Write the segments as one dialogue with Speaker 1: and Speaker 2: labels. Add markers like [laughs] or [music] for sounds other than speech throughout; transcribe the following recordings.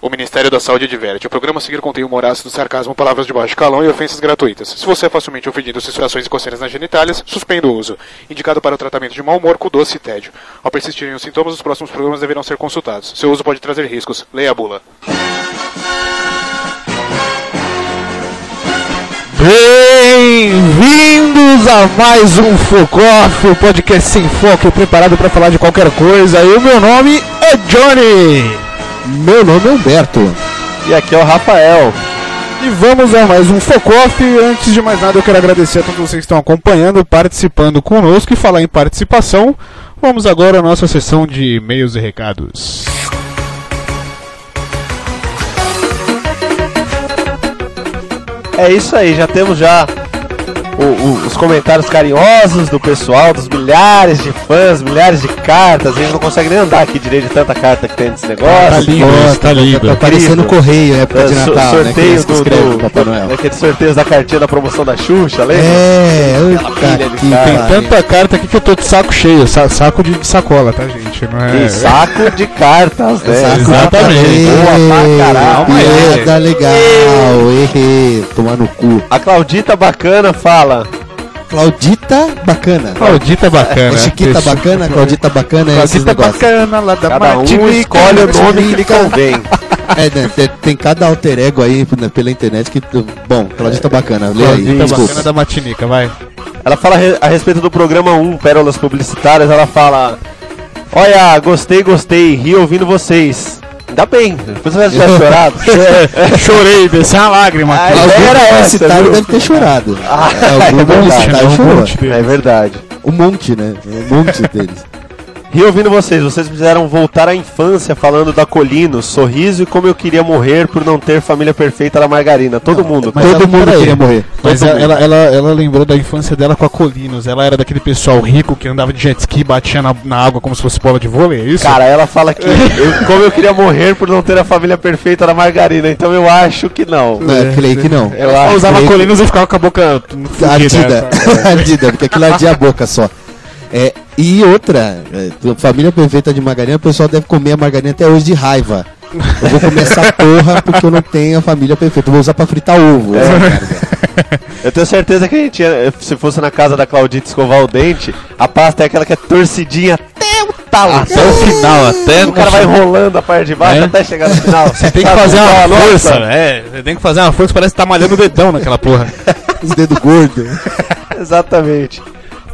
Speaker 1: O Ministério da Saúde adverte. O programa a seguir contém humor ácido, sarcasmo, palavras de baixo calão e ofensas gratuitas. Se você é facilmente ofendido por situações e coceiras nas genitálias, suspenda o uso. Indicado para o tratamento de mau humor com doce e tédio. Ao persistirem os sintomas, os próximos programas deverão ser consultados. Seu uso pode trazer riscos. Leia a bula.
Speaker 2: Bem-vindos a mais um Focoff, o podcast sem foco, preparado para falar de qualquer coisa. E o meu nome é Johnny. Meu nome é Humberto.
Speaker 3: E aqui é o Rafael.
Speaker 2: E vamos a mais um Focoff. Antes de mais nada, eu quero agradecer a todos vocês que estão acompanhando, participando conosco e falar em participação. Vamos agora à nossa sessão de e-mails e recados.
Speaker 3: É isso aí, já temos já o- o- os comentários carinhosos do pessoal, dos milhares de fãs, milhares de cartas. A gente não consegue nem andar aqui direito de tanta carta que tem nesse negócio.
Speaker 4: Nossa, tá lindo.
Speaker 2: Tá parecendo correio, época
Speaker 3: É,
Speaker 2: de
Speaker 3: so-
Speaker 2: Natal, né? que
Speaker 3: sorteio
Speaker 2: eles que
Speaker 3: do,
Speaker 2: escrevem
Speaker 3: do,
Speaker 2: pro Papai Noel.
Speaker 3: daqueles sorteios da cartinha da promoção da Xuxa, lembra?
Speaker 2: É,
Speaker 3: Aquela pilha de
Speaker 2: eu,
Speaker 3: carta.
Speaker 2: tem tanta carta aqui que eu tô de saco cheio, sa- saco de de sacola, tá, gente? Não é...
Speaker 3: E saco de cartas, né?
Speaker 4: Saco Exatamente.
Speaker 3: Boa pra caralho.
Speaker 4: Piada
Speaker 2: legal, tomar no cu.
Speaker 3: A Claudita Bacana fala.
Speaker 4: Claudita bacana.
Speaker 2: Claudita
Speaker 3: né?
Speaker 2: bacana.
Speaker 4: É Chiquita
Speaker 2: Isso.
Speaker 4: bacana, Claudita bacana, é esses
Speaker 2: Claudita
Speaker 4: negócios.
Speaker 2: bacana lá da né?
Speaker 3: Cada um
Speaker 2: Martinica,
Speaker 3: escolhe o nome que lhe
Speaker 2: Martinica.
Speaker 3: convém.
Speaker 4: É, né, tem, tem cada alter ego aí né, pela internet que. Bom, Claudita bacana, lê aí,
Speaker 2: Claudita bacana
Speaker 4: desculpa.
Speaker 2: da Matinica, vai.
Speaker 3: Ela fala re- a respeito do programa 1, Pérolas Publicitárias, ela fala. Olha, gostei, gostei, ri ouvindo vocês. Ainda bem, depois você já chorado.
Speaker 2: Chorei, desceu é uma lágrima.
Speaker 3: Ai,
Speaker 2: aqui.
Speaker 3: Claudita
Speaker 4: Algum
Speaker 3: era essa,
Speaker 4: publicitário
Speaker 3: viu?
Speaker 4: deve ter chorado. É,
Speaker 3: é
Speaker 4: algum
Speaker 3: verdade.
Speaker 4: publicitário
Speaker 2: Não, um
Speaker 4: chorou.
Speaker 2: monte.
Speaker 3: [laughs] É verdade.
Speaker 4: Um monte, né? Um monte deles.
Speaker 3: Ri ouvindo vocês, vocês precisaram voltar à infância falando da Colino, sorriso e como eu queria morrer por não ter família perfeita da Margarina. Todo mundo.
Speaker 4: Mas ela-
Speaker 2: Todo mundo
Speaker 4: peraí.
Speaker 2: queria morrer. Mas
Speaker 3: Todo
Speaker 2: ela,
Speaker 3: mundo.
Speaker 2: ela, ela- ela lembrou da infância dela com a Colinos. Ela era daquele pessoal rico que andava de jet ski e batia na, na água como se fosse bola de vôlei, é isso?
Speaker 3: Cara, ela fala que eu- como eu queria morrer por não ter a família perfeita da Margarina, então eu acho que não.
Speaker 4: Não, é, creio que não.
Speaker 3: Eu
Speaker 4: [laughs]
Speaker 2: ela
Speaker 3: acho
Speaker 2: usava
Speaker 4: creio que-
Speaker 2: Colinos e ficava com a boca né? fudida.
Speaker 4: Ardida. é Ardida, porque aquilo ardia a boca só. É, e outra, é, tua família perfeita de margarina, o pessoal deve comer a margarina até hoje de raiva. Eu vou comer essa porra porque eu não tenho a família perfeita. Eu vou usar pra fritar ovo. né? essa merda.
Speaker 3: Eu tenho certeza que a gente, ia- se fosse na casa da Claudita escovar o dente, a pasta é aquela que é torcidinha até o talo.
Speaker 5: Até o final, até
Speaker 3: o cara vai enrolando a parte de baixo
Speaker 5: É.
Speaker 3: até chegar no final. Você
Speaker 5: Tem que fazer uma força,
Speaker 2: né?
Speaker 5: é. Você tem que fazer uma força, parece que tá malhando o dedão naquela porra.
Speaker 4: Os dedos gordos.
Speaker 3: Exatamente.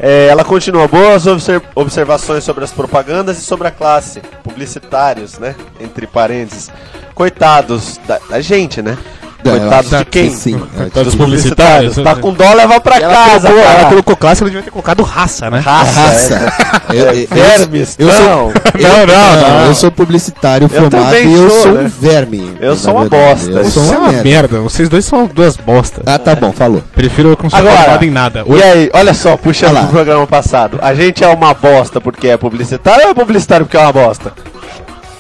Speaker 3: É, ela continua. Boas obser- observações sobre as propagandas e sobre a classe. Publicitários, né? Entre parênteses. Coitados da, da gente, né?
Speaker 4: Não,
Speaker 3: Coitados
Speaker 4: eu-
Speaker 3: de quem?
Speaker 4: Sim,
Speaker 5: Tá
Speaker 4: eu-
Speaker 5: dos publicitários.
Speaker 3: Tá com dó, leva pra
Speaker 2: Ela,
Speaker 3: casa,
Speaker 2: colocou, ela
Speaker 3: cara.
Speaker 2: colocou classe, ela devia ter colocado raça, né?
Speaker 3: Raça, é.
Speaker 4: raça. Eu, eu-
Speaker 3: Vermes,
Speaker 4: eu sou-
Speaker 3: não.
Speaker 4: eu-
Speaker 2: [laughs] não.
Speaker 4: Eu sou publicitário formado
Speaker 3: também
Speaker 4: e eu
Speaker 3: sou,
Speaker 4: sou
Speaker 3: né?
Speaker 4: um verme.
Speaker 3: Eu
Speaker 4: na
Speaker 3: sou uma
Speaker 4: verdade.
Speaker 3: bosta.
Speaker 4: Eu sou
Speaker 2: Isso é
Speaker 4: uma
Speaker 2: uma
Speaker 4: merda.
Speaker 2: merda, vocês dois são duas bostas.
Speaker 4: Ah, tá bom, falou.
Speaker 2: Prefiro eu que não sou
Speaker 3: Agora,
Speaker 2: formado em nada.
Speaker 3: E
Speaker 2: Hoje-
Speaker 3: aí, olha só, puxando
Speaker 4: Olha lá.
Speaker 3: pro programa passado. A gente é uma bosta porque é publicitário ou é publicitário porque é uma bosta?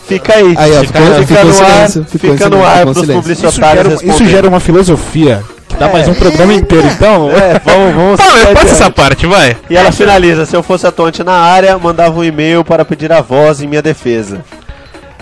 Speaker 3: Fica aí.
Speaker 4: Aí, ó,
Speaker 3: fica,
Speaker 4: ficou-
Speaker 3: fica
Speaker 4: ficou
Speaker 3: no
Speaker 4: em silêncio,
Speaker 3: ar,
Speaker 4: ficou em
Speaker 3: fica no
Speaker 4: silêncio,
Speaker 3: ar
Speaker 4: ficou em
Speaker 3: pros
Speaker 4: silêncio.
Speaker 2: isso,
Speaker 3: publicitários
Speaker 2: gera, uma- isso
Speaker 3: responderem.
Speaker 2: gera uma filosofia que dá mais um programa inteiro, então.
Speaker 3: É, vamos, vamos.
Speaker 5: Tá,
Speaker 3: seguir
Speaker 5: mas passa
Speaker 3: adiante.
Speaker 5: essa parte, vai.
Speaker 3: E ela finaliza: se eu fosse atuante na área, mandava um e-mail para pedir a voz em minha defesa.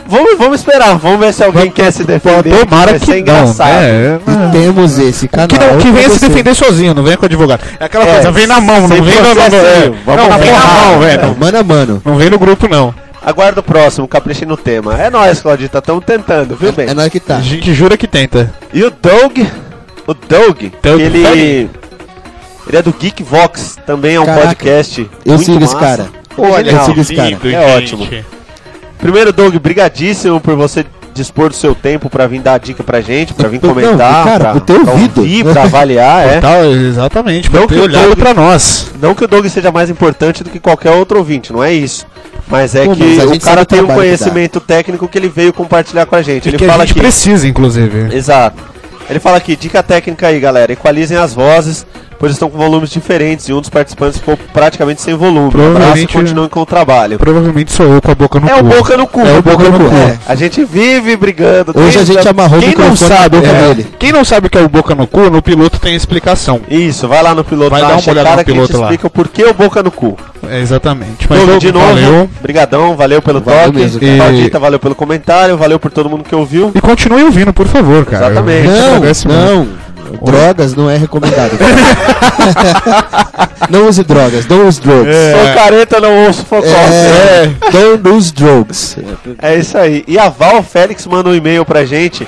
Speaker 3: Vamos, vamos esperar, vamos ver se alguém quer se defender.
Speaker 2: Tomara
Speaker 3: vai
Speaker 2: que
Speaker 3: ser
Speaker 2: não,
Speaker 3: engraçado.
Speaker 2: né? Ah,
Speaker 4: E temos esse canal.
Speaker 2: Que, não, que venha
Speaker 4: pra
Speaker 2: se
Speaker 4: você.
Speaker 2: defender sozinho, não venha com advogado. É aquela
Speaker 3: É,
Speaker 2: coisa, vem na mão, não
Speaker 3: sem
Speaker 2: vem no.
Speaker 3: processo
Speaker 2: é,
Speaker 3: nenhum. Vamos
Speaker 2: não, não vem na
Speaker 3: porrada.
Speaker 2: mão,
Speaker 4: É,
Speaker 2: velho.
Speaker 4: mano a mano.
Speaker 2: Não vem no grupo, não.
Speaker 3: Aguardo o próximo, capricha no tema. É nóis, Claudita, estamos tentando, viu bem?
Speaker 4: É na hora que tá.
Speaker 2: A gente jura que tenta.
Speaker 3: E o Doug, o Doug,
Speaker 2: Doug
Speaker 3: ele
Speaker 2: Funny.
Speaker 3: ele é do Geek Vox, também é um
Speaker 4: Caraca,
Speaker 3: podcast.
Speaker 4: Eu
Speaker 3: muito
Speaker 4: sigo esse
Speaker 3: massa.
Speaker 4: cara.
Speaker 3: Ele é
Speaker 4: Olha, eu
Speaker 3: genial.
Speaker 4: sigo esse cara.
Speaker 5: Lindo,
Speaker 3: é
Speaker 5: gente.
Speaker 3: ótimo.
Speaker 5: Muito
Speaker 3: Primeiro, Doug, brigadíssimo por você dispor do seu tempo pra vir dar a dica pra gente, pra vir
Speaker 4: Não,
Speaker 3: comentar,
Speaker 4: cara,
Speaker 3: pra,
Speaker 4: pro teu
Speaker 3: pra
Speaker 4: ouvido.
Speaker 3: ouvir, pra
Speaker 4: [laughs]
Speaker 3: avaliar, é.
Speaker 2: Tá, exatamente,
Speaker 3: Não
Speaker 2: pra
Speaker 3: que
Speaker 2: ter
Speaker 3: o
Speaker 2: olhado
Speaker 3: Doug-
Speaker 2: pra nós.
Speaker 3: Não que o Doug seja mais importante do que qualquer outro ouvinte, não é isso. Mas é
Speaker 4: Pô,
Speaker 3: que
Speaker 4: mas a
Speaker 3: o
Speaker 4: gente sabe
Speaker 3: cara
Speaker 4: o
Speaker 3: tem um
Speaker 4: trabalho que dá. É
Speaker 3: conhecimento técnico que ele veio compartilhar com a gente.
Speaker 2: E
Speaker 3: Ele
Speaker 2: que
Speaker 3: fala
Speaker 2: a gente
Speaker 3: que
Speaker 2: precisa, inclusive.
Speaker 3: Exato. Ele fala aqui, dica técnica aí, galera. Equalizem as vozes, pois estão com volumes diferentes e um dos participantes ficou praticamente sem volume. Um Abraço e
Speaker 2: Provavelmente-
Speaker 3: continuem com o trabalho.
Speaker 2: Provavelmente sou eu com a boca no
Speaker 3: É o
Speaker 2: cu.
Speaker 3: boca no cu.
Speaker 4: É o boca no cu. É.
Speaker 3: A gente vive brigando.
Speaker 4: Hoje a
Speaker 3: desde
Speaker 4: gente amarrou
Speaker 2: Quem
Speaker 4: o
Speaker 2: não
Speaker 4: microfone
Speaker 2: sabe,
Speaker 4: na boca
Speaker 2: é,
Speaker 4: dele.
Speaker 2: quem não sabe o que é o boca no cu, no piloto tem a explicação.
Speaker 3: Isso, vai lá no piloto
Speaker 2: Vai
Speaker 3: lá,
Speaker 2: dar uma
Speaker 3: acha
Speaker 2: olhada
Speaker 3: cara
Speaker 2: no
Speaker 3: que
Speaker 2: piloto
Speaker 3: te
Speaker 2: lá.
Speaker 3: explica o porquê o boca no cu.
Speaker 2: É, exatamente. Mas
Speaker 3: Doug,
Speaker 2: eu-
Speaker 3: de novo,
Speaker 2: valeu.
Speaker 3: brigadão, valeu pelo
Speaker 4: Valeu
Speaker 3: toque.
Speaker 4: mesmo,
Speaker 2: cara.
Speaker 3: Maldita, valeu pelo comentário, valeu por todo mundo que ouviu.
Speaker 2: E continue ouvindo, por favor, cara.
Speaker 3: Exatamente.
Speaker 2: A gente agradece muito.
Speaker 4: Não, não. Drogas não é recomendado. [laughs] não use drogas, don't use drugs.
Speaker 3: Sou careta, não ouço focote.
Speaker 4: É, don't use drugs.
Speaker 3: É isso aí. E a Val Félix manda um e-mail pra gente,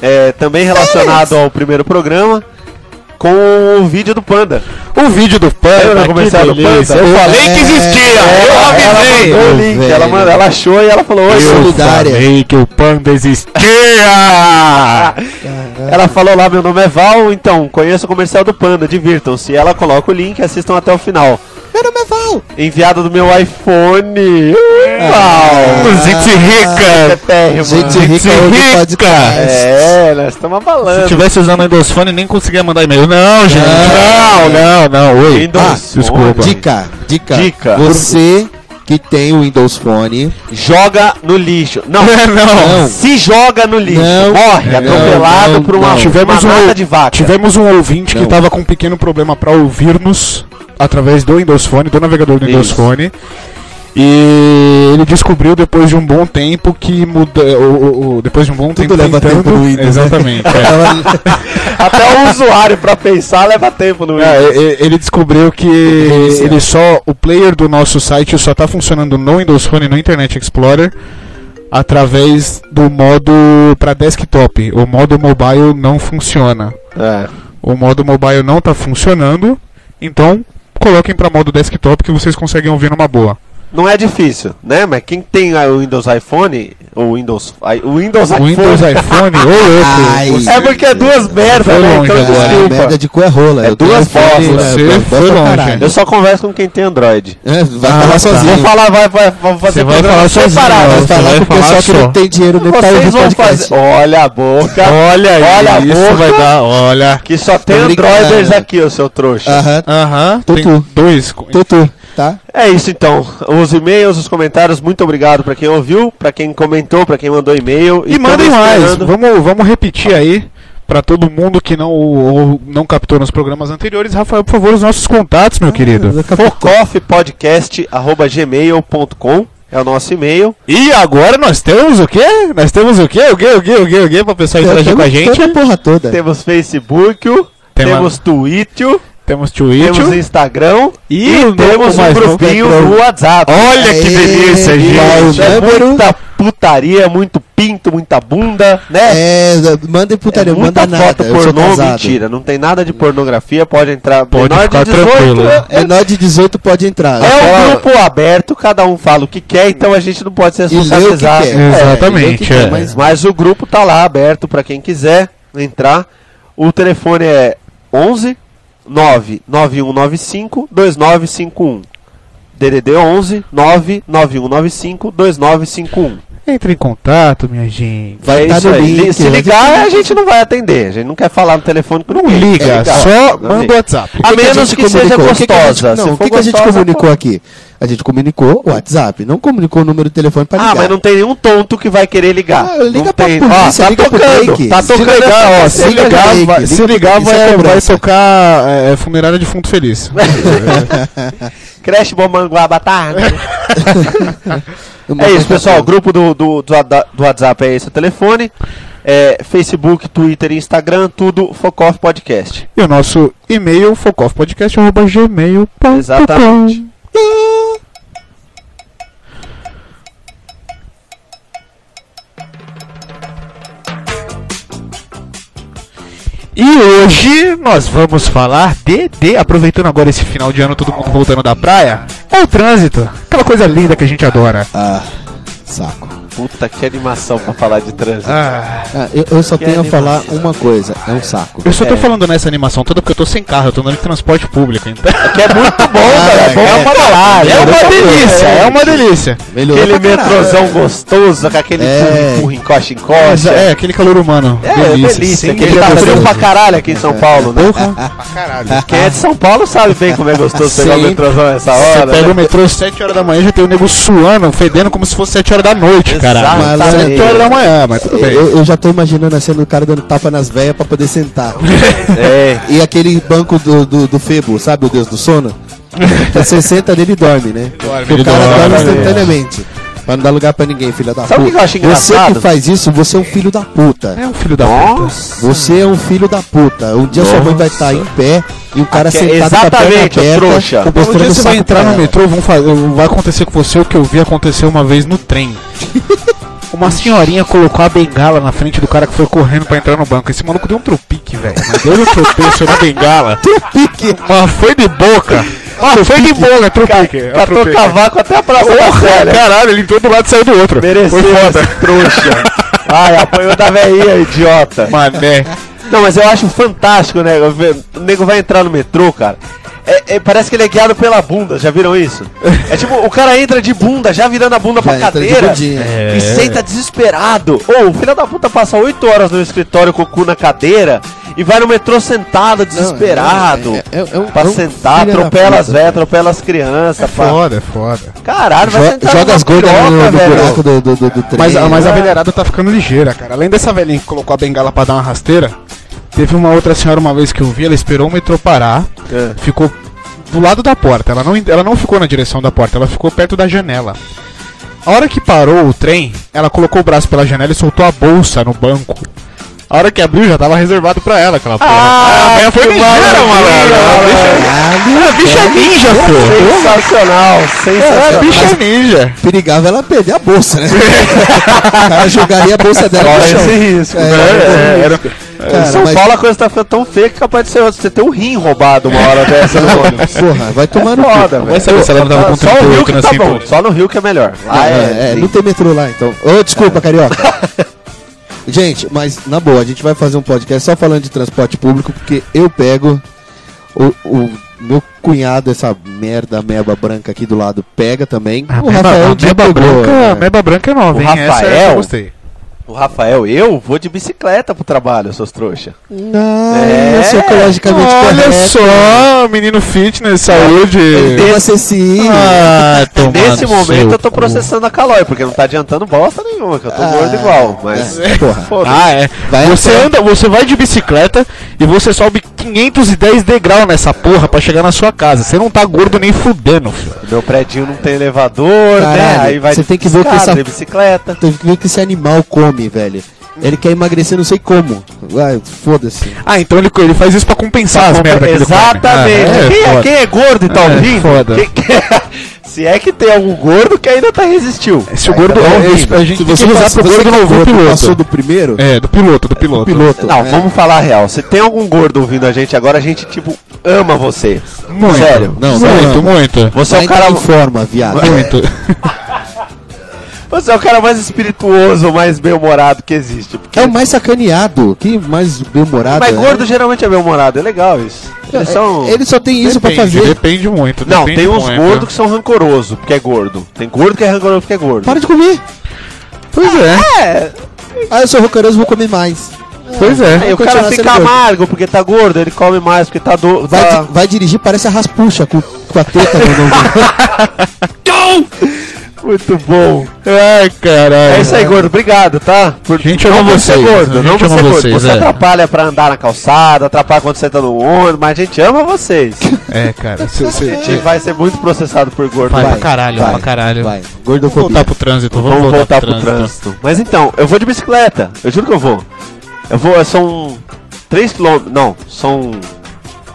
Speaker 3: é, também relacionado ao primeiro programa, com o vídeo do Panda.
Speaker 2: O vídeo do
Speaker 3: Lembra
Speaker 2: Panda.
Speaker 3: do
Speaker 2: que
Speaker 3: comercial do Panda?
Speaker 2: delícia. tá Eu falei
Speaker 4: É.
Speaker 2: que existia. eu avisei.
Speaker 3: Ela mandou o link,
Speaker 4: Velho.
Speaker 3: ela, mandou- ela achou e ela falou: Oi,
Speaker 4: Eu-
Speaker 3: sou-"
Speaker 4: Solidária.
Speaker 2: falei que o Panda existia. né?"
Speaker 3: Ela falou lá: Meu nome é Val, então conheço o comercial do Panda, divirtam-se. Ela coloca o link, assistam até o final.
Speaker 4: Meu nome é Val.
Speaker 3: Enviado do meu iPhone. Val!
Speaker 2: Gente rica.
Speaker 3: Térrimo.
Speaker 4: Gente
Speaker 2: É. Gente
Speaker 4: rica hoje pode
Speaker 2: rica.
Speaker 3: É, nós estamos
Speaker 2: Se
Speaker 3: abalando.
Speaker 2: tivesse usando o Windows Phone, nem conseguia mandar e-mail. Não, gente.
Speaker 4: Não.
Speaker 2: Não,
Speaker 3: né?
Speaker 2: não, não. Oi.
Speaker 3: Windows
Speaker 2: Ah,
Speaker 3: Phone.
Speaker 2: desculpa.
Speaker 4: Dica, dica.
Speaker 3: Dica.
Speaker 4: Você que tem o Windows Phone,
Speaker 3: Joga no lixo. Não,
Speaker 2: [laughs] não. É,
Speaker 4: Não.
Speaker 3: Se joga no lixo.
Speaker 4: Não.
Speaker 3: Morre
Speaker 4: Não,
Speaker 3: atropelado
Speaker 4: não,
Speaker 3: por uma
Speaker 4: não.
Speaker 2: Tivemos
Speaker 3: manada
Speaker 2: um-
Speaker 3: de vaca.
Speaker 2: Tivemos um ouvinte que
Speaker 4: Não.
Speaker 2: estava com um pequeno problema para ouvir-nos através do Windows Phone, do navegador do Windows
Speaker 3: Isso.
Speaker 2: Phone. E ele descobriu depois de um bom tempo que muda, o, o- o- depois de um bom tempo
Speaker 4: leva tempo no Windows, né?
Speaker 2: exatamente. é.
Speaker 3: Até
Speaker 2: [laughs]
Speaker 3: o usuário pra pensar leva tempo no
Speaker 2: É,
Speaker 3: Windows.
Speaker 2: e- e- ele descobriu que ele só o player do nosso site só está funcionando no Windows Phone, no Internet Explorer, através do modo para desktop. O modo mobile não funciona. O modo mobile não tá funcionando, então coloquem pra modo desktop que vocês conseguem ouvir numa boa.
Speaker 3: Não é difícil, né? Mas quem tem ah, o Windows iPhone, ou Windows, i- o Windows
Speaker 2: O
Speaker 3: iPhone.
Speaker 2: Windows iPhone, ô
Speaker 4: Ai.
Speaker 2: louco. Você-
Speaker 3: É porque é duas merdas,
Speaker 2: Foi
Speaker 3: né?
Speaker 2: longe
Speaker 3: Então
Speaker 2: agora,
Speaker 4: Cara, a
Speaker 3: desculpa.
Speaker 4: merda de cu é rola.
Speaker 3: É
Speaker 4: Eu tenho
Speaker 3: duas
Speaker 4: iPhone,
Speaker 3: bostas.
Speaker 4: né?
Speaker 2: Você
Speaker 4: Bosta
Speaker 2: foi
Speaker 4: pra
Speaker 2: longe.
Speaker 4: caralho.
Speaker 3: Eu só converso com quem tem Android.
Speaker 4: É, vai
Speaker 2: Ah, tá.
Speaker 4: falar sozinho.
Speaker 3: Vou falar, vai, vai, vai fazer
Speaker 2: Você vai falar sozinho.
Speaker 3: separado. tá?
Speaker 4: Vai
Speaker 2: Você
Speaker 4: falar
Speaker 2: vai
Speaker 4: com o pessoal
Speaker 2: falar
Speaker 4: que não
Speaker 2: só.
Speaker 4: tem dinheiro nem tá pra ouvir
Speaker 3: Vocês vão
Speaker 4: podcast.
Speaker 3: fazer. Olha a boca.
Speaker 2: Olha aí,
Speaker 3: Olha a
Speaker 2: isso
Speaker 3: boca.
Speaker 2: vai dar, olha.
Speaker 3: Que só tem
Speaker 4: brincando.
Speaker 3: Androiders aqui, ô seu trouxa.
Speaker 2: Ah,
Speaker 4: Aham,
Speaker 2: Aham,
Speaker 4: Tutu.
Speaker 2: tem dois. co-
Speaker 4: tutu, tá?
Speaker 3: É isso então. Os e-mails, os comentários, muito obrigado pra quem ouviu, pra quem comentou, pra quem mandou e-mail.
Speaker 2: E
Speaker 3: Estamos
Speaker 2: mandem mais,
Speaker 3: esperando-
Speaker 2: vamos, vamos repetir aí pra todo mundo que não, ou não captou nos programas anteriores. Rafael, por favor, os nossos contatos, meu querido.
Speaker 3: focoffpodcast.gmail.com é o nosso e-mail.
Speaker 2: E agora nós temos o quê? Nós temos o quê? O quê? O quê? O quê? O quê? Pra pessoal interagir com a gente.
Speaker 4: Toda a porra toda.
Speaker 3: Temos Facebook,
Speaker 2: É. Tem
Speaker 3: temos Twitter,
Speaker 2: Temos Twitch.
Speaker 3: temos Instagram
Speaker 2: E
Speaker 3: e,
Speaker 2: o
Speaker 3: temos um
Speaker 2: mais
Speaker 3: grupinho
Speaker 2: novo.
Speaker 3: no WhatsApp.
Speaker 2: Olha que
Speaker 4: Aê,
Speaker 2: delícia, gente.
Speaker 4: vai.
Speaker 3: Isso, é
Speaker 4: número-
Speaker 3: muita putaria, muito pinto, muita bunda, né?
Speaker 4: É, mandem putaria,
Speaker 3: É muita
Speaker 4: manda nada.
Speaker 3: foto
Speaker 4: Eu sou
Speaker 3: pornô,
Speaker 4: casado.
Speaker 3: mentira. Não tem nada de pornografia, pode entrar.
Speaker 2: Pode
Speaker 3: menor
Speaker 2: ficar
Speaker 3: de 18
Speaker 2: tranquilo.
Speaker 3: é-
Speaker 4: Menor de 18 pode entrar.
Speaker 3: É um
Speaker 4: Fala-
Speaker 3: grupo aberto, cada um fala o que quer, então a gente não pode se
Speaker 4: E lê o que
Speaker 3: responsabilizar.
Speaker 4: quer. É.
Speaker 2: Exatamente,
Speaker 4: e lê o que quer,
Speaker 2: é.
Speaker 4: mas-
Speaker 3: Mas o grupo tá lá aberto pra quem quiser entrar. O telefone é 11 99195 2951. DDD 11 99195 2951.
Speaker 2: Entre em contato, minha gente.
Speaker 4: Vai
Speaker 3: é
Speaker 4: tá
Speaker 3: um. isso
Speaker 4: no
Speaker 3: aí.
Speaker 4: link,
Speaker 3: se
Speaker 4: vai
Speaker 3: ligar, a gente não vai atender. A gente não quer falar no telefone com
Speaker 2: Não
Speaker 3: ninguém.
Speaker 2: liga,
Speaker 3: É,
Speaker 2: só
Speaker 3: Não
Speaker 2: manda o
Speaker 3: liga.
Speaker 2: WhatsApp.
Speaker 3: A
Speaker 4: O a
Speaker 3: menos
Speaker 4: gente
Speaker 3: que seja
Speaker 4: comunicou? O que que a gente-
Speaker 3: gostosa.
Speaker 4: não,
Speaker 3: Se
Speaker 4: o
Speaker 3: for
Speaker 4: que, que a gente
Speaker 3: gostosa,
Speaker 4: comunicou aqui? A gente comunicou o WhatsApp, não comunicou o número de telefone pra
Speaker 3: Ah,
Speaker 4: ligar.
Speaker 3: mas não tem nenhum tonto que vai querer ligar.
Speaker 4: Ah, liga
Speaker 3: não
Speaker 4: pra
Speaker 3: tem.
Speaker 4: polícia,
Speaker 3: tá
Speaker 4: liga pro
Speaker 3: tocando,
Speaker 4: break.
Speaker 3: tá
Speaker 4: Se
Speaker 3: tocando.
Speaker 4: ligar,
Speaker 3: ó,
Speaker 4: ó,
Speaker 3: se
Speaker 4: se
Speaker 3: ligar,
Speaker 4: ligar,
Speaker 3: vai-
Speaker 4: liga-
Speaker 2: Se ligar,
Speaker 4: isso é
Speaker 2: vai, vai
Speaker 4: cobrança.
Speaker 2: tocar é, Funerária de Fundo [laughs] Feliz.
Speaker 3: Creche Bomanguá, boa
Speaker 4: [laughs]
Speaker 3: tarde.
Speaker 4: Uma
Speaker 3: é isso,
Speaker 4: coisa
Speaker 3: pessoal. O
Speaker 4: boa.
Speaker 3: grupo do, do, do, ada- do WhatsApp é esse o telefone. É, Facebook, Twitter e Instagram, tudo Focoff Podcast.
Speaker 2: e o nosso e-mail, focofpodcast.gmail.com.
Speaker 3: Exatamente.
Speaker 2: E hoje nós vamos falar de, de- aproveitando agora esse final de ano, todo mundo voltando da praia, é o trânsito. Aquela coisa linda que a gente adora.
Speaker 4: Ah, saco.
Speaker 3: Puta que animação pra falar de trânsito.
Speaker 4: Ah, eu, eu só
Speaker 3: Que
Speaker 4: tenho a falar
Speaker 3: animação.
Speaker 4: uma coisa, é um saco.
Speaker 2: Eu só tô
Speaker 3: É.
Speaker 2: falando nessa animação toda porque eu tô sem carro, eu tô andando de transporte público, então.
Speaker 3: Que é muito bom, velho. É bom
Speaker 4: é.
Speaker 3: pra falar.
Speaker 2: É uma delícia, é uma delícia.
Speaker 4: Melhorou
Speaker 3: Aquele
Speaker 4: pra caralho.
Speaker 3: metrozão gostoso, com aquele
Speaker 4: É.
Speaker 3: empurra, encosta,
Speaker 2: Mas,
Speaker 3: encosta.
Speaker 2: é, aquele calor humano.
Speaker 3: É, é delícia.
Speaker 2: Sem
Speaker 3: Que
Speaker 2: querer
Speaker 3: tá
Speaker 2: gostoso.
Speaker 3: frio pra caralho aqui em São Paulo, né?
Speaker 2: Porra,
Speaker 3: Quem é de São Paulo sabe bem como é gostoso pegar o
Speaker 4: Sim.
Speaker 3: metrozão essa
Speaker 2: Você
Speaker 3: hora.
Speaker 2: pega
Speaker 3: né?
Speaker 2: o metrô 7 horas da manhã já tem o nego suando, fedendo como se fosse 7 horas da noite, caralho. É.
Speaker 4: Mas,
Speaker 3: Exatamente.
Speaker 2: 7 horas da manhã, mas tudo bem.
Speaker 4: Eu, eu já tô imaginando a cena do cara dando tapa nas veias pra poder sentar.
Speaker 3: É.
Speaker 4: E aquele banco do, do, do Febo, sabe, o deus do sono? Você senta nele e dorme, né?
Speaker 2: ele
Speaker 4: o cara
Speaker 2: dorme.
Speaker 4: dorme instantaneamente. Pra não dar lugar pra ninguém, filha da
Speaker 3: Sabe o
Speaker 4: puta.
Speaker 3: que eu acho
Speaker 4: Você
Speaker 3: engraçado?
Speaker 4: que faz isso, você é um filho da puta.
Speaker 2: É um filho da puta.
Speaker 4: Você é um filho da puta. Um dia sua mãe vai estar em pé e o cara
Speaker 3: Aqui é
Speaker 4: sentado com a perna
Speaker 3: exatamente,
Speaker 4: aberta,
Speaker 3: trouxa.
Speaker 2: Um
Speaker 4: mostrando
Speaker 2: dia
Speaker 4: o
Speaker 2: você
Speaker 4: saco
Speaker 2: vai entrar
Speaker 4: pra
Speaker 2: no
Speaker 4: ela.
Speaker 2: metrô, vão fazer, vai acontecer com você o que eu vi acontecer uma vez no trem. Uma senhorinha colocou a bengala na frente do cara que foi correndo pra entrar no banco. Esse maluco deu um tropique, velho. Mas deu um tropeço
Speaker 1: [laughs]
Speaker 2: na bengala. Tropique? Mas foi de boca. Mas foi de boca, tropique. É
Speaker 3: Catou
Speaker 2: tropique.
Speaker 3: cavaco até a praça da Sé, né?
Speaker 2: Caralho, ele entrou do lado e saiu do outro.
Speaker 3: Mereceu
Speaker 2: Foi foda.
Speaker 3: esse trouxa. Ai, apanhou da velhinha, idiota.
Speaker 2: Mané.
Speaker 3: Não, mas eu acho fantástico, né? Eu ve- O nego vai entrar no metrô, cara. É- é- parece que ele é guiado pela bunda, já viram isso? É tipo, o cara entra de bunda, já virando a bunda pra
Speaker 4: Já entra de
Speaker 3: cadeira
Speaker 4: bundinha.
Speaker 2: É.
Speaker 3: e senta desesperado. Ou o filho da puta passa 8 horas no escritório com o cu na cadeira e vai no metrô sentado, desesperado.
Speaker 4: é- é- é um-
Speaker 3: pra
Speaker 4: é um
Speaker 3: sentar,
Speaker 4: filho da
Speaker 3: atropela
Speaker 4: puta,
Speaker 3: as velhas, atropela as crianças. pá.
Speaker 2: Foda, foda.
Speaker 3: Caralho, vai
Speaker 4: Jo-
Speaker 3: sentar
Speaker 4: Joga
Speaker 3: numa
Speaker 4: as gordas no,
Speaker 3: piroca,
Speaker 4: no
Speaker 3: velho.
Speaker 4: buraco do, do, do, do trem. né?
Speaker 2: Mas, a- mas a velharada tá ficando ligeira, cara. Além dessa velhinha que colocou a bengala pra dar uma rasteira, teve uma outra senhora uma vez que eu vi, ela esperou o metrô parar,
Speaker 3: É.
Speaker 2: ficou do lado da porta. Ela não, ela não ficou na direção da porta, ela ficou perto da janela. A hora que parou o trem, ela colocou o braço pela janela e soltou a bolsa no banco. A hora que abriu já tava reservado pra ela aquela porra. Ah, a mulher foi ligeira, malandro.
Speaker 4: Caralho,
Speaker 2: A bicha é ninja, pô.
Speaker 3: Sensacional,
Speaker 2: A
Speaker 3: sensacional.
Speaker 2: bicha é ninja.
Speaker 4: perigava ela perder a bolsa, né? o cara jogaria a bolsa dela no
Speaker 3: Olha
Speaker 4: chão.
Speaker 3: esse risco,
Speaker 4: É,
Speaker 3: né?
Speaker 4: é,
Speaker 3: Em
Speaker 4: Cara,
Speaker 3: São
Speaker 4: mas-
Speaker 3: Paulo a coisa tá ficando tão feia que é capaz de ser você ter um rim roubado uma hora
Speaker 4: [laughs]
Speaker 3: dessa tá no ônibus.
Speaker 4: Porra, vai
Speaker 2: [laughs]
Speaker 4: tomar no cu.
Speaker 3: Foda, velho.
Speaker 2: saber se ela não tava com
Speaker 3: Só no Rio
Speaker 2: 38
Speaker 3: que
Speaker 2: na
Speaker 3: tá
Speaker 2: cintura.
Speaker 3: bom, só no Rio que é melhor.
Speaker 2: Ah,
Speaker 3: Lá
Speaker 4: é, é, não tem metrô lá, então. Ô,
Speaker 3: [laughs]
Speaker 4: desculpa, carioca. gente, mas na boa, a gente vai fazer um podcast só falando de transporte público, porque eu pego o, o meu cunhado, essa merda meba branca aqui do lado, pega também.
Speaker 2: A meba, a
Speaker 4: Di
Speaker 2: meba
Speaker 4: pegou,
Speaker 2: branca,
Speaker 4: né?
Speaker 2: a meba branca é nova,
Speaker 3: O
Speaker 2: hein? Essa
Speaker 3: Rafael-
Speaker 2: eu gostei.
Speaker 3: O Rafael, eu vou de bicicleta pro trabalho, seus trouxa.
Speaker 4: Não,
Speaker 3: É.
Speaker 4: eu sou ecologicamente
Speaker 2: Olha
Speaker 4: correto.
Speaker 2: só, menino fitness, saúde.
Speaker 4: Tem uma ceci.
Speaker 2: É. Ah, tomar
Speaker 3: Nesse
Speaker 2: no
Speaker 3: momento
Speaker 2: seu
Speaker 3: eu tô
Speaker 2: cu.
Speaker 3: processando a Calói, porque não tá adiantando bosta nenhuma, que eu tô gordo igual, mas...
Speaker 4: Ah, é, porra.
Speaker 3: Foda-se.
Speaker 2: Ah, é.
Speaker 4: Vai
Speaker 2: você
Speaker 4: entrar.
Speaker 2: anda, você vai de bicicleta e você sobe 510 degrau nessa porra pra chegar na sua casa. Você não tá gordo nem fudendo, filho.
Speaker 3: Meu prédio não tem elevador, né?
Speaker 4: Ah. Caralho,
Speaker 3: Aí vai
Speaker 4: você
Speaker 3: de
Speaker 4: tem que ver o que
Speaker 3: escada,
Speaker 4: essa-
Speaker 3: de bicicleta.
Speaker 4: Teve que ver o que esse animal come, velho. Ele quer emagrecer, não sei como. Ué, foda-se.
Speaker 2: Ah, então ele, ele faz isso pra compensar as merdas que ele come.
Speaker 3: Exatamente.
Speaker 2: Ah, é,
Speaker 3: quem, é,
Speaker 2: foda.
Speaker 3: quem é gordo e tá
Speaker 2: É,
Speaker 3: ouvindo?
Speaker 2: foda.
Speaker 3: quem- se é [laughs] que tem algum gordo que ainda tá resistiu.
Speaker 2: Se o
Speaker 3: Ainda
Speaker 2: gordo-
Speaker 3: tá
Speaker 2: é,
Speaker 3: ouvindo.
Speaker 2: a gente tem que rezar pro gordo não ouvir o
Speaker 4: passou
Speaker 2: piloto.
Speaker 4: do primeiro,
Speaker 2: É, do piloto, do piloto.
Speaker 4: piloto.
Speaker 3: Não, vamos falar a real. Se tem algum gordo ouvindo a gente agora, a gente, tipo, ama você.
Speaker 2: Muito.
Speaker 3: Sério.
Speaker 4: Não, não.
Speaker 2: muito, muito.
Speaker 3: Você é,
Speaker 4: Vai
Speaker 3: o cara,
Speaker 4: em forma, viado.
Speaker 2: Muito.
Speaker 3: você é o cara mais espirituoso, mais bem-humorado que existe. Porque
Speaker 4: É o mais sacaneado, que mais bem-humorado.
Speaker 3: Mas
Speaker 4: né? é,
Speaker 3: gordo geralmente é bem-humorado, é legal isso. Eles são...
Speaker 4: Ele só tem isso pra
Speaker 2: Depende,
Speaker 4: fazer.
Speaker 2: depende muito.
Speaker 3: Não,
Speaker 2: depende né?
Speaker 3: tem uns
Speaker 2: muito.
Speaker 3: gordos que são rancorosos, porque é gordo. Tem gordo que é rancoroso porque é gordo.
Speaker 4: Para de comer.
Speaker 2: Pois é,
Speaker 4: Ah, eu sou rancoroso, vou comer mais.
Speaker 2: pois é.
Speaker 3: Aí o
Speaker 4: continuar
Speaker 3: cara
Speaker 4: sendo
Speaker 3: fica
Speaker 4: gordo.
Speaker 3: amargo porque tá gordo, ele come mais porque tá do.
Speaker 4: Vai,
Speaker 3: tá-
Speaker 4: di- vai dirigir, parece a raspucha com, com a teta no no-
Speaker 3: Muito bom.
Speaker 2: Ai, caralho.
Speaker 3: É isso aí, gordo. Obrigado, tá? Por...
Speaker 2: Gente, eu
Speaker 3: não
Speaker 2: amo
Speaker 3: você
Speaker 2: vocês,
Speaker 3: gordo,
Speaker 2: gente,
Speaker 3: não
Speaker 2: eu
Speaker 3: você
Speaker 2: amo
Speaker 3: gordo.
Speaker 2: vocês,
Speaker 3: você
Speaker 2: é.
Speaker 3: atrapalha pra andar na calçada, atrapalha quando você tá no ônibus, mas a gente ama
Speaker 2: [laughs]
Speaker 3: vocês.
Speaker 2: É, cara. Se, se,
Speaker 3: A gente vai ser muito processado por gordo.
Speaker 2: Vai,
Speaker 3: vai.
Speaker 2: pra caralho,
Speaker 4: vai,
Speaker 2: pra caralho.
Speaker 4: Vai,
Speaker 2: Vamos voltar
Speaker 4: gordofobia.
Speaker 2: pro trânsito, vamos,
Speaker 3: Vamos,
Speaker 2: voltar, pro trânsito.
Speaker 3: trânsito. Mas então, eu vou de bicicleta. Eu juro que eu vou. Eu vou, é, são 3 quilômetros. Não, são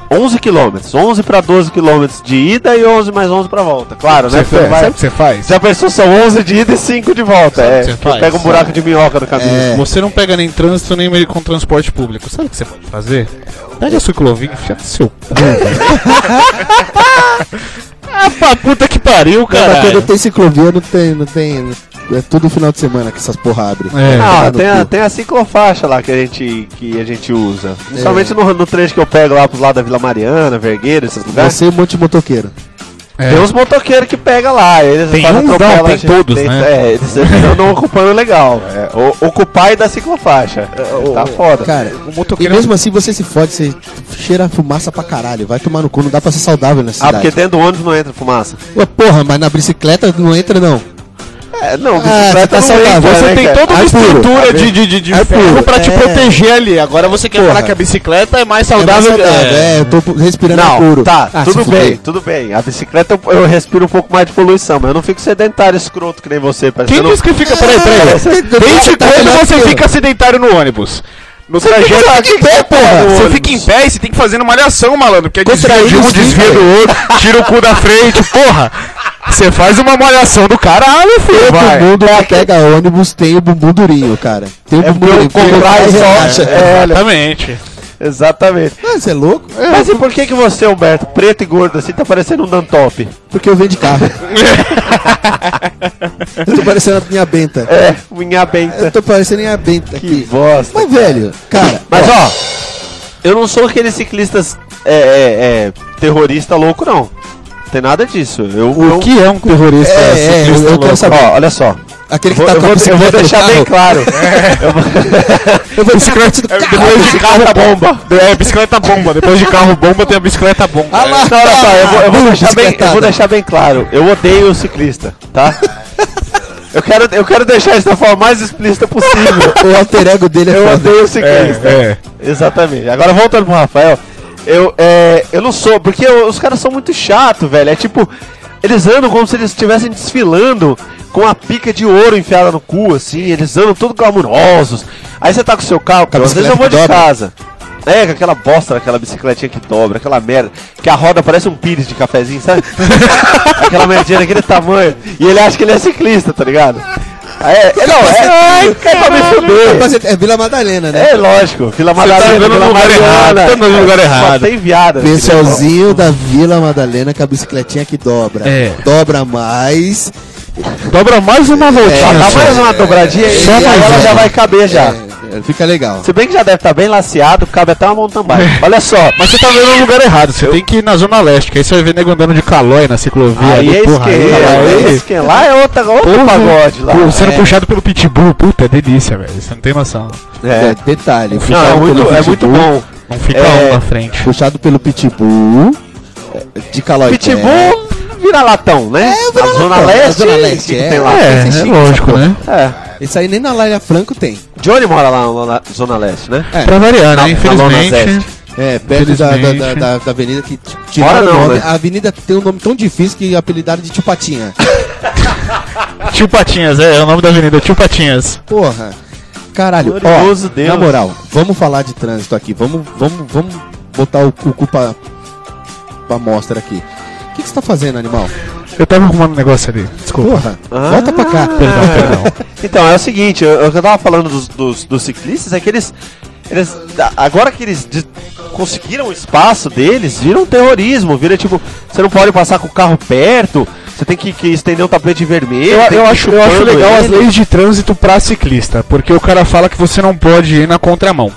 Speaker 3: 11 quilômetros. 11 pra 12 quilômetros de ida e 11 mais 11 pra volta. Claro, né?
Speaker 2: Você
Speaker 3: porque não vai-
Speaker 4: É.
Speaker 2: faz, sabe o que você faz?
Speaker 3: Já pensou, são 11 de ida e 5 de volta. É,
Speaker 2: Você
Speaker 3: que
Speaker 2: faz,
Speaker 3: pega um buraco de minhoca no caminho.
Speaker 4: É.
Speaker 2: Você não pega nem trânsito nem meio com transporte público. Sabe o que você pode fazer? Pega a sua ciclovia e enfia no seu cu. [laughs] velho. ah, pra puta que pariu,
Speaker 4: Mas
Speaker 2: cara.
Speaker 4: quando tem ciclovia, não tem, não tem, não É todo final de semana que essas porra Tá abrem.
Speaker 2: É.
Speaker 4: Vai
Speaker 3: Ah,
Speaker 4: tomar no
Speaker 3: tem a,
Speaker 4: cu.
Speaker 3: tem a ciclofaixa lá que a gente, que a gente usa. Principalmente no, no trecho que eu pego lá pros lados da Vila Mariana, Vergueiro, esses lugares.
Speaker 4: Você e um monte de motoqueiro.
Speaker 2: É.
Speaker 3: Tem uns motoqueiros que pega lá, eles
Speaker 5: Tem
Speaker 3: fazem
Speaker 5: uns não,
Speaker 3: atropelo,
Speaker 5: tem
Speaker 3: a gente-
Speaker 5: todos, né?
Speaker 3: É, eles eles andam ocupando legal. É, o- ocupar e dar ciclofaixa. É, tá foda.
Speaker 4: Cara,
Speaker 2: O
Speaker 4: e
Speaker 2: motoqueiro
Speaker 3: é
Speaker 4: mesmo assim você se fode, você cheira fumaça pra caralho. Vai tomar no cu, não dá pra ser saudável nessa
Speaker 3: ah, porque
Speaker 4: cidade.
Speaker 3: dentro do ônibus não entra fumaça.
Speaker 4: Ué, porra, mas na bicicleta não entra não.
Speaker 3: É, não,
Speaker 4: você tá
Speaker 3: bicicleta não
Speaker 4: saudável,
Speaker 3: entra,
Speaker 4: você
Speaker 3: né,
Speaker 4: tem
Speaker 3: cara?
Speaker 4: todo-
Speaker 5: Toda uma
Speaker 4: Aí puro.
Speaker 5: estrutura de, de, de, de
Speaker 4: Aí
Speaker 5: ferro
Speaker 4: puro.
Speaker 5: pra te
Speaker 4: É.
Speaker 5: proteger ali. Agora você quer
Speaker 4: Porra.
Speaker 5: falar que a bicicleta é mais
Speaker 4: É mais
Speaker 5: saudável que
Speaker 4: saudável, é. eu tô respirando
Speaker 3: Não,
Speaker 4: couro.
Speaker 3: tá,
Speaker 4: Ah,
Speaker 3: tudo
Speaker 4: se
Speaker 3: bem,
Speaker 4: fuder.
Speaker 3: tudo bem. A bicicleta eu, eu respiro um pouco mais de poluição, mas eu não fico sedentário escroto que nem você. parece
Speaker 5: Quem
Speaker 3: que eu não-
Speaker 5: disse que fica. Peraí, peraí. Desde
Speaker 4: É. Tá
Speaker 5: quando
Speaker 4: melhor
Speaker 5: você
Speaker 4: que eu.
Speaker 5: fica sedentário no ônibus? No
Speaker 3: Você fica-
Speaker 5: trajeto.
Speaker 3: você fica em pé, porra,
Speaker 5: Tá, Você
Speaker 3: no
Speaker 5: fica em
Speaker 3: ônibus.
Speaker 5: pé e você tem que fazer uma malhação, malandro. Porque é desvio
Speaker 4: Contrair
Speaker 5: de um,
Speaker 4: os
Speaker 5: desvia
Speaker 4: rins,
Speaker 5: do outro, tira o cu da frente, porra. Você faz uma malhação do caralho, filho.
Speaker 4: Todo
Speaker 5: vai.
Speaker 4: mundo que pega ônibus tem o bumbum durinho, cara. Tem o
Speaker 3: É
Speaker 4: bumbum
Speaker 3: porque eu
Speaker 4: durinho. porque
Speaker 3: comprar
Speaker 4: vai
Speaker 3: e
Speaker 4: e
Speaker 3: só.
Speaker 4: relaxa.
Speaker 3: É, olha,
Speaker 5: Exatamente.
Speaker 3: [laughs] exatamente.
Speaker 4: Ah, você é louco?
Speaker 3: Mas e por que, que você, Humberto, preto e gordo assim, tá parecendo um Dantop?
Speaker 4: Porque eu venho
Speaker 3: [laughs]
Speaker 4: de carro. eu tô parecendo a minha benta.
Speaker 3: É, minha benta.
Speaker 4: Eu tô parecendo a minha benta
Speaker 3: Que
Speaker 4: aqui.
Speaker 3: bosta.
Speaker 4: Mas, velho, cara,
Speaker 3: Mas ó, eu não sou aqueles ciclistas é, é, é, terrorista louco, não. Tem nada disso. Eu, eu-
Speaker 2: O que é um terrorista
Speaker 4: É, é,
Speaker 2: ciclista
Speaker 4: eu- eu
Speaker 2: louco?
Speaker 4: quero saber.
Speaker 3: Ó, olha só.
Speaker 4: aquele que
Speaker 3: Vou-
Speaker 4: tá
Speaker 3: eu,
Speaker 4: com a
Speaker 3: vou, eu vou
Speaker 4: bicicleta no
Speaker 3: deixar bem
Speaker 4: carro,
Speaker 3: claro.
Speaker 4: Eu vou
Speaker 3: [laughs]
Speaker 4: deixar bem claro.
Speaker 5: É, Depois de
Speaker 3: tá
Speaker 5: carro bomba. É, bicicleta bomba. Depois de carro bomba tem a bicicleta bomba.
Speaker 4: Ah lá,
Speaker 3: Não, olha só, eu vou, eu vou
Speaker 4: Bum,
Speaker 3: deixar bem, eu
Speaker 4: bicicletada.
Speaker 3: vou deixar bem claro. Eu odeio o ciclista, tá? Eu quero, eu quero deixar isso da forma mais explícita possível.
Speaker 4: O alter ego dele é
Speaker 3: Eu
Speaker 4: foda.
Speaker 3: odeio o ciclista.
Speaker 5: É,
Speaker 3: Exatamente. Agora voltando pro Rafael, eu, é, eu não sou, porque eu- os caras são muito chato, velho. É tipo, eles andam como se eles estivessem desfilando com a pica de ouro enfiada no cu, assim. Eles andam todo glamurosos. Aí você tá com o seu carro, cara. Às vezes eu vou de
Speaker 4: bicicleta que
Speaker 3: casa. É, com aquela bosta daquela bicicletinha que dobra, aquela merda, que a roda parece um pires de cafezinho, sabe? [laughs] aquela merdinha daquele tamanho. E ele acha que ele é ciclista, tá ligado? É, é, não, é, é, pra me fuder.
Speaker 4: Mas é é Vila Madalena, né?
Speaker 3: É lógico, Vila Madalena,
Speaker 5: andando
Speaker 3: Vila
Speaker 5: tá no lugar errado,
Speaker 3: Mariana.
Speaker 5: tá andando no lugar
Speaker 3: Só
Speaker 5: errado.
Speaker 3: tem viada.
Speaker 4: Pessoalzinho da Vila Madalena com a bicicletinha que dobra.
Speaker 5: É.
Speaker 4: Dobra mais.
Speaker 2: Dobra mais uma
Speaker 3: Ó,
Speaker 2: voltinha.
Speaker 3: Tá, Dá
Speaker 2: só.
Speaker 3: mais uma dobradinha e
Speaker 4: um Só
Speaker 3: aí
Speaker 4: mais
Speaker 3: ela
Speaker 4: uma.
Speaker 3: já vai caber já.
Speaker 4: É, é, fica legal.
Speaker 3: Se bem que já deve estar bem laceado, cabe até uma mountain
Speaker 4: É.
Speaker 3: bike. Olha só,
Speaker 2: Mas você tá vendo no lugar errado, você tem que ir na Zona Leste, que aí você vai ver nego andando de calói na ciclovia.
Speaker 3: aí
Speaker 2: ali,
Speaker 3: é
Speaker 2: porra,
Speaker 3: esquerda, aí é esquerda. Lá é outra, outro
Speaker 2: Porra,
Speaker 3: pagode lá.
Speaker 2: pô, sendo
Speaker 3: É.
Speaker 2: puxado pelo pitbull, puta, é delícia, velho. Você não tem noção.
Speaker 4: É,
Speaker 3: É.
Speaker 4: detalhe.
Speaker 3: Não, é
Speaker 4: puxado
Speaker 3: muito,
Speaker 4: pelo
Speaker 3: é muito
Speaker 4: pitbull,
Speaker 3: bom.
Speaker 2: Não fica
Speaker 3: É.
Speaker 2: um na frente.
Speaker 4: Puxado pelo Pitbull. é, De calói.
Speaker 3: Pitbull vira latão, né?
Speaker 4: É, vira
Speaker 3: a Zona
Speaker 4: latão,
Speaker 3: Leste,
Speaker 4: a Zona Leste,
Speaker 3: que
Speaker 4: é.
Speaker 3: tem lá.
Speaker 4: É, é lógico,
Speaker 2: né?
Speaker 3: É.
Speaker 4: Isso aí nem na Laila Franco tem.
Speaker 3: Johnny mora lá na Zona- Zona Leste, né?
Speaker 4: É.
Speaker 2: Pra variar, né? Infelizmente.
Speaker 3: Leste.
Speaker 4: É, perto da, da, da,
Speaker 2: Infelizmente.
Speaker 4: da- da avenida que t- tiraram
Speaker 3: não,
Speaker 4: o nome.
Speaker 3: né?
Speaker 4: A avenida tem um nome tão difícil que apelidaram de Tio Patinha.
Speaker 2: Tio Patinhas, é, é o nome da avenida, Tio Patinhas.
Speaker 4: Porra. Caralho,
Speaker 3: Glorioso
Speaker 4: ó,
Speaker 3: Deus.
Speaker 4: na moral, vamos falar de trânsito aqui. Vamos, vamos, vamos botar o cu cu pra, pra mostra aqui. O que que você tá fazendo, animal?
Speaker 2: Eu tava arrumando um negócio ali, desculpa.
Speaker 4: Porra, volta pra
Speaker 3: Ah.
Speaker 4: cá.
Speaker 2: Perdão, perdão.
Speaker 3: Então, é o seguinte, eu- o que eu tava falando dos, dos- dos ciclistas é que eles. eles- a- agora que eles de- conseguiram o espaço deles, vira um terrorismo, vira tipo, você não pode passar com o carro perto, você tem que, que estender um tapete vermelho.
Speaker 2: [laughs] Eu,
Speaker 3: tem
Speaker 2: eu
Speaker 3: que ir
Speaker 2: acho, eu acho
Speaker 3: chupando
Speaker 2: legal as
Speaker 3: ele.
Speaker 2: leis de trânsito pra ciclista, porque o cara fala que você não pode ir na contramão.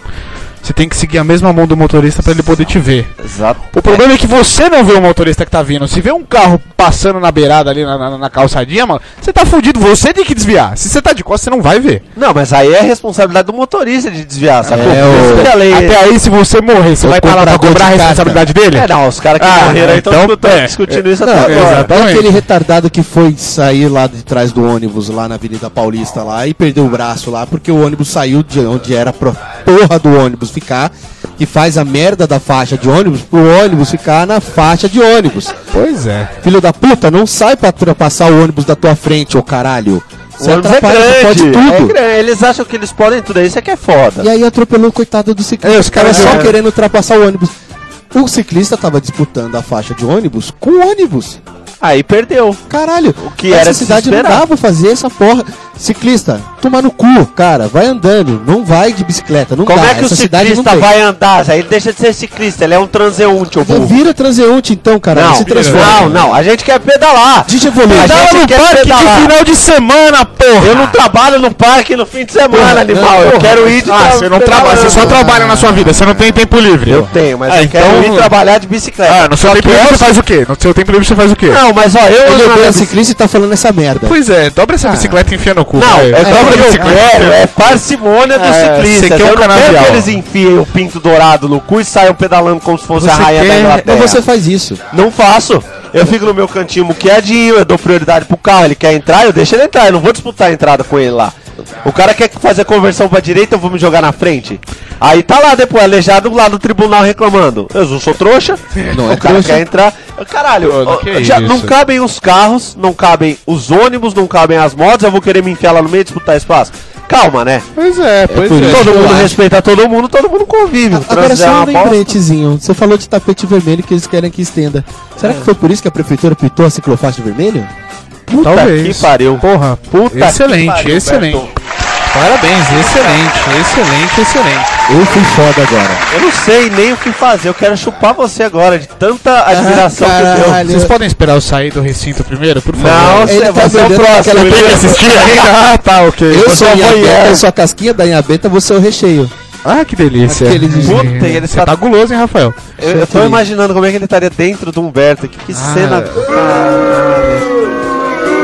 Speaker 2: Você tem que seguir a mesma mão do motorista pra ele poder te ver.
Speaker 3: Exato.
Speaker 2: O problema é que você não vê o motorista que tá vindo. Se vê um carro passando na beirada ali, na, na- na calçadinha, mano, você tá fudido, você tem que desviar. Se você tá de costas, você não vai ver.
Speaker 3: Não, mas aí é responsabilidade do motorista de desviar, sacou?
Speaker 4: É, o-
Speaker 3: Isso que é a lei.
Speaker 2: Até aí, se você morrer, você
Speaker 4: O
Speaker 2: vai parar pra
Speaker 4: comprador
Speaker 2: cobrar a
Speaker 4: de carta.
Speaker 2: responsabilidade dele?
Speaker 3: É, não, os caras que
Speaker 2: Ah,
Speaker 3: morreram aí estão
Speaker 2: então, é.
Speaker 3: discutindo isso até
Speaker 4: Não,
Speaker 3: agora.
Speaker 4: é
Speaker 2: exatamente.
Speaker 4: aquele retardado que foi sair lá de trás do ônibus, lá na Avenida Paulista, lá, e perdeu o braço lá, porque o ônibus saiu de onde era pra porra do ônibus ficar, que faz a merda da faixa de ônibus, pro ônibus ficar na faixa de ônibus.
Speaker 2: Pois é.
Speaker 4: Filho da puta, não sai pra ultrapassar o ônibus da tua frente, ô caralho.
Speaker 3: O
Speaker 4: Você
Speaker 3: ônibus é
Speaker 4: atrapalha, você pode
Speaker 3: grande, é
Speaker 4: tudo.
Speaker 3: grande, Eles acham que eles podem tudo, isso é que é foda.
Speaker 4: E aí atropelou o coitado do ciclista.
Speaker 2: É, os
Speaker 4: os caras
Speaker 2: caras
Speaker 4: só
Speaker 2: é.
Speaker 4: querendo ultrapassar o ônibus. O ciclista tava disputando a faixa de ônibus com o ônibus.
Speaker 3: Aí perdeu.
Speaker 4: Caralho,
Speaker 3: que
Speaker 4: essa
Speaker 3: era de se
Speaker 4: cidade não
Speaker 3: esperar.
Speaker 4: dá pra fazer essa porra. Ciclista, toma no cu, cara. Vai andando, não vai de bicicleta, não
Speaker 3: Como
Speaker 4: dá.
Speaker 3: é que o
Speaker 4: Essa cidade não
Speaker 3: ciclista
Speaker 4: tem.
Speaker 3: vai andar? Aí ele deixa de ser ciclista, ele é um transeunte, ô burro.
Speaker 4: Vira transeunte então, cara.
Speaker 3: Não,
Speaker 4: se transforma.
Speaker 3: não, não, a gente quer pedalar.
Speaker 4: Diz evoluir.
Speaker 3: A
Speaker 5: Tava
Speaker 3: gente
Speaker 5: no
Speaker 3: quer
Speaker 5: parque de
Speaker 3: pedalar.
Speaker 4: né?
Speaker 5: final de semana, porra!
Speaker 3: Eu não trabalho no parque no fim de semana,
Speaker 4: Porra,
Speaker 3: animal. eu
Speaker 4: não,
Speaker 3: quero ir de
Speaker 2: Ah, você não trabalha, você só
Speaker 3: pedalando.
Speaker 2: trabalha na sua vida, você não tem tempo livre.
Speaker 3: Eu tenho, mas
Speaker 5: Ah,
Speaker 3: eu quero
Speaker 5: então-
Speaker 3: ir trabalhar de bicicleta.
Speaker 2: Ah, no seu tempo livre você faz o quê? No seu tempo livre você faz o quê?
Speaker 3: Não, mas ó, eu
Speaker 4: Ele
Speaker 2: é
Speaker 3: ando na
Speaker 2: assim.
Speaker 4: odeia
Speaker 3: bici-
Speaker 4: ciclista e tá falando essa merda.
Speaker 2: Pois é, dobra essa bicicleta e enfia no cu.
Speaker 3: Não,
Speaker 2: vai.
Speaker 3: é dobra
Speaker 2: dobra
Speaker 3: do quero, é parcimônia do
Speaker 2: assim. É,
Speaker 3: ciclista.
Speaker 2: você quer um
Speaker 3: Eu não quero
Speaker 2: canavial.
Speaker 3: que eles enfiem o pinto dourado no cu e saiam pedalando como se fosse a
Speaker 2: Você
Speaker 3: rainha da
Speaker 2: quer-
Speaker 3: Inglaterra.
Speaker 4: Mas você faz isso.
Speaker 3: Não faço. Eu fico no meu cantinho muqueadinho, eu dou prioridade pro carro. Ele quer entrar, eu deixo ele entrar. Eu não vou disputar a entrada com ele lá. O cara quer fazer a conversão pra direita, eu vou me jogar na frente. Aí tá lá depois, aleijado lá no tribunal reclamando. Eu não sou trouxa.
Speaker 4: Não é
Speaker 3: o cara
Speaker 4: trouxa.
Speaker 3: quer entrar. Eu, Caralho,
Speaker 2: Mano,
Speaker 3: ó,
Speaker 2: que
Speaker 3: já
Speaker 2: isso?
Speaker 3: não cabem os carros, não cabem os ônibus, não cabem as motos. Eu vou querer me enfiar lá no meio e disputar espaço. Calma, né?
Speaker 2: Pois é, pois
Speaker 4: por
Speaker 2: é.
Speaker 4: isso.
Speaker 3: Todo
Speaker 4: eu
Speaker 3: mundo
Speaker 4: acho.
Speaker 3: respeita todo mundo, todo mundo convive. O
Speaker 4: Agora
Speaker 3: trânsito é
Speaker 4: só
Speaker 3: uma
Speaker 4: um
Speaker 3: bosta.
Speaker 4: lembretezinho. Você falou de tapete vermelho que eles querem que estenda. Será que foi por isso que a prefeitura pintou a ciclofaixa de vermelho?
Speaker 3: Puta
Speaker 2: Talvez.
Speaker 3: que pariu.
Speaker 2: Porra,
Speaker 3: Puta
Speaker 2: excelente,
Speaker 3: que pariu,
Speaker 2: excelente.
Speaker 3: Berton.
Speaker 5: Parabéns, excelente, excelente, excelente.
Speaker 4: Eu fui foda agora.
Speaker 3: Eu não sei nem o que fazer, eu quero chupar você agora de tanta admiração que
Speaker 4: Ah,
Speaker 3: deu.
Speaker 4: caralho.
Speaker 2: Vocês podem esperar eu sair do recinto primeiro, por favor?
Speaker 3: Não,
Speaker 4: Ele
Speaker 3: você,
Speaker 4: tá
Speaker 3: você é o
Speaker 4: bebendo
Speaker 3: próximo.
Speaker 4: aquela
Speaker 3: ele [laughs]
Speaker 4: pinga
Speaker 3: é-
Speaker 2: Assistir ainda? Ah, tá, ok.
Speaker 4: Eu sou a
Speaker 3: é
Speaker 4: Inha
Speaker 3: voyeur.
Speaker 4: Beta, eu sou a casquinha da Inha Beta, você é o recheio.
Speaker 2: Ah, que delícia.
Speaker 4: Aquele de-
Speaker 3: Puta, e ele
Speaker 2: Você
Speaker 3: tá-
Speaker 2: tá guloso, hein, Rafael?
Speaker 3: Eu, eu tô imaginando como é que ele estaria dentro do Humberto. Que, que cena.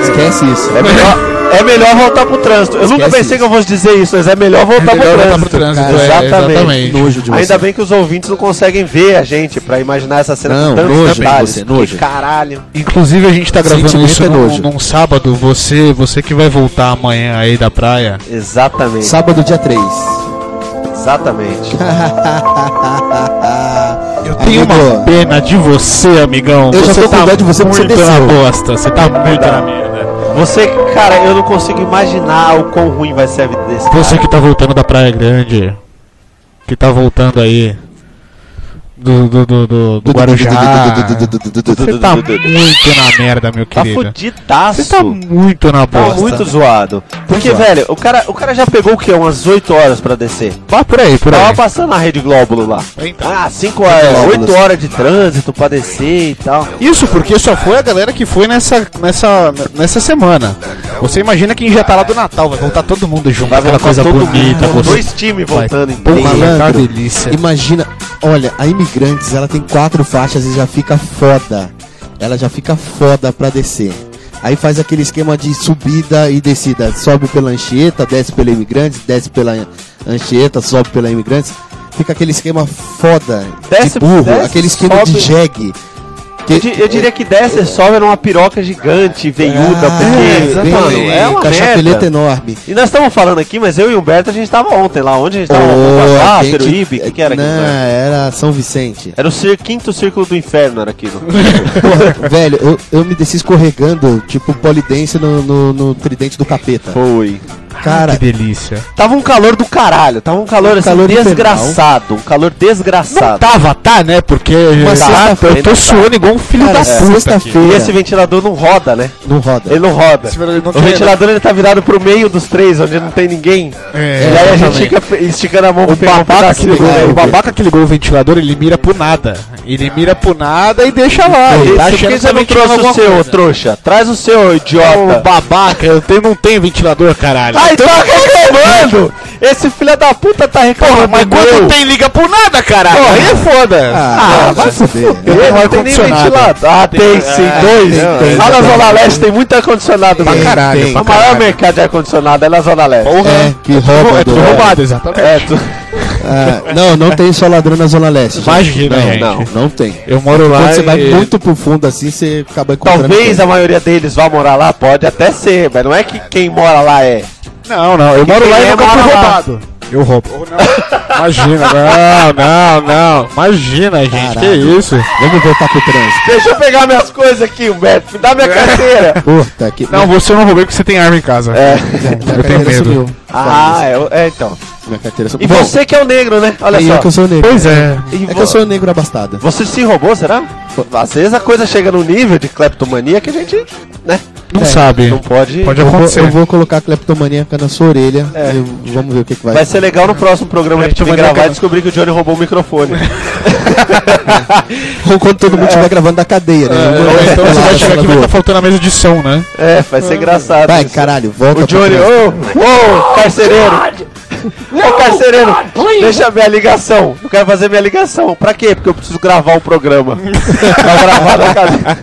Speaker 4: Esquece isso.
Speaker 3: É melhor, é melhor voltar pro trânsito. Eu nunca
Speaker 4: Esquece
Speaker 3: pensei que eu fosse dizer isso, mas é melhor voltar,
Speaker 2: melhor
Speaker 3: pro,
Speaker 2: voltar
Speaker 3: trânsito.
Speaker 2: pro trânsito,
Speaker 4: é, Tipo
Speaker 3: exatamente.
Speaker 2: exatamente.
Speaker 4: Nojo de você.
Speaker 3: Ainda bem que os ouvintes não conseguem ver a gente pra imaginar essa cena
Speaker 4: Não,
Speaker 3: com tantos
Speaker 4: nojo de
Speaker 3: detalhes.
Speaker 4: você, nojo.
Speaker 3: Que caralho.
Speaker 2: Inclusive a gente tá gravando
Speaker 4: Sentimento
Speaker 2: isso
Speaker 4: é
Speaker 2: num,
Speaker 4: nojo.
Speaker 2: num sábado, você, você que vai voltar amanhã aí da praia.
Speaker 3: Exatamente.
Speaker 4: Sábado, dia 3.
Speaker 3: Exatamente.
Speaker 2: Eu tenho uma pena de você, amigão.
Speaker 4: Eu já
Speaker 2: você tá
Speaker 4: tô com dó de você porque você
Speaker 2: muito na
Speaker 4: desceu.
Speaker 2: bosta, você tá muito na merda.
Speaker 3: Você, cara, eu não consigo imaginar o quão ruim vai ser a vida desse
Speaker 2: Você
Speaker 3: cara.
Speaker 2: que tá voltando da Praia Grande, que tá voltando aí do, do, do, do, do Guarujá. Você tá muito na merda, meu
Speaker 3: Tá
Speaker 2: querido.
Speaker 3: fudidaço.
Speaker 2: Você tá muito na
Speaker 3: Tá
Speaker 2: bosta.
Speaker 3: muito zoado. Porque,
Speaker 4: zoado.
Speaker 3: velho, o cara, o cara já pegou o quê? Umas 8 horas pra descer.
Speaker 2: Vá por aí, por
Speaker 3: Tava
Speaker 2: aí.
Speaker 3: passando na Rede Glóbulo lá.
Speaker 2: Então.
Speaker 3: Ah, 5 horas,
Speaker 4: Glóbulos.
Speaker 3: 8 horas de trânsito pra descer e tal.
Speaker 2: Isso porque só foi a galera que foi nessa, nessa, nessa semana. Você imagina quem já tá lá do Natal, vai voltar todo mundo junto, aquela
Speaker 3: voltar
Speaker 2: coisa
Speaker 3: todo
Speaker 2: bonita,
Speaker 3: mundo.
Speaker 2: gostosa.
Speaker 3: Dois times
Speaker 2: Vai.
Speaker 3: voltando em
Speaker 2: Porra,
Speaker 3: três.
Speaker 2: vai dar
Speaker 4: Malandro,
Speaker 2: delícia.
Speaker 4: Imagina, olha, a Imigrantes, ela tem quatro faixas e já fica foda. Ela já fica foda pra descer. Aí faz aquele esquema de subida e descida. Sobe pela Anchieta, desce pela Imigrantes, desce pela Anchieta, sobe pela Imigrantes. Fica aquele esquema foda
Speaker 3: Desce,
Speaker 4: de burro,
Speaker 3: desce,
Speaker 4: aquele esquema
Speaker 3: sobe.
Speaker 4: de jegue.
Speaker 3: Eu, di- eu diria que desce e sobe numa piroca gigante, veiuda, porque,
Speaker 4: bem,
Speaker 3: mano, é uma
Speaker 4: Ah, cachapeleta
Speaker 3: merda.
Speaker 4: enorme.
Speaker 3: E nós estamos falando aqui, mas eu e o Humberto, a gente tava ontem lá. Onde a gente tava?
Speaker 4: Ô,
Speaker 3: Oh,
Speaker 4: tem
Speaker 3: Peruíbe? O que, que era
Speaker 4: Não,
Speaker 3: aquilo? Humberto?
Speaker 4: era São Vicente. [laughs]
Speaker 3: Era o cir- quinto círculo do inferno, era aquilo.
Speaker 4: Porra, velho, eu, eu me desci escorregando, tipo polidense no, no, no tridente do capeta.
Speaker 3: Foi.
Speaker 4: Cara,
Speaker 2: Que delícia.
Speaker 3: Tava um calor do caralho, tava um calor assim
Speaker 4: calor infernal.
Speaker 3: desgraçado, um calor
Speaker 2: Não
Speaker 3: desgraçado.
Speaker 2: tava, tá, né? Porque
Speaker 4: Mas
Speaker 2: tá,
Speaker 4: sexta-feira
Speaker 2: eu tô suando igual um filho
Speaker 4: cara,
Speaker 2: da puta. aqui.
Speaker 3: E
Speaker 4: É. sexta-feira
Speaker 3: esse ventilador não roda, né?
Speaker 4: não roda.
Speaker 3: Ele não roda.
Speaker 2: Esse ventilador não
Speaker 3: o
Speaker 2: tem, né?
Speaker 3: ventilador ele tá virado pro meio dos três, onde não tem ninguém.
Speaker 2: É,
Speaker 3: e aí a gente
Speaker 2: exatamente.
Speaker 3: fica fe- esticando a mão um
Speaker 2: O babaca, que ligou,
Speaker 4: né?
Speaker 2: tá o babaca que ligou o ventilador, ele mira pro nada. Ele mira pro nada e deixa lá. Ele tá
Speaker 3: Por
Speaker 2: achando
Speaker 3: que
Speaker 2: que
Speaker 3: você
Speaker 2: tá
Speaker 3: não
Speaker 2: ventilando
Speaker 3: trouxe o
Speaker 2: alguma
Speaker 3: seu,
Speaker 2: coisa.
Speaker 3: trouxa? Traz o seu,
Speaker 2: Ô,
Speaker 3: idiota.
Speaker 2: babaca, eu tenho, não tenho ventilador, caralho.
Speaker 3: Ai, tá reclamando! Esse filho da puta tá reclamando.
Speaker 2: Porra, mas
Speaker 3: do
Speaker 2: quando
Speaker 3: meu.
Speaker 2: tem liga pro nada, caralho.
Speaker 3: Porra, aí é foda.
Speaker 4: Ah, vai se fuder.
Speaker 3: Eu
Speaker 2: tenho
Speaker 3: não tem nem
Speaker 2: ar-condicionado.
Speaker 3: ventilador. Ah,
Speaker 4: É,
Speaker 3: tem sim, dois.
Speaker 4: tem, tem,
Speaker 3: Lá na
Speaker 4: tem.
Speaker 3: Zona Leste tem muito ar-condicionado.
Speaker 4: é, Tem,
Speaker 3: velho.
Speaker 4: caralho,
Speaker 3: O
Speaker 4: pra
Speaker 3: maior
Speaker 4: caralho.
Speaker 3: mercado de ar-condicionado é na Zona Leste.
Speaker 2: Porra.
Speaker 4: É, que rouba do...
Speaker 2: é tudo roubado, exatamente.
Speaker 3: É, tu...
Speaker 4: Ah, não, não tem só ladrão na Zona Leste. gente.
Speaker 2: Imagina,
Speaker 4: não,
Speaker 2: gente.
Speaker 4: não, não tem.
Speaker 2: Eu moro lá.
Speaker 4: Quando você vai
Speaker 2: e-
Speaker 4: muito pro fundo assim, você acaba encontrando...
Speaker 3: Talvez a maioria deles vá morar lá, pode até ser, mas não é que quem mora lá é.
Speaker 2: Não, não, eu moro
Speaker 3: quem
Speaker 2: lá e
Speaker 3: é,
Speaker 2: nunca fui
Speaker 3: mora lá.
Speaker 2: roubado. Eu roubo. Imagina, não, não, não. Imagina, gente, que
Speaker 4: Caralho.
Speaker 2: isso.
Speaker 4: Vamos voltar pro trânsito.
Speaker 3: Deixa eu pegar minhas coisas aqui, Humberto, me dá
Speaker 4: É.
Speaker 3: minha
Speaker 4: [laughs]
Speaker 3: carteira.
Speaker 4: Puta que...
Speaker 2: Não, você eu não roubei porque você tem arma em casa.
Speaker 3: É.
Speaker 4: minha
Speaker 2: eu tenho
Speaker 4: carteira
Speaker 2: medo.
Speaker 4: sumiu.
Speaker 3: Ah, é, é, então.
Speaker 4: Minha carteira
Speaker 3: E
Speaker 4: sumiu. Bom,
Speaker 3: você que é o negro, né? Olha
Speaker 4: e
Speaker 3: só.
Speaker 4: é que eu sou negro.
Speaker 2: Pois é.
Speaker 3: E
Speaker 4: É que
Speaker 3: vo-
Speaker 4: eu sou negro abastado.
Speaker 3: Você se roubou, será? Às vezes a coisa chega num nível de cleptomania que a gente, né?
Speaker 2: Não sabe.
Speaker 3: Não pode.
Speaker 2: Pode
Speaker 4: Eu vou,
Speaker 2: acontecer.
Speaker 4: eu vou colocar a cleptomaníaca na sua orelha
Speaker 3: É.
Speaker 4: e vamos ver o que, que vai.
Speaker 3: Vai ser legal no próximo programa a gente vir gravar e descobrir que o Johnny roubou o microfone.
Speaker 4: Ou quando todo mundo estiver gravando da cadeia, né? Um
Speaker 2: Ou então
Speaker 4: lá
Speaker 2: você vai
Speaker 4: na
Speaker 2: chegar
Speaker 4: sala
Speaker 2: aqui e vai
Speaker 4: do
Speaker 2: estar
Speaker 4: outro.
Speaker 2: faltando a mesa de som, né?
Speaker 3: É, vai ser engraçado.
Speaker 4: Vai,
Speaker 3: isso.
Speaker 4: caralho, volta
Speaker 3: O Johnny,
Speaker 4: pra trás.
Speaker 3: ô, ô, carcereiro! Ô, carcereiro, deixa minha ligação. Eu quero fazer minha ligação. Pra quê? Porque eu preciso gravar o
Speaker 4: [laughs]
Speaker 3: programa. pra gravar na casa.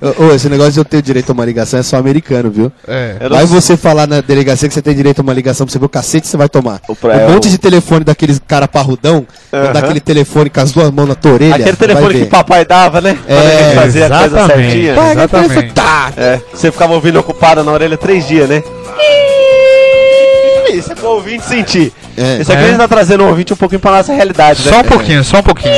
Speaker 4: Ô, ô, esse negócio de eu ter direito a uma ligação é só americano, viu?
Speaker 2: É.
Speaker 3: Eu não
Speaker 4: Vai
Speaker 3: sei.
Speaker 4: você falar na delegacia que você tem direito a uma ligação pra você ver o cacete que você vai tomar.
Speaker 3: O pra-
Speaker 4: Um
Speaker 3: é,
Speaker 4: monte
Speaker 3: o-
Speaker 4: de telefone daqueles cara parrudão,
Speaker 3: Aham.
Speaker 4: daquele telefone com as duas mãos na tua orelha.
Speaker 3: Aquele
Speaker 4: vai
Speaker 3: telefone que
Speaker 4: ver.
Speaker 3: o papai dava, né? Quando
Speaker 4: É,
Speaker 3: a gente fazia a coisa
Speaker 5: exatamente.
Speaker 3: certinha.
Speaker 4: Pega aquele
Speaker 2: Exatamente.
Speaker 4: telefone, tá.
Speaker 3: É, você ficava ouvindo ocupado na orelha três dias, né? Isso é pro ouvinte sentir.
Speaker 4: É.
Speaker 3: Isso aqui
Speaker 2: É.
Speaker 3: a gente tá trazendo o ouvinte um pouquinho pra nossa realidade, né?
Speaker 2: Só um pouquinho, só um pouquinho.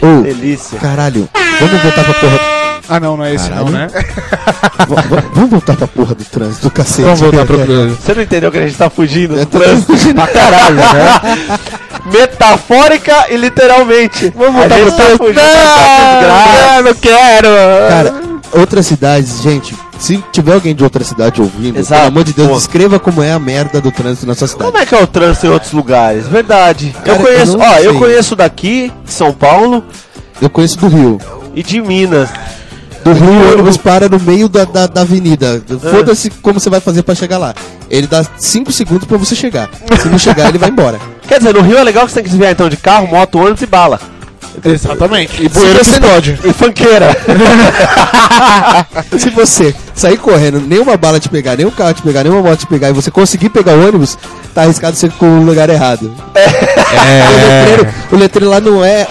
Speaker 4: Ô,
Speaker 3: Delícia.
Speaker 4: caralho, vamos voltar pra porra.
Speaker 2: Ah, não, não é esse não, né?
Speaker 4: Caralho. v- v- vamos voltar pra porra do trânsito, do cacete.
Speaker 2: Vamos voltar pro...
Speaker 3: Você não entendeu que a gente tá fugindo do
Speaker 4: Eu tô
Speaker 3: trânsito?
Speaker 4: pra caralho, né? [laughs]
Speaker 3: Metafórica e literalmente. Vamos
Speaker 4: voltar pro
Speaker 3: tá fugindo da desgraça.
Speaker 5: não quero!
Speaker 4: Cara, outras cidades, gente, se tiver alguém de outra cidade ouvindo,
Speaker 3: Exato,
Speaker 4: pelo amor de Deus,
Speaker 3: pô.
Speaker 4: descreva como é a merda do trânsito na sua cidade.
Speaker 3: Como é que é o trânsito em outros lugares? Verdade.
Speaker 4: Cara,
Speaker 3: eu conheço,
Speaker 4: eu não
Speaker 3: ó, eu
Speaker 4: sei.
Speaker 3: conheço daqui, de São Paulo
Speaker 4: Eu conheço do Rio.
Speaker 3: e de Minas.
Speaker 4: Do Rio, o ônibus para no meio da, da, da avenida. Foda-se como você vai fazer pra chegar lá. Ele dá 5 segundos pra você chegar. Se não chegar, ele vai embora.
Speaker 3: Quer dizer, no Rio é legal que você tem que desviar então de carro, moto, ônibus e bala.
Speaker 2: Exatamente. E bueiro que explode.
Speaker 3: E funkeira.
Speaker 4: [laughs] Se você sair correndo, nenhuma bala te pegar, nenhum carro te pegar, nenhuma moto te pegar, e você conseguir pegar o ônibus, tá arriscado você com o lugar errado. O, letreiro, o letreiro lá não é.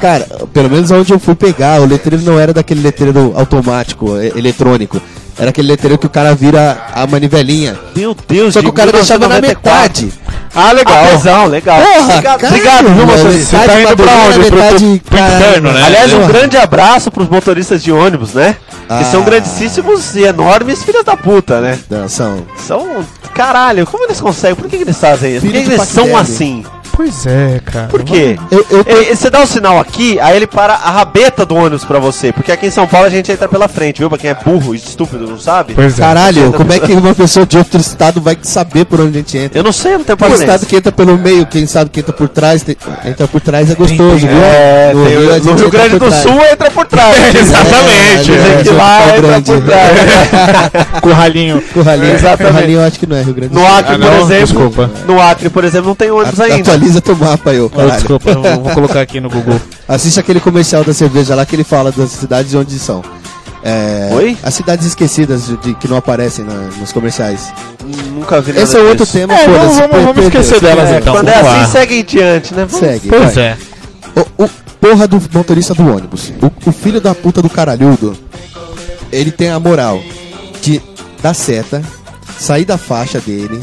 Speaker 4: Cara, pelo menos onde eu fui pegar, o letreiro não era daquele letreiro automático, e- eletrônico. Era aquele letreiro que o cara vira a manivelinha.
Speaker 3: Meu Deus,
Speaker 4: Só que
Speaker 3: de
Speaker 4: o cara deixava na
Speaker 3: 1994.
Speaker 4: metade.
Speaker 3: Ah, legal. Apesão, é legal.
Speaker 4: Porra,
Speaker 3: obrigado, obrigado, viu, motorista?
Speaker 4: Você tá indo pra onde? Metade, pro,
Speaker 5: inferno, né?
Speaker 3: Aliás, um
Speaker 4: Porra.
Speaker 3: grande abraço pros motoristas de ônibus, né?
Speaker 4: Ah.
Speaker 3: Que são grandíssimos e enormes filhas da puta, né?
Speaker 4: Não, são.
Speaker 3: São. Caralho, como eles conseguem? Por que, que eles fazem isso? Por que,
Speaker 4: Filho
Speaker 3: que
Speaker 4: de
Speaker 3: eles são
Speaker 4: bactéria.
Speaker 3: assim?
Speaker 2: Pois é, cara.
Speaker 3: Por quê?
Speaker 4: Eu, eu,
Speaker 3: Ele- ele- Você dá o sinal aqui, aí ele para a rabeta do ônibus pra você. Porque aqui em São Paulo a gente entra pela frente, viu? Pra quem é burro e estúpido, não sabe?
Speaker 2: Pois é.
Speaker 4: caralho, como é que uma pessoa de outro estado vai saber por onde a gente entra?
Speaker 3: Eu não sei, eu não tenho
Speaker 4: Tem
Speaker 3: paciência.
Speaker 4: estado que entra pelo meio, quem sabe que entra por trás, tem- entra por trás é gostoso, viu?
Speaker 3: É, tem-
Speaker 4: a gente
Speaker 3: no Rio
Speaker 4: entra
Speaker 3: Grande
Speaker 4: por
Speaker 3: do
Speaker 4: trás.
Speaker 3: Sul entra por
Speaker 4: [laughs]
Speaker 3: trás.
Speaker 5: Exatamente.
Speaker 4: É,
Speaker 3: Dizem
Speaker 4: é,
Speaker 3: que lá
Speaker 4: é,
Speaker 3: entra por
Speaker 4: grande.
Speaker 3: trás.
Speaker 2: Curralinho.
Speaker 4: Curralinho,
Speaker 3: Exatamente.
Speaker 4: Curralinho eu acho que não é Rio Grande do
Speaker 3: No
Speaker 4: Sul.
Speaker 3: Acre,
Speaker 2: Ah,
Speaker 3: por
Speaker 2: não?
Speaker 3: exemplo.
Speaker 2: Desculpa.
Speaker 3: No Acre, por exemplo, não tem ônibus
Speaker 4: A-
Speaker 3: ainda.
Speaker 4: Tá Atualiza teu mapa eu,
Speaker 5: Oh,
Speaker 4: caralho.
Speaker 5: desculpa, eu vou colocar aqui no Google.
Speaker 4: Assiste aquele comercial da cerveja lá que ele fala das cidades onde são. É,
Speaker 3: Oi?
Speaker 4: As cidades esquecidas de, de- que não aparecem na- nos comerciais.
Speaker 3: Nunca vi nada
Speaker 4: Esse é outro
Speaker 3: disso.
Speaker 4: tema,
Speaker 2: É,
Speaker 4: foda-se,
Speaker 2: vamos- vamos-
Speaker 4: per-
Speaker 2: vamos
Speaker 4: perdeu.
Speaker 2: esquecer delas,
Speaker 4: É,
Speaker 5: então.
Speaker 3: Quando é
Speaker 5: Vamos lá.
Speaker 3: assim, segue em diante, né? Vamos-
Speaker 4: Segue.
Speaker 5: Pois
Speaker 4: vai.
Speaker 5: é.
Speaker 4: O, o porra do motorista do ônibus. O, o filho da puta do caralhudo. Ele tem a moral de dar seta, sair da faixa dele,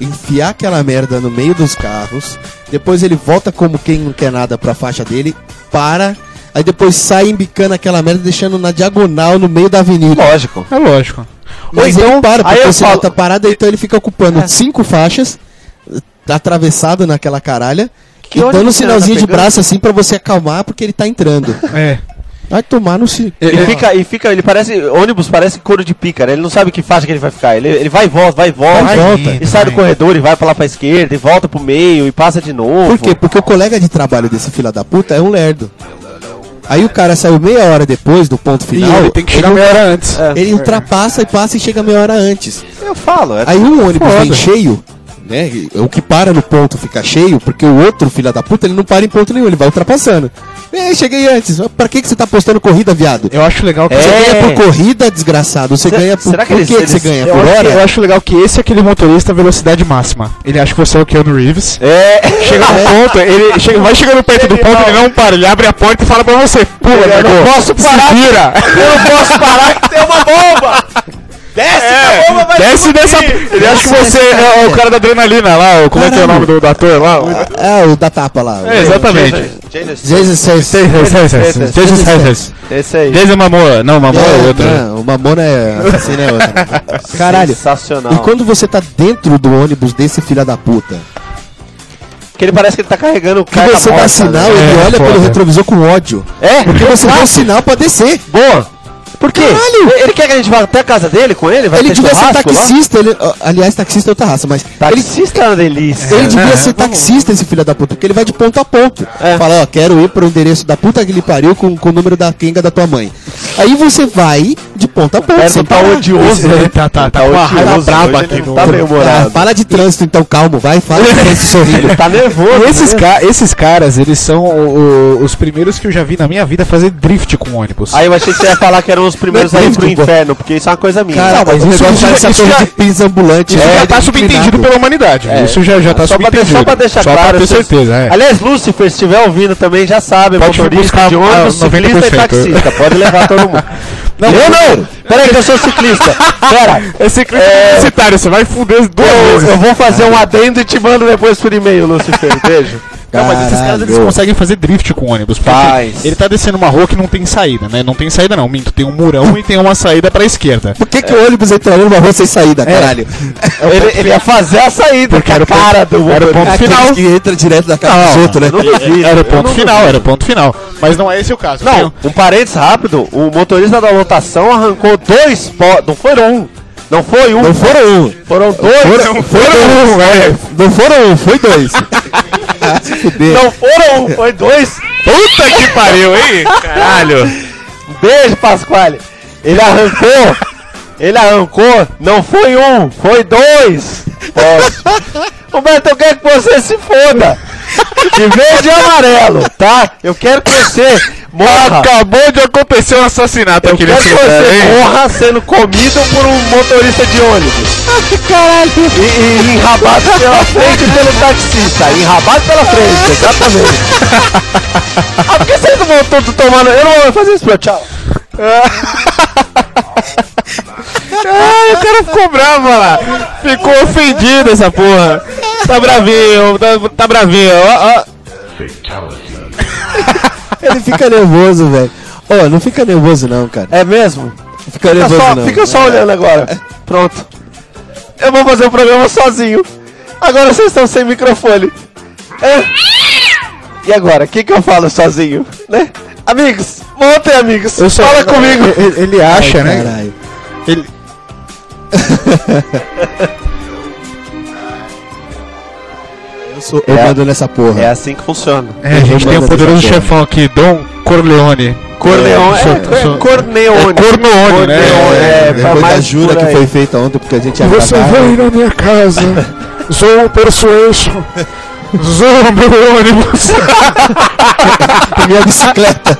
Speaker 4: enfiar aquela merda no meio dos carros. Depois ele volta como quem não quer nada pra faixa dele, para. Aí depois sai embicando aquela merda, deixando na diagonal no meio da avenida.
Speaker 3: Lógico.
Speaker 2: É lógico.
Speaker 4: Mas então, ele para,
Speaker 3: aí
Speaker 4: porque
Speaker 3: eu
Speaker 4: o sinal
Speaker 3: falo-
Speaker 4: tá parado, então ele fica ocupando cinco faixas, tá atravessado naquela caralha,
Speaker 3: Que
Speaker 4: e
Speaker 3: ônibus
Speaker 4: dando um
Speaker 3: que ela tá
Speaker 4: sinalzinho de
Speaker 3: pegando?
Speaker 4: braço assim pra você acalmar, porque ele tá entrando.
Speaker 2: É.
Speaker 4: Vai tomar no si.
Speaker 3: E fica, e fica, ele parece, ônibus parece couro de pica, né? Ele não sabe que faixa que ele vai ficar. Ele, ele vai e volta, vai e volta.
Speaker 4: Vai e volta.
Speaker 3: E sai do corredor e vai pra lá pra esquerda, e volta pro meio, e passa de novo.
Speaker 4: Por quê? Porque o colega de trabalho desse filho da puta é um lerdo. Aí o cara saiu meia hora depois do ponto final,
Speaker 2: ele
Speaker 4: ele,
Speaker 2: tem que chegar meia hora antes.
Speaker 3: É.
Speaker 4: ultrapassa e passa e chega meia hora antes.
Speaker 3: Eu falo, é.
Speaker 4: tá- Aí um ônibus
Speaker 2: Foda.
Speaker 4: vem cheio, né? e O que para no ponto fica cheio, porque o outro filho da puta ele não para em ponto nenhum, ele vai ultrapassando. Ei, cheguei antes. Pra que, que você tá postando corrida, viado?
Speaker 2: Eu acho legal que
Speaker 4: Você
Speaker 3: É.
Speaker 4: ganha por corrida, desgraçado. Você
Speaker 3: Se-
Speaker 4: ganha por.
Speaker 3: será que
Speaker 4: por
Speaker 3: eles-
Speaker 4: que, que você
Speaker 3: eles- é
Speaker 4: ganha?
Speaker 3: eu
Speaker 4: Por
Speaker 3: acho
Speaker 4: hora?
Speaker 2: Eu acho legal que esse é aquele motorista velocidade máxima. Ele acha que você é o Keanu Reeves.
Speaker 3: É,
Speaker 2: Chega no ponto, ele chega, vai chegando perto do ponto, ele não para, ele abre a porta e fala pra você, pula,
Speaker 3: eu
Speaker 2: Margot,
Speaker 3: não posso parar.
Speaker 2: se vira,
Speaker 3: Eu não
Speaker 2: [laughs]
Speaker 3: posso parar que tem uma bomba! [laughs] Desce é, bomba, vai
Speaker 2: desce
Speaker 3: explodir.
Speaker 2: dessa... Ele acha que
Speaker 4: Desce
Speaker 2: você
Speaker 4: dessa
Speaker 2: é o
Speaker 4: porta.
Speaker 2: cara da adrenalina lá, o- como é que é o
Speaker 4: Caralho.
Speaker 2: nome do, do ator lá? O-
Speaker 4: Ah, o da tapa lá.
Speaker 2: É, exatamente.
Speaker 3: Jason-
Speaker 4: Jesus says-
Speaker 2: Jesus, Jesus, Jesus.
Speaker 3: Esse aí.
Speaker 2: Jason Mamoa, não, Mamoa é outro.
Speaker 4: Não, o Mamona é assassino, é outro.
Speaker 3: [laughs]
Speaker 4: Caralho.
Speaker 3: Sensacional.
Speaker 4: E quando você tá dentro do ônibus desse filho da puta,
Speaker 3: Que ele parece que ele tá carregando o
Speaker 4: que
Speaker 3: cara.
Speaker 4: você dá sinal,
Speaker 2: né?
Speaker 4: ele
Speaker 2: É,
Speaker 4: olha
Speaker 2: foda.
Speaker 4: pelo retrovisor com ódio.
Speaker 3: É?
Speaker 4: Porque você deu sinal pra descer.
Speaker 3: Boa! Por quê?
Speaker 4: Caralho!
Speaker 3: Ele quer que a gente vá até a casa dele com ele? Vai
Speaker 4: Ele
Speaker 3: ter
Speaker 4: devia ser
Speaker 3: Tá churrasco lá?
Speaker 4: taxista, ele- ó, aliás, taxista é outra raça, mas ele,
Speaker 3: Taxista é uma delícia.
Speaker 4: ele devia ser taxista, esse filho da puta, porque ele vai de ponto a ponto.
Speaker 3: É.
Speaker 4: Fala, ó, quero ir pro endereço da puta que lhe pariu com, com o número da quenga da tua mãe. Aí você vai de ponto a ponto.
Speaker 3: Ele
Speaker 4: sem
Speaker 3: tá
Speaker 4: parar.
Speaker 3: odioso, né?
Speaker 2: Tá, tá, tá.
Speaker 3: Tá
Speaker 2: com a
Speaker 3: odioso,
Speaker 2: raiva
Speaker 3: hoje
Speaker 2: braba
Speaker 3: ele
Speaker 2: aqui
Speaker 3: não
Speaker 2: no.
Speaker 3: tá bem
Speaker 4: Ah,
Speaker 3: humorado.
Speaker 4: fala de trânsito então, calmo, vai, fala de trânsito sorrindo.
Speaker 3: Ele tá nervoso.
Speaker 2: E esses,
Speaker 3: né?
Speaker 2: ca- esses caras, eles são o- o- os primeiros que eu já vi na minha vida fazer drift com ônibus.
Speaker 3: Aí eu achei que você ia falar que eram os primeiros a ir pro inferno, porque isso é uma coisa minha.
Speaker 4: Cara, tá mas
Speaker 2: mas
Speaker 4: o
Speaker 2: isso
Speaker 4: negócio
Speaker 2: já-
Speaker 4: já, essa
Speaker 2: isso
Speaker 4: torre
Speaker 2: já-
Speaker 4: de pisa ambulante. é
Speaker 2: isso já tá subentendido pela humanidade.
Speaker 3: É.
Speaker 2: Isso já, já tá
Speaker 3: só, pra
Speaker 2: subentendido.
Speaker 3: deixar, só pra deixar
Speaker 2: Só
Speaker 3: claro.
Speaker 2: pra ter
Speaker 3: vocês-
Speaker 2: certeza, é.
Speaker 3: Aliás, Lúcifer, se estiver ouvindo também, já sabe. é
Speaker 2: Pode
Speaker 3: motorista
Speaker 2: buscar
Speaker 3: de ônibus,
Speaker 2: a-
Speaker 3: ciclista e
Speaker 2: 90%.
Speaker 3: taxista. Pode levar todo mundo.
Speaker 2: Não,
Speaker 3: eu não! Peraí que eu sou ciclista. Pera.
Speaker 2: Esse clipe
Speaker 3: É.
Speaker 2: publicitário, você vai fuder duas
Speaker 3: Eu,
Speaker 2: vezes.
Speaker 3: eu vou fazer um adendo e te mando depois por e-mail, Lúcifer. Beijo.
Speaker 2: Não, mas esses caras eles conseguem fazer drift com ônibus. porque
Speaker 3: Faz.
Speaker 2: assim, Ele tá descendo uma rua que não tem saída, né? Não tem saída, não. Minto, tem um murão e tem uma saída pra esquerda.
Speaker 4: Por que, que o ônibus entraria numa rua sem saída, caralho? [laughs]
Speaker 3: Ele, ele ia fazer a saída,
Speaker 2: Porque
Speaker 3: com a
Speaker 2: era o ponto-
Speaker 3: cara do
Speaker 2: era o ponto-
Speaker 4: É aquele
Speaker 2: final.
Speaker 4: que entra direto na casa dos
Speaker 2: Não.
Speaker 4: outros, né?
Speaker 2: Era o ponto final, era o ponto final. Mas não é esse o caso.
Speaker 3: Não,
Speaker 2: Tem-
Speaker 3: um parênteses rápido, o motorista da lotação arrancou dois po... Não foram um. Não foi um.
Speaker 4: Não foram um.
Speaker 3: Foram dois.
Speaker 4: Foram- foram um, é. Não foram um, foi dois. Se fuder.
Speaker 3: [laughs] Não foram um, foi dois.
Speaker 5: Puta que pariu, hein? Caralho.
Speaker 3: Um Beijo, Pasquale. Ele arrancou. Ele arrancou. Não foi um, foi dois. Poxa. Roberto, eu quero que você se foda. De verde e amarelo, tá? Eu quero que você morra.
Speaker 5: Acabou de acontecer um assassinato
Speaker 3: Tá. Eu
Speaker 5: aqui
Speaker 3: quero que
Speaker 5: nesse lugar,
Speaker 3: você
Speaker 5: hein?
Speaker 3: morra sendo comido por um motorista de ônibus. Caralho. E, e enrabado [laughs] pela frente pelo taxista. Enrabado pela frente, exatamente. ah, por que vocês não vão tudo tomando? Eu não vou fazer isso, meu, tchau.
Speaker 5: Ah, o cara ficou bravo, olha lá. Ficou ofendido essa porra. Tá bravinho, tá, tá bravinho. Ó, ó.
Speaker 4: Ele fica nervoso, velho. Ô, não fica nervoso não, cara.
Speaker 3: É mesmo?
Speaker 4: Fica
Speaker 3: Fica
Speaker 4: nervoso
Speaker 3: só,
Speaker 4: não.
Speaker 3: fica só olhando agora.
Speaker 4: É.
Speaker 3: Pronto. Eu vou fazer o programa sozinho. Agora vocês estão sem microfone. É. E agora? O que, que eu falo sozinho? Né? Amigos, voltem, amigos.
Speaker 2: eu sou-
Speaker 3: Fala comigo.
Speaker 2: Ele, ele
Speaker 4: É
Speaker 2: acha, né?
Speaker 4: Caralho.
Speaker 2: Ele-
Speaker 4: Eu, sou, eu
Speaker 3: É.
Speaker 4: mando nessa porra.
Speaker 3: assim que funciona.
Speaker 2: É, a gente tem o poderoso chefão aqui, Dom Corleone.
Speaker 3: Corneon. É,
Speaker 2: sou-
Speaker 3: é,
Speaker 2: sou-
Speaker 3: Corneone.
Speaker 2: Corneone, né?
Speaker 3: Corneone, É, pra
Speaker 4: Depois da
Speaker 3: mais
Speaker 4: jura
Speaker 3: por
Speaker 4: que
Speaker 3: aí.
Speaker 4: foi feita ontem, porque a gente é ia
Speaker 2: Você
Speaker 4: gravar.
Speaker 2: vem na
Speaker 3: [laughs]
Speaker 2: minha casa, zoa o persuasion, zoa
Speaker 3: [laughs]
Speaker 2: meu ônibus.
Speaker 4: com [laughs] minha bicicleta.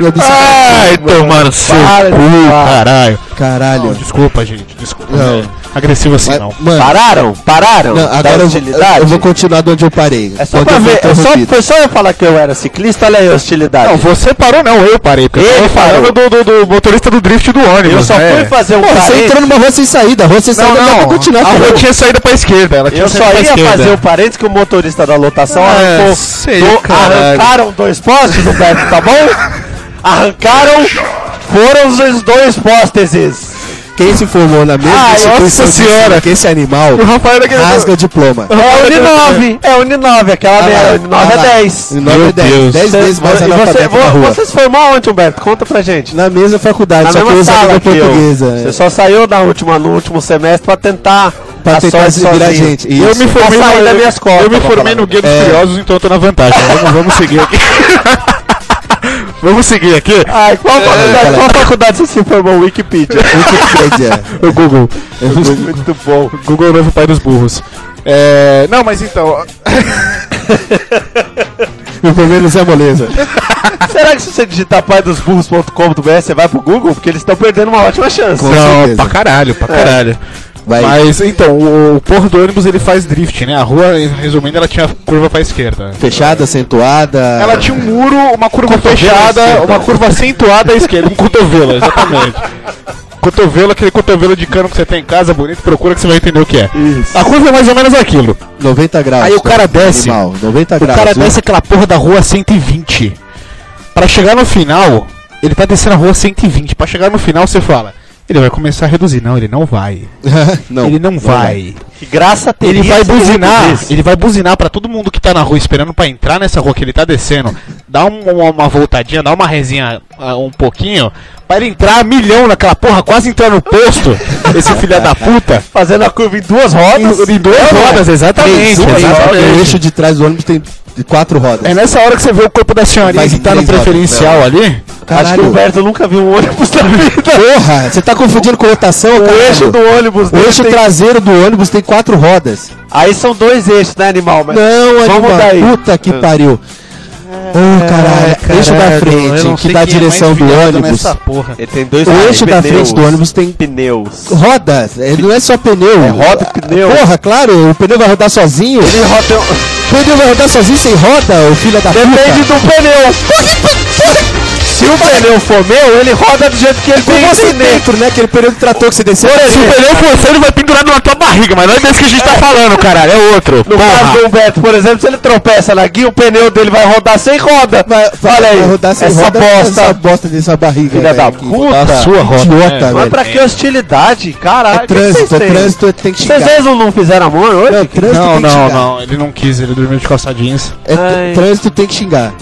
Speaker 4: minha bicicleta.
Speaker 2: Ai, tomar no seu
Speaker 3: Para de
Speaker 2: cu,
Speaker 3: falar.
Speaker 2: caralho.
Speaker 4: Caralho.
Speaker 2: Não, desculpa, gente, desculpa.
Speaker 4: Não.
Speaker 2: né? Agressivo assim,
Speaker 4: Mas,
Speaker 2: não.
Speaker 4: Mano,
Speaker 3: Pararam? Pararam?
Speaker 4: não,
Speaker 3: da
Speaker 4: agora eu, vou-
Speaker 3: hostilidade?
Speaker 4: eu vou continuar de onde eu parei.
Speaker 3: É só
Speaker 4: Quando
Speaker 3: pra
Speaker 4: eu
Speaker 3: ver.
Speaker 4: voltar,
Speaker 3: É
Speaker 4: eu
Speaker 3: só,
Speaker 4: repito.
Speaker 3: foi só eu falar que eu era ciclista, olha aí a hostilidade.
Speaker 2: Não, você parou não, eu parei. Porque
Speaker 3: Ele
Speaker 2: eu tava falando do, do- do motorista do drift do ônibus.
Speaker 3: eu só
Speaker 2: né?
Speaker 3: fui fazer um
Speaker 4: é. Pô, você
Speaker 3: parênteses.
Speaker 4: entrou numa rua sem saída. A rua sem
Speaker 2: Não,
Speaker 4: saída dá pra
Speaker 2: não,
Speaker 4: continuar.
Speaker 2: a
Speaker 4: cara.
Speaker 2: rua tinha saída pra esquerda. Ela tinha
Speaker 3: Eu só
Speaker 2: saída
Speaker 4: tá
Speaker 2: pra
Speaker 3: ia
Speaker 2: esquerda.
Speaker 3: fazer o parênteses que o motorista da lotação
Speaker 2: Ah,
Speaker 3: arrancou.
Speaker 2: sei,
Speaker 3: do-
Speaker 2: caralho.
Speaker 3: arrancaram dois postes, Humberto, tá bom? Arrancaram, foram os dois postes.
Speaker 4: Quem se formou na mesma
Speaker 3: Ai,
Speaker 4: instituição
Speaker 2: nossa
Speaker 4: de ensino
Speaker 2: senhora.
Speaker 4: que esse animal
Speaker 2: O Rafael era aquele...
Speaker 4: rasga o diploma.
Speaker 3: É a Uninove, é a Uninove, aquela
Speaker 4: Ah lá,
Speaker 3: merda. Uninove
Speaker 4: ah
Speaker 3: é
Speaker 4: lá.
Speaker 3: 10.
Speaker 4: Em nove
Speaker 2: Meu
Speaker 4: é dez.
Speaker 2: Deus.
Speaker 4: Dez vezes mais
Speaker 3: e você,
Speaker 4: analfabeto na
Speaker 3: vo,
Speaker 4: rua.
Speaker 3: você se formou aonde, Humberto? Conta pra gente.
Speaker 4: Na mesma faculdade,
Speaker 3: Na
Speaker 4: só que eu
Speaker 3: mesma
Speaker 4: usava
Speaker 3: sala
Speaker 4: língua
Speaker 3: que eu.
Speaker 4: portuguesa. é.
Speaker 3: Você só saiu na última, no último semestre pra tentar
Speaker 4: Pra
Speaker 3: a
Speaker 4: tentar
Speaker 3: sorte
Speaker 4: se virar
Speaker 3: sozinho.
Speaker 4: gente.
Speaker 2: Eu
Speaker 4: Isso.
Speaker 2: me formei,
Speaker 3: saí
Speaker 2: no-
Speaker 3: das minhas costas,
Speaker 2: eu me
Speaker 3: pra
Speaker 2: formei
Speaker 3: falar.
Speaker 2: no Guia dos
Speaker 4: É.
Speaker 2: Curiosos, então eu tô na vantagem. vamos, vamos seguir aqui. [laughs] vamos seguir aqui.
Speaker 3: Ai, qual faculdade,
Speaker 4: cara.
Speaker 3: qual faculdade você se formou? Wikipedia.
Speaker 4: [laughs] Wikipedia.
Speaker 2: O Google.
Speaker 3: É Muito bom.
Speaker 2: Google é o novo pai dos burros. É, não, mas então,
Speaker 4: Meu primeiro Zé Moleza.
Speaker 3: [laughs] Será que se você digitar paidosburros.com.br você vai pro Google? Porque eles estão perdendo uma ótima chance.
Speaker 4: Com
Speaker 2: Não,
Speaker 4: certeza.
Speaker 2: assim, pra caralho, pra
Speaker 3: É.
Speaker 2: caralho.
Speaker 4: Vai.
Speaker 2: Mas então, o, o porra do ônibus ele faz drift, né? A rua, resumindo, ela tinha curva pra esquerda.
Speaker 4: Fechada, acentuada.
Speaker 2: Ela tinha um muro, uma curva
Speaker 4: à
Speaker 2: fechada,
Speaker 4: esquerda.
Speaker 2: uma curva acentuada à esquerda, um
Speaker 4: [laughs]
Speaker 2: cotovelo, exatamente. cotovelo, aquele cotovelo de cano que você tem em casa, bonito, procura que você vai entender o que é.
Speaker 4: Isso.
Speaker 2: A curva é mais ou menos aquilo.
Speaker 4: 90 graus. né?
Speaker 2: Aí o cara desce.
Speaker 4: Animal, 90
Speaker 2: O
Speaker 4: graus.
Speaker 2: cara
Speaker 4: viu?
Speaker 2: desce aquela porra da rua 120. Pra chegar no final, ele tá descendo a rua 120. Pra chegar no final, você fala, ele vai começar a reduzir. Não, ele não vai.
Speaker 4: não,
Speaker 2: ele não, vai.
Speaker 3: Que graça
Speaker 2: Ele vai
Speaker 3: se
Speaker 2: buzinar,
Speaker 3: reduzisse.
Speaker 2: ele vai buzinar pra todo mundo que tá na rua esperando pra entrar nessa rua que ele tá descendo,
Speaker 5: dá um- uma, uma voltadinha, dá uma resinha ah, um pouquinho, pra ele entrar milhão naquela porra, quase entrar no [laughs] posto, esse filho da puta.
Speaker 3: Fazendo a curva em duas rodas.
Speaker 5: Em duas rodas, exatamente.
Speaker 4: Três, uma, o
Speaker 5: exatamente.
Speaker 4: eixo de trás do ônibus tem quatro rodas.
Speaker 5: É
Speaker 2: né?
Speaker 5: nessa hora que você vê o corpo da senhorinha
Speaker 4: Faz
Speaker 5: que tá no
Speaker 4: três rodas,
Speaker 5: preferencial ali.
Speaker 3: Acho que o Humberto nunca viu um ônibus
Speaker 4: [laughs]
Speaker 3: na vida.
Speaker 4: Porra, você tá confundindo com rotação,
Speaker 3: O
Speaker 4: caralho?
Speaker 3: eixo do ônibus
Speaker 4: O
Speaker 3: dele
Speaker 4: eixo
Speaker 3: tem-
Speaker 4: traseiro do ônibus tem quatro rodas.
Speaker 3: Aí são dois eixos, né, animal? Mas...
Speaker 4: Não,
Speaker 3: Vamos
Speaker 4: animal.
Speaker 3: daí.
Speaker 4: Puta que pariu. Ô, caralho. é, Eixo da frente, que dá a
Speaker 3: é,
Speaker 4: direção do ônibus.
Speaker 5: porra.
Speaker 3: Ele tem dois
Speaker 4: O
Speaker 3: ah,
Speaker 4: eixo da frente do ônibus tem
Speaker 3: pneus.
Speaker 4: rodas. Ele não é só pneu. É
Speaker 3: roda e pneu.
Speaker 4: Porra, claro, o pneu vai rodar sozinho.
Speaker 3: Ele roda
Speaker 4: O pneu vai rodar sozinho sem roda, ô filha da
Speaker 3: Depende
Speaker 4: puta.
Speaker 3: do pneu. Se o pneu for meu, ele roda do jeito que ele
Speaker 4: Com
Speaker 3: tem que
Speaker 4: você
Speaker 3: ser.
Speaker 4: dentro, né? Aquele pneu que tratou que você desceu.
Speaker 5: Se o pneu for seu, ele vai pendurado na tua barriga, mas não é desse que a gente tá falando, caralho, é outro.
Speaker 3: No caso do Humberto, por exemplo, se ele tropeça na guia, o pneu dele vai rodar sem roda.
Speaker 4: Vai, vai,
Speaker 3: Olha aí,
Speaker 4: vai rodar sem
Speaker 3: essa
Speaker 4: roda, é
Speaker 3: bosta.
Speaker 4: Essa bosta dessa barriga.
Speaker 3: Filha
Speaker 4: velho,
Speaker 3: da
Speaker 4: que
Speaker 3: puta.
Speaker 4: a sua roda. Idiota,
Speaker 3: Mas
Speaker 4: velho.
Speaker 3: pra que hostilidade? Caralho, o que
Speaker 4: É Trânsito,
Speaker 3: vocês têm?
Speaker 4: trânsito tem que xingar.
Speaker 3: Vocês dois não fizeram amor hoje?
Speaker 4: Não, trânsito
Speaker 2: Não,
Speaker 4: tem que
Speaker 2: não,
Speaker 4: xingar.
Speaker 2: não. Ele não quis, ele dormiu de calça jeans.
Speaker 4: É, tr-
Speaker 3: Ai.
Speaker 4: trânsito tem que xingar.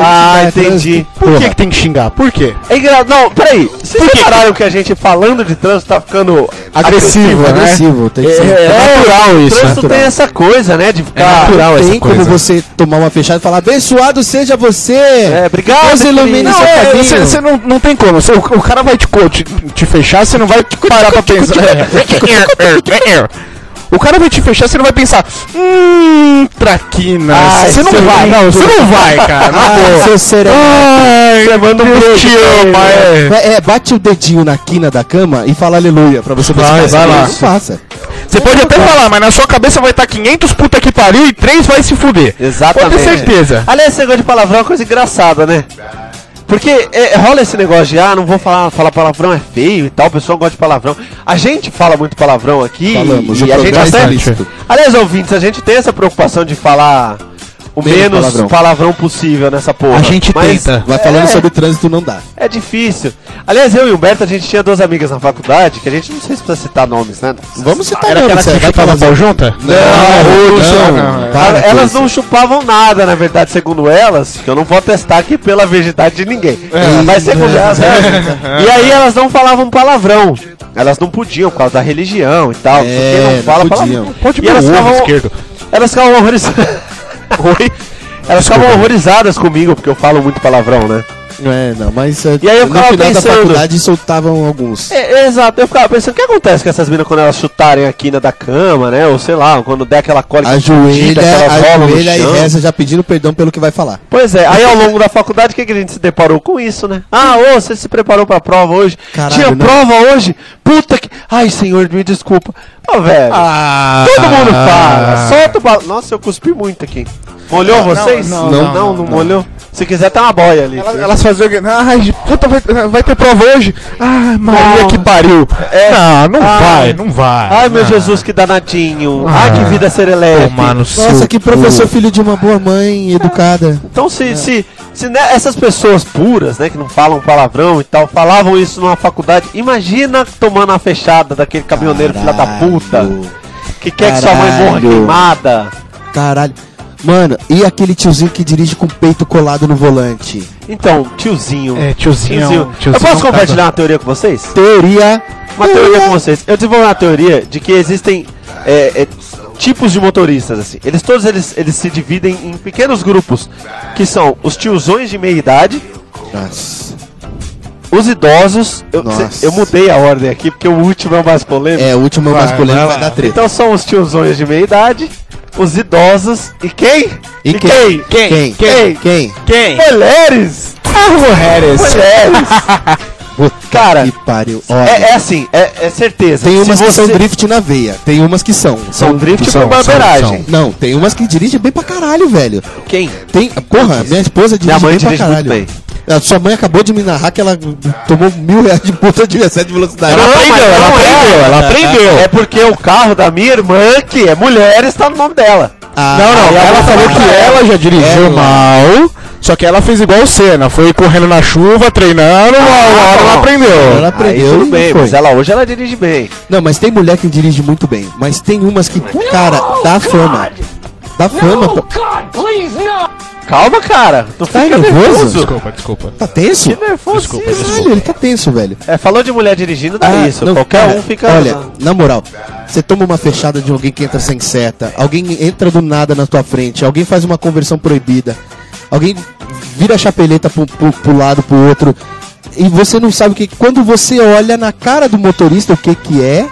Speaker 3: Ah,
Speaker 4: Tem que xingar, é
Speaker 3: entendi.
Speaker 4: trânsito.
Speaker 2: Por que,
Speaker 4: Porra.
Speaker 2: que tem que xingar? Por quê?
Speaker 3: É engra... Não, peraí. Vocês repararam que a gente falando de trânsito tá ficando.
Speaker 2: Agressivo, né?
Speaker 4: Agressivo, tem que
Speaker 2: É,
Speaker 4: xingar.
Speaker 2: é natural isso.
Speaker 3: trânsito
Speaker 2: natural.
Speaker 3: tem essa coisa, né?
Speaker 4: É
Speaker 3: De ficar.
Speaker 2: natural
Speaker 4: Tem
Speaker 2: essa
Speaker 4: como
Speaker 2: coisa.
Speaker 4: você tomar uma fechada e falar, abençoado seja você!
Speaker 3: É, obrigado.
Speaker 4: Deus ilumine
Speaker 3: querido.
Speaker 4: seu
Speaker 2: É,
Speaker 4: caminho.
Speaker 2: você você não, não tem como. Você- o, o cara vai te, co- te, te fechar, você não vai parar pra pensar. [laughs] O cara vai te fechar, você não vai pensar. Hum, traquina.
Speaker 3: Ai,
Speaker 2: Você não
Speaker 3: seu
Speaker 2: vai. Não, você não vai, cara. Na
Speaker 4: Ah,
Speaker 2: boa.
Speaker 4: seu cérebro.
Speaker 2: Ai, eu te amo, é.
Speaker 4: Vai- É, bate o dedinho na quina da cama e fala aleluia pra você
Speaker 2: Vai,
Speaker 4: pensar,
Speaker 2: vai lá.
Speaker 4: Não faça.
Speaker 2: Você pode até falar, mas na sua cabeça vai estar 500 puta que pariu e 3 vai se fuder.
Speaker 3: Exatamente.
Speaker 2: Pode ter certeza.
Speaker 3: Aliás, esse negócio de palavrão é uma coisa engraçada, né? Porque é, rola esse negócio de, ah, não vou falar, falar palavrão é feio e tal, o pessoal gosta de palavrão. A gente fala muito palavrão aqui
Speaker 4: Falamos,
Speaker 3: e,
Speaker 4: o
Speaker 3: a gente
Speaker 4: programa
Speaker 3: até...
Speaker 4: é explícito.
Speaker 3: Aliás, ouvintes, a gente tem essa preocupação de falar o
Speaker 4: Menos
Speaker 3: menos palavrão.
Speaker 4: palavrão.
Speaker 3: possível nessa porra.
Speaker 2: A gente tenta.
Speaker 4: Vai
Speaker 3: é,
Speaker 4: falando sobre trânsito, não dá.
Speaker 3: É difícil. Aliás, eu e o Humberto, a gente tinha duas amigas na faculdade, que a gente não sei se precisa citar nomes, né?
Speaker 4: Vamos citar
Speaker 2: Era aquela
Speaker 4: nomes,
Speaker 2: que assim,
Speaker 4: vai
Speaker 2: chutava a
Speaker 4: falar-
Speaker 2: bola junta?
Speaker 4: Ah,
Speaker 3: é,
Speaker 4: Não, não, é. não, para
Speaker 3: Ah,
Speaker 4: com
Speaker 3: elas
Speaker 4: isso.
Speaker 3: não chupavam nada, na verdade, segundo elas, que eu não vou testar aqui pela verdade de ninguém. Mas segundo elas, [laughs] é. E aí elas não falavam palavrão. Elas não podiam, por causa da religião e tal. não sei o quê,
Speaker 4: É,
Speaker 3: não fala
Speaker 4: não
Speaker 3: palavrão.
Speaker 4: podiam.
Speaker 2: Pode
Speaker 3: E
Speaker 2: pôr o
Speaker 3: elas
Speaker 2: ovo
Speaker 3: ficavam-
Speaker 2: esquerdo.
Speaker 3: Elas ficavam horrorizadas. [laughs] Oi? Elas ficavam horrorizadas comigo, porque eu falo muito palavrão, né?
Speaker 4: Não é, não, mas é,
Speaker 3: E aí eu
Speaker 4: no
Speaker 3: ficava
Speaker 4: final da
Speaker 3: pensando.
Speaker 4: faculdade soltavam alguns.
Speaker 3: É, exato, eu ficava pensando, o que acontece com essas minas quando elas chutarem a quina da cama, né? Ou sei lá, quando der aquela cólica fudida,
Speaker 4: Ajoelha,
Speaker 3: aquela bola no
Speaker 4: ajoelha e
Speaker 3: chão.
Speaker 4: reza já pedindo perdão pelo que vai falar.
Speaker 3: Pois é, aí ao longo da faculdade, o que, que a gente se deparou com isso, né? Ah, ô, você se preparou pra prova hoje?
Speaker 4: Caralho,
Speaker 3: Tinha
Speaker 2: né?
Speaker 4: não.
Speaker 3: prova hoje? Puta que... Ai, senhor, me desculpa. Ô, velho,
Speaker 2: Ah,
Speaker 3: todo mundo fala, solta o ba... Nossa, eu cuspi muito aqui. Molhou vocês?
Speaker 2: não,
Speaker 3: não,
Speaker 2: não,
Speaker 3: não, molhou? Se quiser, tá uma boia ali.
Speaker 2: Elas, elas faziam. que- Ai, puta, vai, vai ter prova hoje. Ah, Maria
Speaker 3: Não.
Speaker 2: que pariu.
Speaker 3: É.
Speaker 2: Não, não
Speaker 3: Ai.
Speaker 2: vai, não vai.
Speaker 3: Ai, meu Jesus, que danadinho. Ai,
Speaker 2: Ah.
Speaker 3: que vida serelepe.
Speaker 2: Tomar no
Speaker 4: Nossa,
Speaker 2: seu
Speaker 4: que professor filho de uma boa mãe, educada.
Speaker 3: Então,
Speaker 2: É.
Speaker 3: se, se, se né, essas pessoas puras, né, que não falam palavrão e tal, falavam isso numa faculdade, imagina tomando a fechada daquele caminhoneiro filha da puta, que quer que sua mãe morra
Speaker 4: Caralho.
Speaker 3: queimada.
Speaker 4: Caralho. Mano, e aquele tiozinho que dirige com o peito colado no volante?
Speaker 3: Então, tiozinho.
Speaker 2: É, tiozinho.
Speaker 3: tiozinho.
Speaker 2: tiozinho
Speaker 3: Eu posso
Speaker 2: não tá
Speaker 3: compartilhar uma teoria com vocês?
Speaker 4: Teoria.
Speaker 3: Uma teoria com vocês. Eu desenvolvi uma teoria de que existem é, é, tipos de motoristas, assim. Eles todos eles, eles se dividem em pequenos grupos, que são os tiozões de meia idade,
Speaker 4: Nossa.
Speaker 3: Os idosos, eu,
Speaker 4: Nossa.
Speaker 3: cê- eu mudei a ordem aqui porque o último é o mais polêmico.
Speaker 4: É, o último é o mais
Speaker 2: Vai,
Speaker 4: polêmico,
Speaker 2: vai
Speaker 4: vai
Speaker 2: lá.
Speaker 4: dar treta.
Speaker 3: Então são os tiozões de meia idade, os idosos e quem?
Speaker 4: E
Speaker 3: quem?
Speaker 4: quem?
Speaker 3: Quem?
Speaker 4: Quem? Quem? Quem?
Speaker 5: Quem?
Speaker 3: Mulheres!
Speaker 4: [laughs]
Speaker 2: Harris.
Speaker 3: Mulheres!
Speaker 4: Puta
Speaker 3: Cara,
Speaker 4: que pariu. Olha,
Speaker 3: é, é assim, é, é certeza.
Speaker 4: tem
Speaker 3: Se
Speaker 4: umas que são
Speaker 3: você-
Speaker 4: drift na veia, tem umas que são.
Speaker 3: São drift
Speaker 2: são,
Speaker 3: por barbeiragem.
Speaker 2: são,
Speaker 4: Não, tem umas que dirigem bem pra caralho, velho.
Speaker 3: Quem?
Speaker 4: Tem, porra, minha esposa dirige
Speaker 3: Minha mãe
Speaker 4: bem pra
Speaker 3: dirige muito
Speaker 4: caralho.
Speaker 3: bem.
Speaker 4: A sua mãe acabou de me narrar que ela tomou mil reais de multa de 17 de velocidade.
Speaker 3: Não, mas
Speaker 5: aprendeu, ela
Speaker 3: não é.
Speaker 5: aprendeu, ela aprendeu.
Speaker 3: É porque o carro da minha irmã, que é mulher, está no nome dela.
Speaker 4: Ah,
Speaker 2: Não, não,
Speaker 4: aí
Speaker 2: ela falou que ela já dirigiu
Speaker 4: Ela. é
Speaker 2: é mal, só que ela fez igual o Senna, foi correndo na chuva, treinando, uma hora ela
Speaker 3: bom.
Speaker 2: aprendeu.
Speaker 4: Ela
Speaker 3: Aí
Speaker 4: aprendeu
Speaker 3: tudo
Speaker 4: e
Speaker 3: bem,
Speaker 4: foi.
Speaker 3: mas ela hoje ela dirige bem.
Speaker 4: Não, mas tem mulher que dirige muito bem. Mas tem umas que, cara, dá fama. Dá fama. pra-
Speaker 3: Calma, cara. Tu
Speaker 4: Tá
Speaker 3: fica
Speaker 4: nervoso?
Speaker 3: nervoso.
Speaker 2: Desculpa, desculpa.
Speaker 4: Tá tenso?
Speaker 3: Que nervoso.
Speaker 2: Desculpa,
Speaker 3: sim.
Speaker 4: Caralho, ele tá tenso, velho.
Speaker 3: É, falou de mulher dirigindo, dá É isso.
Speaker 4: Ah, não,
Speaker 3: Qualquer
Speaker 4: cara,
Speaker 3: um fica.
Speaker 4: Olha, na moral, você toma uma fechada de alguém que entra sem seta, alguém entra do nada na tua frente, alguém faz uma conversão proibida, alguém vira a chapeleta pro, pro, pro lado, pro outro, e você não sabe o que. Quando você olha na cara do motorista o que que é.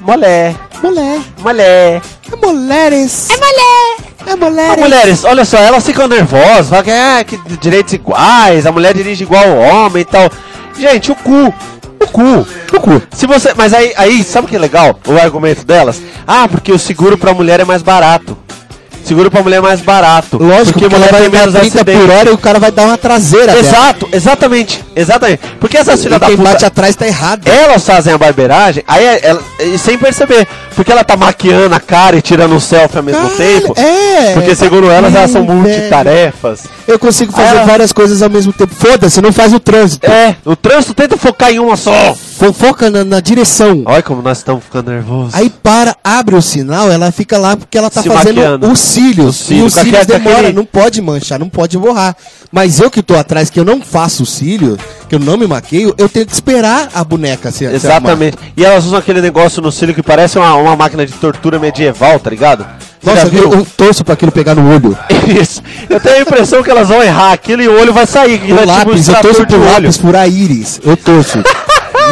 Speaker 3: Mulher,
Speaker 4: Mulher.
Speaker 3: mulher.
Speaker 4: É mulheres. É mulher. É
Speaker 3: Ah,
Speaker 4: mulheres.
Speaker 3: mulheres, olha só, elas ficam nervosas, falam que, ah, que direitos iguais, a mulher dirige igual ao homem e tal. Gente, o cu. O cu. O cu. Se você. Mas aí, aí, sabe o que é legal? O argumento delas? Ah, porque o seguro pra mulher é mais barato. Seguro pra mulher é mais barato.
Speaker 4: Lógico
Speaker 3: porque
Speaker 4: que ela vai dar 30 por hora e o cara vai dar uma traseira. dela.
Speaker 3: Exato, exatamente, exatamente. Porque essas
Speaker 4: E
Speaker 3: filhas da
Speaker 4: quem
Speaker 3: puta.
Speaker 4: bate atrás tá errado.
Speaker 3: Elas fazem a barbeiragem, aí é- ela- e sem perceber. Porque ela tá maquiando a cara e tirando um selfie ao mesmo
Speaker 4: Caralho,
Speaker 3: tempo.
Speaker 4: é,
Speaker 3: Porque segundo elas, elas são
Speaker 4: velho.
Speaker 3: multitarefas.
Speaker 4: Eu consigo fazer
Speaker 3: Ah.
Speaker 4: várias coisas ao mesmo tempo. Foda-se, não faz o trânsito.
Speaker 3: É, o trânsito tenta focar em uma só.
Speaker 4: Fo- Foca na, na direção.
Speaker 3: Olha como nós estamos ficando nervosos.
Speaker 4: Aí para, abre o sinal, ela fica lá porque ela tá
Speaker 3: Se
Speaker 4: fazendo
Speaker 3: maquiando.
Speaker 4: os cílios.
Speaker 3: Os cílios,
Speaker 4: e os
Speaker 3: com
Speaker 4: cílios
Speaker 3: aquela-
Speaker 4: demora,
Speaker 3: aquele-
Speaker 4: não pode manchar, não pode borrar. Mas eu que tô atrás, que eu não faço o cílio, que eu não me maqueio, eu tenho que esperar a boneca se se
Speaker 3: Exatamente. E elas usam aquele negócio no cílio que parece uma, uma máquina de tortura medieval, tá ligado? Você
Speaker 4: arrumar.
Speaker 3: já
Speaker 4: Nossa, eu, um- eu torço pra aquilo pegar no olho.
Speaker 3: [laughs] Isso. Eu tenho a impressão que elas vão errar aquilo e o olho vai sair. Que
Speaker 4: Pro
Speaker 3: vai tipo um
Speaker 4: lápis, eu
Speaker 3: extrator
Speaker 4: torço
Speaker 3: de
Speaker 4: pro
Speaker 3: olho.
Speaker 4: lápis, furar íris. Eu torço.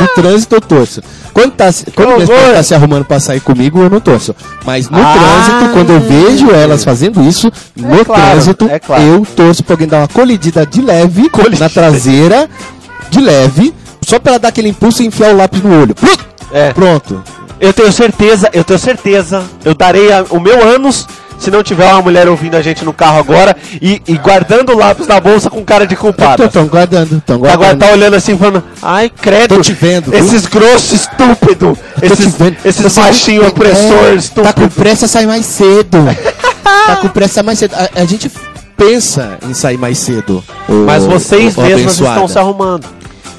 Speaker 4: no trânsito eu torço. Quando, tá, se- quando
Speaker 3: Que
Speaker 4: minha esposa
Speaker 3: horror.
Speaker 4: tá se arrumando pra sair comigo, eu não torço. Mas no
Speaker 3: Ah.
Speaker 4: trânsito, quando eu vejo elas fazendo isso, no
Speaker 3: claro,
Speaker 4: trânsito,
Speaker 3: é claro.
Speaker 4: eu torço pra alguém dar uma colidida de leve na traseira, de leve, só pra ela dar aquele impulso e enfiar o lápis no olho. Plut!
Speaker 3: É.
Speaker 4: Pronto.
Speaker 3: Eu tenho certeza, eu tenho certeza. Eu darei a- o meu ânus se não tiver uma mulher ouvindo a gente no carro agora e, e guardando o lápis na bolsa com cara de culpada.
Speaker 4: Estão guardando, estão
Speaker 3: Tá Agora
Speaker 4: guardando.
Speaker 3: tá olhando assim falando, ai credo,
Speaker 4: Tô te vendo.
Speaker 3: esses grossos estúpido,
Speaker 4: Tô te
Speaker 3: esses,
Speaker 4: vendo.
Speaker 3: esses
Speaker 4: Você-
Speaker 3: baixinho
Speaker 4: é,
Speaker 3: opressor
Speaker 4: Tá com
Speaker 3: estúpido.
Speaker 4: pressa, sai mais
Speaker 3: [laughs]
Speaker 4: cedo. tá com pressa, mais cedo. A, a gente pensa em sair mais cedo. ô-
Speaker 3: Mas vocês
Speaker 4: ô- ô
Speaker 3: mesmas estão se
Speaker 4: abençoada.
Speaker 3: arrumando.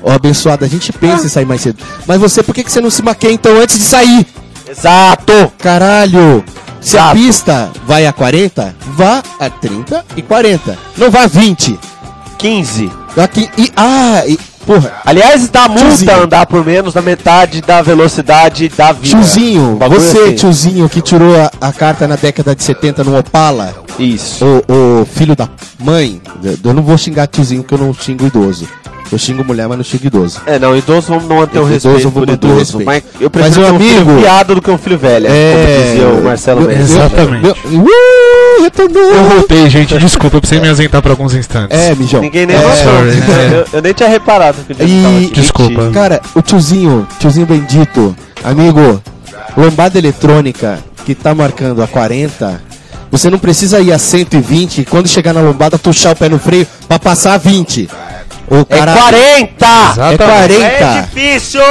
Speaker 4: Ô, abençoada, a gente pensa em sair mais cedo. Mas você, por que, que você não se maquia então antes de sair?
Speaker 3: Exato.
Speaker 4: Caralho! Se a
Speaker 3: Exato.
Speaker 4: pista vai a 40, vá a 30 e 40. Não vá a 20.
Speaker 3: 15.
Speaker 4: Aqui, e, ah, e, porra,
Speaker 3: Aliás, dá multa
Speaker 4: Tiozinho.
Speaker 3: andar por menos da metade da velocidade da vida.
Speaker 4: tiozinho,
Speaker 3: Um bagulho
Speaker 4: você,
Speaker 3: assim.
Speaker 4: tiozinho que tirou a, a carta na década de 70 no Opala,
Speaker 3: Isso.
Speaker 4: O, o filho da mãe, eu não vou xingar tiozinho que eu não xingo idoso. Eu xingo mulher, mas não xingo idoso.
Speaker 3: É, não, idoso vamos não manter o
Speaker 4: Idoso,
Speaker 3: respeito
Speaker 4: vamos
Speaker 3: por
Speaker 4: manter o
Speaker 3: idoso.
Speaker 4: respeito.
Speaker 3: Mas eu
Speaker 4: Mas,
Speaker 3: prefiro
Speaker 4: meu
Speaker 3: ter um filho
Speaker 4: amigo- é,
Speaker 3: viado do que um filho velho, como dizia o Marcelo
Speaker 4: eu-
Speaker 3: Mendes.
Speaker 4: eu-
Speaker 2: É, Exatamente.
Speaker 4: eu- Uh, retornou.
Speaker 2: Eu voltei, gente. Desculpa, eu precisei me ausentar por alguns instantes.
Speaker 4: É, mijão.
Speaker 3: Ninguém nem
Speaker 4: É,
Speaker 3: notou.
Speaker 2: sorry,
Speaker 3: Eu- eu, eu nem tinha reparado que o Diego
Speaker 4: E-
Speaker 3: tava aqui.
Speaker 2: Desculpa.
Speaker 4: Cara, o tiozinho, tiozinho bendito, amigo, lombada eletrônica que tá marcando a 40, você não precisa ir a 120 e quando chegar na lombada puxar o pé no freio pra passar a 20. O
Speaker 3: É
Speaker 4: cara
Speaker 3: 40!
Speaker 4: é
Speaker 3: É
Speaker 4: 40.
Speaker 3: difícil!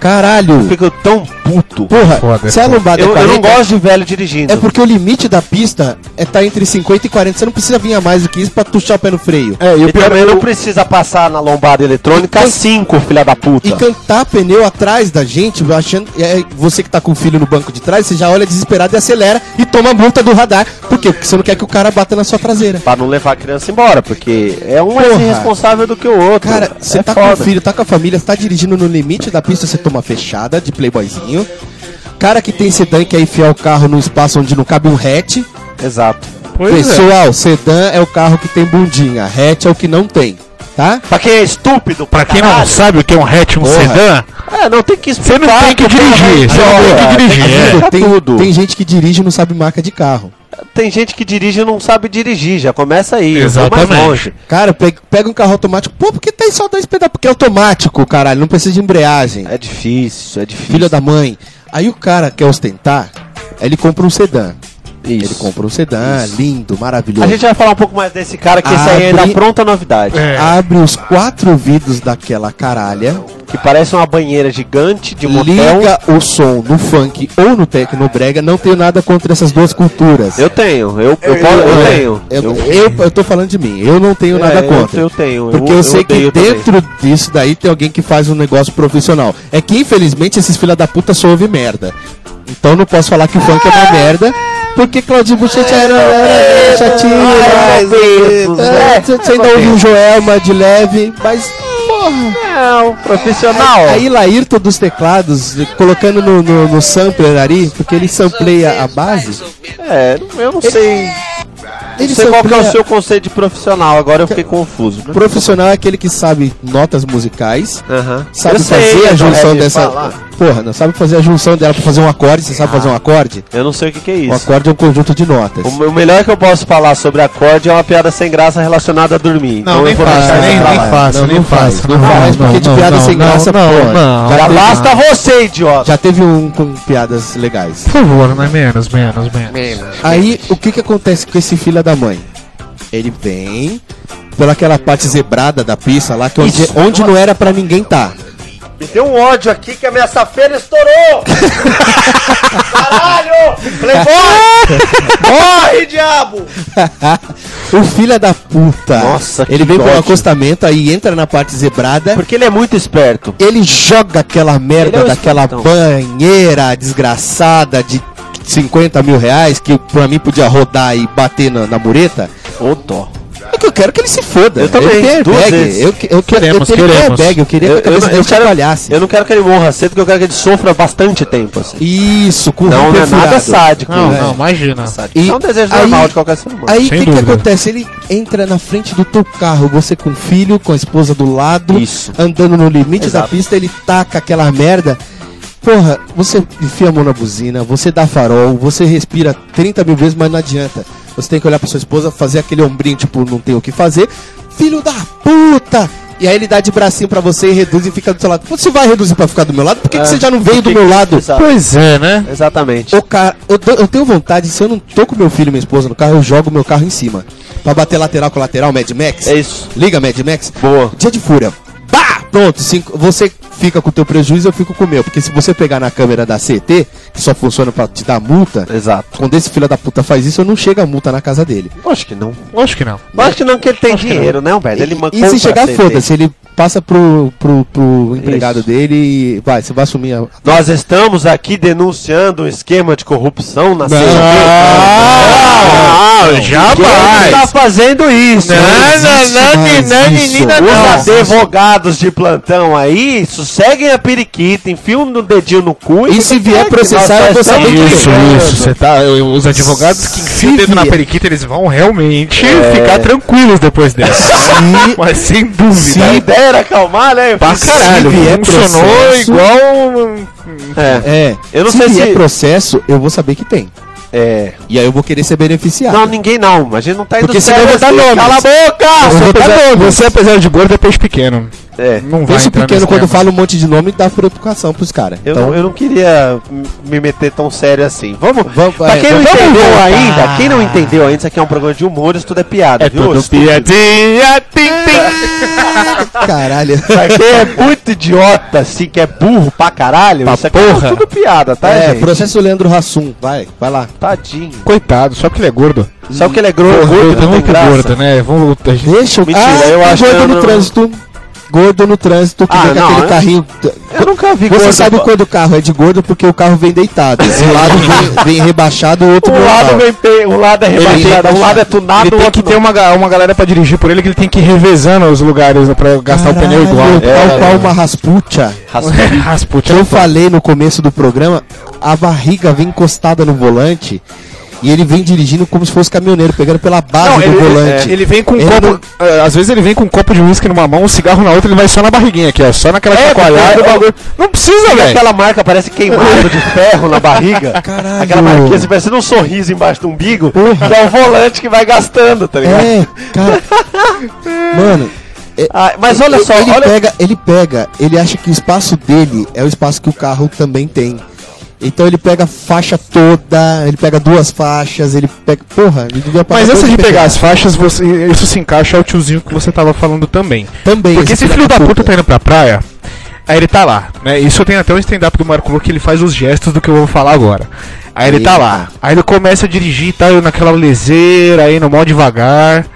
Speaker 4: Caralho.
Speaker 3: Fico tão puto.
Speaker 4: Porra,
Speaker 2: Foda,
Speaker 4: se a
Speaker 2: foda.
Speaker 4: lombada é
Speaker 3: Eu, eu
Speaker 4: 40,
Speaker 3: não gosto de velho dirigindo.
Speaker 4: É porque o limite da pista é tá entre 50 e 40. Você não precisa vir a mais do que isso pra puxar o pé no freio.
Speaker 2: É, e
Speaker 3: E
Speaker 2: o pior
Speaker 3: também
Speaker 2: é
Speaker 3: não
Speaker 2: o...
Speaker 3: precisa passar na lombada eletrônica
Speaker 4: Então-
Speaker 3: 5, filha da puta.
Speaker 4: E cantar pneu atrás da gente, achando. é, você que tá com o filho no banco de trás, você já olha desesperado e acelera e toma a multa do radar. Por quê? Porque você não quer que o cara bata na sua traseira.
Speaker 3: Pra não levar a criança embora, porque é um mais
Speaker 4: Porra.
Speaker 3: irresponsável do que o outro.
Speaker 4: Cara, você
Speaker 3: é
Speaker 4: tá com o filho, tá com a família, você tá dirigindo no limite da pista, você toma fechada de playboyzinho. Cara que tem sedã e quer enfiar o carro num espaço onde não cabe um hatch.
Speaker 3: Exato.
Speaker 2: Pois é.
Speaker 4: Pessoal, sedã é o carro que tem bundinha, hatch é o que não tem, tá?
Speaker 3: Pra quem é estúpido,
Speaker 2: Pra quem não sabe o que é um hatch, um
Speaker 4: Porra.
Speaker 2: sedã,
Speaker 3: não... É, não tem que
Speaker 2: você
Speaker 3: explicar.
Speaker 2: não tem que
Speaker 3: o cara vai-
Speaker 2: dirigir. Você
Speaker 3: Ah,
Speaker 2: não tem que
Speaker 3: é,
Speaker 2: dirigir. é.
Speaker 3: explicar
Speaker 4: tem,
Speaker 3: tudo.
Speaker 4: tem gente que dirige e não sabe marca de carro.
Speaker 3: Tem gente que dirige e não sabe dirigir, já começa aí. eu vou mais
Speaker 2: Exatamente.
Speaker 3: longe.
Speaker 4: Cara, pe- pega, um carro automático. Pô, por que tem só dois pedais? Porque é automático, caralho. Não precisa de embreagem.
Speaker 3: É difícil, é difícil.
Speaker 4: Filho da mãe. Aí o cara quer ostentar, aí ele compra um sedã. Ele
Speaker 3: Isso.
Speaker 4: compra um sedã, lindo, maravilhoso.
Speaker 3: A gente vai falar um pouco mais desse cara, que esse aí é
Speaker 4: Abre-
Speaker 3: da pronta novidade.
Speaker 2: É.
Speaker 4: Abre os quatro vidros daquela caralha,
Speaker 3: Que parece uma banheira gigante de motel.
Speaker 4: liga o som no funk ou no tecnobrega. Não tenho nada contra essas duas culturas.
Speaker 3: Eu tenho, eu, eu, posso- eu
Speaker 4: É,
Speaker 3: tenho.
Speaker 4: Eu, eu, eu tô falando de mim, eu não tenho nada
Speaker 3: É, eu-
Speaker 4: contra.
Speaker 3: eu tenho, eu-
Speaker 4: Porque eu,
Speaker 3: eu
Speaker 4: sei que
Speaker 3: odeio também.
Speaker 4: dentro disso daí tem alguém que faz um negócio profissional. É que infelizmente esses filha da puta só ouvem merda. Então não posso falar que o funk é uma merda, Porque Claudinho Bochecha era, era
Speaker 3: Ah,
Speaker 4: chatinho, mas,
Speaker 3: né?
Speaker 4: é, você você ainda ouve o Joelma de leve, mas porra.
Speaker 3: Não, um profissional.
Speaker 4: Aí Laírton dos teclados, colocando no, no, no sampler ali, porque ele sampleia a base.
Speaker 3: É, eu não sei.
Speaker 4: Ele
Speaker 3: Não sei qual que é o
Speaker 4: sampleia-
Speaker 3: seu conceito de profissional, agora eu fiquei confuso.
Speaker 4: Profissional é aquele que sabe notas musicais,
Speaker 3: Aham.
Speaker 4: sabe
Speaker 3: Eu sei, né,
Speaker 4: fazer a
Speaker 2: né,
Speaker 3: eu
Speaker 4: junção
Speaker 3: deve
Speaker 4: dessa.
Speaker 3: falar.
Speaker 4: Porra, não sabe fazer a junção dela pra fazer um acorde, você sabe fazer um acorde?
Speaker 3: Eu não sei o que, que é isso.
Speaker 4: Um acorde é um conjunto de notas.
Speaker 3: O, o melhor que eu posso falar sobre acorde é uma piada sem graça relacionada a dormir. Então
Speaker 2: Não, nem faço,
Speaker 3: deixar
Speaker 2: nem,
Speaker 3: isso pra
Speaker 2: nem
Speaker 3: lá.
Speaker 2: faço,
Speaker 4: Ah, Não,
Speaker 2: nem
Speaker 4: não
Speaker 2: faço.
Speaker 4: faz, não faz, porque de piada sem graça,
Speaker 2: não,
Speaker 4: pô,
Speaker 2: não,
Speaker 4: já
Speaker 3: Já
Speaker 2: não.
Speaker 3: basta você, idiota.
Speaker 4: Já teve um com piadas legais.
Speaker 2: Por favor, né? Menos, menos, menos.
Speaker 4: Aí, o que que acontece com esse filho da mãe? Ele vem pela aquela parte zebrada da pista lá, que é onde, onde não era pra ninguém tá.
Speaker 3: Me deu um ódio aqui que a minha safena estourou! Caralho! Playboy! Morre, diabo!
Speaker 4: o filho da puta.
Speaker 3: Nossa, que
Speaker 4: Ele vem pelo
Speaker 3: ódio.
Speaker 4: acostamento, aí entra na parte zebrada.
Speaker 3: Porque ele é muito esperto.
Speaker 4: Ele joga aquela merda
Speaker 3: Ele é um
Speaker 4: daquela
Speaker 3: espertão.
Speaker 4: banheira desgraçada de 50 mil reais, que pra mim podia rodar e bater na, na mureta.
Speaker 3: Ô, dó.
Speaker 4: É que eu quero que ele se foda.
Speaker 3: Eu também,
Speaker 4: Ele
Speaker 3: duas
Speaker 4: airbag.
Speaker 3: vezes.
Speaker 4: Eu, que- eu, queremos,
Speaker 2: Queremos,
Speaker 4: eu, queria
Speaker 2: queremos.
Speaker 4: airbag, eu queria
Speaker 3: Eu-
Speaker 4: que a cabeça
Speaker 3: eu- eu
Speaker 4: dele
Speaker 3: quero-
Speaker 4: trabalhasse.
Speaker 3: Eu não quero que ele morra cedo, porque eu quero que ele sofra bastante tempo, assim.
Speaker 4: Isso, com
Speaker 3: Não,
Speaker 4: rim
Speaker 3: não é nada
Speaker 4: perfurado.
Speaker 3: sádico.
Speaker 2: Não,
Speaker 3: né?
Speaker 2: não, imagina.
Speaker 4: E
Speaker 3: é um desejo
Speaker 4: aí-
Speaker 3: normal de qualquer ser humano.
Speaker 4: Aí o
Speaker 2: Sem
Speaker 4: que, que
Speaker 2: dúvida.
Speaker 4: acontece? Ele entra na frente do teu carro, você com o filho, com a esposa do lado,
Speaker 3: Isso.
Speaker 4: andando no limite da
Speaker 3: Exato.
Speaker 4: pista, ele taca aquela merda. Porra, você enfia a mão na buzina, você dá farol, você respira 30 mil vezes, mas não adianta. Você tem que olhar pra sua esposa, fazer aquele ombrinho, tipo, não tem o que fazer. Filho da puta! E aí ele dá de bracinho pra você e reduz e fica do seu lado. Pô, Você vai reduzir pra ficar do meu lado? Por que, que você já não veio do
Speaker 3: É. que-
Speaker 4: meu lado?
Speaker 3: Exato.
Speaker 2: Pois é, né?
Speaker 3: Exatamente.
Speaker 4: O cara, eu, te- eu tenho vontade, se eu não tô com meu filho e minha esposa no carro, eu jogo meu carro em cima. Pra bater lateral com lateral, Mad Max.
Speaker 3: É isso.
Speaker 4: Liga, Mad Max.
Speaker 3: Boa.
Speaker 4: Dia de fúria. Bah! Pronto, cinco- você fica com o teu prejuízo, eu fico com o meu. Porque se você pegar na câmera da CT, que só funciona pra te dar multa,
Speaker 3: Exato.
Speaker 4: quando esse filho da puta faz isso, eu não chega a multa na casa dele.
Speaker 3: Acho que não.
Speaker 2: Lógico que não.
Speaker 3: Acho que não, que ele tem dinheiro, né, Humberto? Ele
Speaker 4: e, e se chegar, foda-se, ele passa pro, pro, pro empregado
Speaker 3: Isso.
Speaker 4: dele e vai, você vai assumir a.
Speaker 3: Nós estamos aqui denunciando um esquema de corrupção na CNT. né?
Speaker 2: Ah,
Speaker 3: Quem tá fazendo isso? hein? Os advogados de plantão aí sosseguem a periquita, enfiam no dedinho no cu
Speaker 4: E se vier processar, eu vou saber
Speaker 3: que
Speaker 4: quem
Speaker 2: Isso,
Speaker 4: Obrigado.
Speaker 2: isso. Você tá, eu- os advogados que enfiam o dedo na
Speaker 4: vier.
Speaker 2: periquita, eles vão realmente ficar tranquilos depois dessa.
Speaker 4: Se-
Speaker 2: Mas sem dúvida.
Speaker 3: Quem dera acalmar, né?
Speaker 2: pra caralho,
Speaker 4: vier
Speaker 2: funcionou
Speaker 4: processo-
Speaker 2: igual. um-
Speaker 3: É.
Speaker 4: É,
Speaker 3: Eu não
Speaker 4: se
Speaker 3: sei
Speaker 4: vier
Speaker 3: se-
Speaker 4: processo, eu vou saber que tem.
Speaker 3: é.
Speaker 4: E aí eu vou querer ser beneficiado.
Speaker 3: Não, ninguém não. A gente não tá indo
Speaker 4: Porque
Speaker 3: sério
Speaker 4: senão eu vou dar
Speaker 3: assim.
Speaker 4: nome.
Speaker 3: Cala a boca!
Speaker 2: Você, apesar, você, apesar de gordo, depois pequeno.
Speaker 3: É.
Speaker 2: Não vai
Speaker 4: Deixa o
Speaker 2: entrar
Speaker 4: pequeno
Speaker 2: nesse
Speaker 4: quando
Speaker 2: tema. [laughs]
Speaker 4: fala um monte de nome dá preocupação pros caras.
Speaker 3: Eu,
Speaker 4: Então,
Speaker 3: não, eu não queria m- me meter tão sério assim. Vamos.
Speaker 4: Vamos-
Speaker 3: pra
Speaker 4: é,
Speaker 3: quem não
Speaker 4: vamos
Speaker 3: entendeu
Speaker 4: voltar.
Speaker 3: ainda, quem não entendeu ainda, isso aqui é um programa de humor, isso tudo é piada,
Speaker 2: É tudo
Speaker 3: Isso tudo-
Speaker 2: piadinha, tim,
Speaker 4: [laughs]
Speaker 2: tim.
Speaker 4: caralho.
Speaker 3: Pra quem é muito idiota, assim, que é burro pra caralho, isso aqui
Speaker 2: porra.
Speaker 3: é tudo piada, tá?
Speaker 4: é,
Speaker 3: gente?
Speaker 4: processo Leandro Hassum. Vai, vai lá.
Speaker 3: Tadinho.
Speaker 2: Coitado, só porque ele é gordo.
Speaker 3: Só que ele é grosso,
Speaker 2: Gordo é
Speaker 3: não tem
Speaker 2: muito
Speaker 3: graça.
Speaker 2: gordo, né? Vamos, a gente-
Speaker 4: Deixa o
Speaker 3: Mentira, eu acho que eu
Speaker 4: gordo no
Speaker 3: não-
Speaker 4: trânsito. Gordo no trânsito, que
Speaker 3: Ah,
Speaker 4: vem com
Speaker 3: não,
Speaker 4: aquele
Speaker 3: eu-
Speaker 4: carrinho.
Speaker 3: Eu nunca vi
Speaker 4: Você
Speaker 3: gordo-
Speaker 4: sabe quando o carro é de gordo porque o carro vem
Speaker 3: [laughs]
Speaker 4: deitado. Esse lado vem, vem rebaixado, o outro
Speaker 3: Um lado,
Speaker 4: normal.
Speaker 3: vem pe... um lado é rebaixado, um lado é tunado,
Speaker 2: Ele
Speaker 3: o
Speaker 2: tem
Speaker 3: outro
Speaker 2: que ter
Speaker 3: não.
Speaker 2: uma, ga- uma galera pra dirigir por ele que ele tem que ir revezando os lugares né, pra gastar o pneu igual. É,
Speaker 4: Caralho, Tal
Speaker 3: É.
Speaker 4: qual uma rasputia.
Speaker 2: Rasputin.
Speaker 4: que eu falei no começo do programa, a barriga vem encostada no volante e ele vem dirigindo como se fosse caminhoneiro, pegando pela base
Speaker 2: Não,
Speaker 4: do
Speaker 2: ele,
Speaker 4: volante.
Speaker 2: é, ele vem com um
Speaker 4: Ele
Speaker 2: copo. é, Às vezes ele vem com um copo de uísque numa mão, um cigarro na outra, ele vai só na barriguinha aqui, ó. Só naquela
Speaker 3: É,
Speaker 2: chacoalhada.
Speaker 3: é,
Speaker 2: o bagulho. Não precisa,
Speaker 3: E
Speaker 2: velho.
Speaker 3: aquela marca parece queimado de ferro na barriga. Caralho. Aquela marquinha, assim, parecendo um sorriso embaixo do umbigo, que é o volante que vai gastando, tá ligado?
Speaker 4: É,
Speaker 2: [laughs]
Speaker 4: cara. Mano,
Speaker 3: Ah, mas olha
Speaker 4: ele-
Speaker 3: só,
Speaker 4: ele
Speaker 3: olha.
Speaker 4: pega, ele pega, ele acha que o espaço dele é o espaço que o carro também tem. Então ele pega a faixa toda, ele pega duas faixas, ele pega. Porra, ele devia parar
Speaker 2: Mas
Speaker 4: todo
Speaker 2: antes de pegar
Speaker 4: pedaço.
Speaker 2: as faixas, você- isso se encaixa ao tiozinho que você tava falando também.
Speaker 4: Também.
Speaker 2: Porque esse filho da puta tá indo pra praia, aí ele tá lá, né? Isso tem até um stand-up do Marco Lu que ele faz os gestos do que eu vou falar agora. Aí ele tá
Speaker 4: Eita.
Speaker 2: lá, aí ele começa a dirigir, tá? Eu naquela leseira, aí no mal devagar.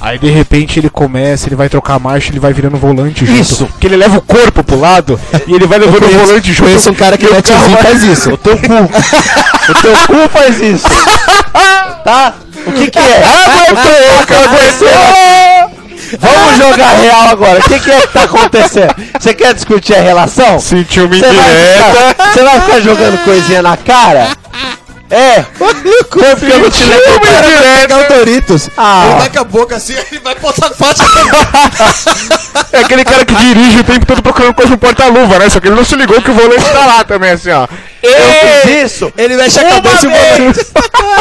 Speaker 2: Aí de repente ele começa, ele vai trocar a marcha, ele vai virando o volante junto.
Speaker 3: Isso.
Speaker 2: Porque ele leva o corpo pro lado e ele vai levando o volante junto.
Speaker 4: Conheço um cara um que
Speaker 2: E o
Speaker 4: mete
Speaker 2: carro
Speaker 4: o
Speaker 2: vai-
Speaker 4: faz isso.
Speaker 3: O teu cu. o teu cu faz isso. [laughs] Tá? O que que é? Ah, Vamos jogar real agora. O que que é que tá acontecendo? Você quer discutir a relação?
Speaker 2: Sentiu me
Speaker 3: Você vai, ficar, você vai ficar jogando coisinha na cara? É,
Speaker 2: [laughs]
Speaker 4: Como
Speaker 3: porque eu não te lembro.
Speaker 4: pegar o Doritos? Ele
Speaker 3: Ah,
Speaker 4: tá com a boca assim, ele vai botar faixa.
Speaker 2: É aquele cara que dirige o tempo todo procurando coisa no porta-luva, né? Só que ele não se ligou que o volante tá lá também, assim, ó.
Speaker 3: eu fiz isso.
Speaker 4: Ele mexe a cabeça
Speaker 3: [laughs]
Speaker 4: e volta.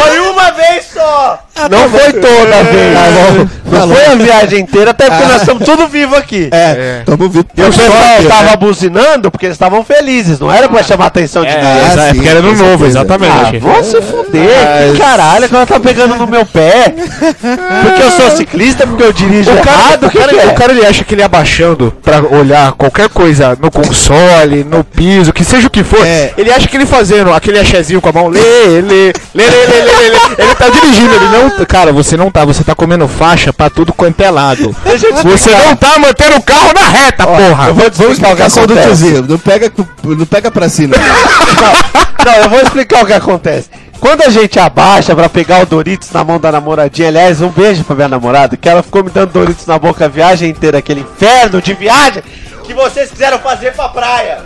Speaker 3: Foi uma vez só. Não foi toda a vez. Ah.
Speaker 4: Tá
Speaker 3: Não
Speaker 4: louco.
Speaker 3: foi a viagem inteira, até porque nós estamos tudo vivo aqui.
Speaker 4: É, tamo vivo.
Speaker 3: E o
Speaker 4: Tamo
Speaker 3: pessoal
Speaker 4: vivo,
Speaker 3: estava
Speaker 4: né?
Speaker 3: buzinando porque eles estavam felizes, não era pra chamar a atenção de ninguém.
Speaker 4: Ah,
Speaker 2: é
Speaker 4: sim,
Speaker 2: porque era no
Speaker 4: com
Speaker 2: novo,
Speaker 4: certeza.
Speaker 2: exatamente.
Speaker 3: Vão se fuder, que caralho, que ela tá pegando no meu pé. Porque eu sou ciclista, porque eu dirijo errado, o que, que é?
Speaker 2: o cara ele acha Ah, que ele abaixando pra olhar qualquer coisa no console, no piso, que seja o que for,
Speaker 4: É.
Speaker 2: ele acha que ele fazendo aquele axezinho com a mão, lê, lê, lê, lê, lê, lê, lê, lê. ele tá dirigindo, ele não. Cara, você não tá, você tá comendo faixa pra tudo quanto é lado.
Speaker 3: Deixa eu te
Speaker 2: Você não tá mantendo o carro na reta, porra!
Speaker 3: Eu vou te
Speaker 4: Vamos
Speaker 3: explicar o que
Speaker 4: explicar só do
Speaker 3: acontece.
Speaker 4: tiozinho. Não pega, cu- não pega pra cima.
Speaker 3: [laughs] Não, eu vou explicar o que acontece. Quando a gente abaixa pra pegar o Doritos na mão da namoradinha, aliás, um beijo pra minha namorada, que ela ficou me dando Doritos na boca a viagem inteira, aquele inferno de viagem que vocês quiseram fazer pra praia.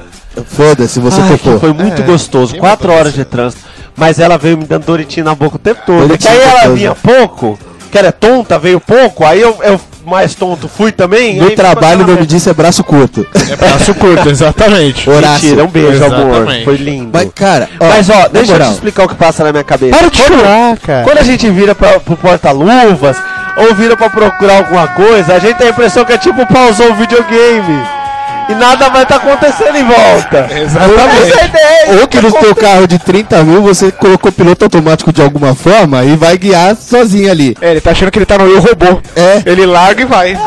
Speaker 4: Foda-se, você
Speaker 3: Ai, que
Speaker 4: tocou.
Speaker 3: foi muito
Speaker 2: É,
Speaker 3: gostoso, quatro horas de trânsito. Mas ela veio me dando Doritinho na boca o tempo todo.
Speaker 4: Doritinho
Speaker 3: Que aí ela
Speaker 4: é gostoso.
Speaker 3: vinha pouco, que era tonta, veio pouco, aí eu, eu mais tonto fui também.
Speaker 4: No
Speaker 3: aí
Speaker 4: trabalho, o
Speaker 3: ficou
Speaker 4: nome disso é braço curto.
Speaker 2: É braço [laughs] curto, exatamente.
Speaker 4: Horácio.
Speaker 3: Mentira, um beijo, amor.
Speaker 2: Exatamente.
Speaker 3: Foi lindo.
Speaker 4: Mas, cara, ó,
Speaker 3: Mas ó,
Speaker 4: na
Speaker 3: deixa eu te
Speaker 4: moral, é.
Speaker 3: explicar o que passa na minha cabeça.
Speaker 2: Para de chorar, cara.
Speaker 3: Quando a gente vira pra, pro porta-luvas ou vira pra procurar alguma coisa, a gente tem a impressão que é tipo pausou o videogame. E nada vai tá acontecendo em volta. Essa é a
Speaker 2: Exatamente.
Speaker 3: ideia.
Speaker 4: Ou que no seu carro de 30 mil você colocou piloto automático de alguma forma e vai guiar sozinho ali.
Speaker 2: É, ele tá achando que ele tá no eu robô.
Speaker 4: É.
Speaker 2: Ele larga e vai. vai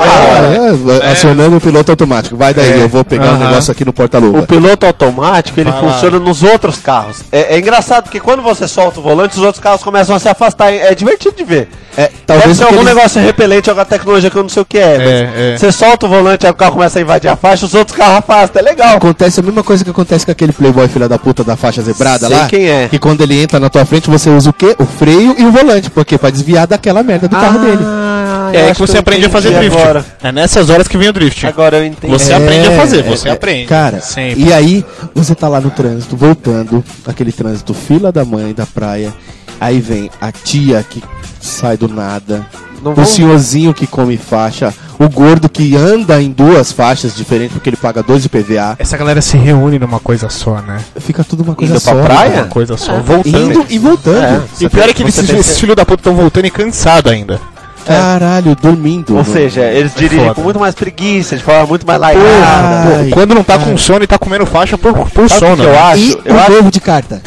Speaker 2: embora.
Speaker 4: Ah, é, acionando o piloto automático. Vai daí, eu vou pegar o
Speaker 2: Aham.
Speaker 4: negócio aqui no porta-luva.
Speaker 3: É. O piloto automático ele funciona nos outros carros. É, é engraçado porque quando você solta o volante, os outros carros começam a se afastar. É divertido de ver.
Speaker 4: É,
Speaker 3: Deve
Speaker 4: talvez
Speaker 3: ser algum
Speaker 4: aqueles-
Speaker 3: negócio repelente, alguma tecnologia que eu não sei o que é. mas
Speaker 2: é.
Speaker 3: Você solta o volante, aí o carro começa a invadir a faixa, os outros carros afastam. É legal.
Speaker 4: Acontece a mesma coisa que acontece com aquele playboy filha da puta da faixa zebrada
Speaker 3: Sei
Speaker 4: lá.
Speaker 3: quem é.
Speaker 4: Que quando ele entra na tua frente, você usa o quê? O freio e o volante. Por quê? Pra desviar daquela merda do carro dele.
Speaker 3: Ah,
Speaker 2: É
Speaker 3: eu
Speaker 2: aí que
Speaker 3: acho
Speaker 2: você
Speaker 3: eu
Speaker 2: aprende a fazer
Speaker 3: entendi
Speaker 2: drift.
Speaker 3: Agora.
Speaker 2: É nessas horas que vem o drift.
Speaker 3: agora eu entendi.
Speaker 2: Você aprende a fazer, você
Speaker 4: é,
Speaker 2: aprende.
Speaker 4: Cara,
Speaker 2: Sempre.
Speaker 4: e aí você tá lá no trânsito, voltando, aquele trânsito fila da mãe da praia. Aí vem a tia que sai do nada,
Speaker 3: Não
Speaker 4: o
Speaker 3: vou-
Speaker 4: senhorzinho que come faixa, o gordo que anda em duas faixas diferentes porque ele paga dois de PVA.
Speaker 2: Essa galera se reúne numa coisa só, né?
Speaker 4: Fica tudo uma coisa
Speaker 3: Indo pra
Speaker 4: só.
Speaker 3: praia?
Speaker 4: cara.
Speaker 2: Uma coisa só. Voltando.
Speaker 4: Indo Ah. e voltando.
Speaker 3: É.
Speaker 2: E o pior é que esses, esses filhos da puta estão voltando e cansado ainda.
Speaker 4: Caralho, dormindo.
Speaker 3: É. Ou seja, eles dirigem
Speaker 2: É foda.
Speaker 3: com muito mais preguiça, de forma muito mais
Speaker 4: Porra.
Speaker 3: largada.
Speaker 4: Ai,
Speaker 2: Pô, quando não tá com sono e tá comendo faixa por, por
Speaker 3: Sabe o
Speaker 2: sono.
Speaker 3: que eu
Speaker 2: né?
Speaker 3: acho?
Speaker 4: e
Speaker 3: eu
Speaker 4: o
Speaker 3: acho
Speaker 4: novo de carta.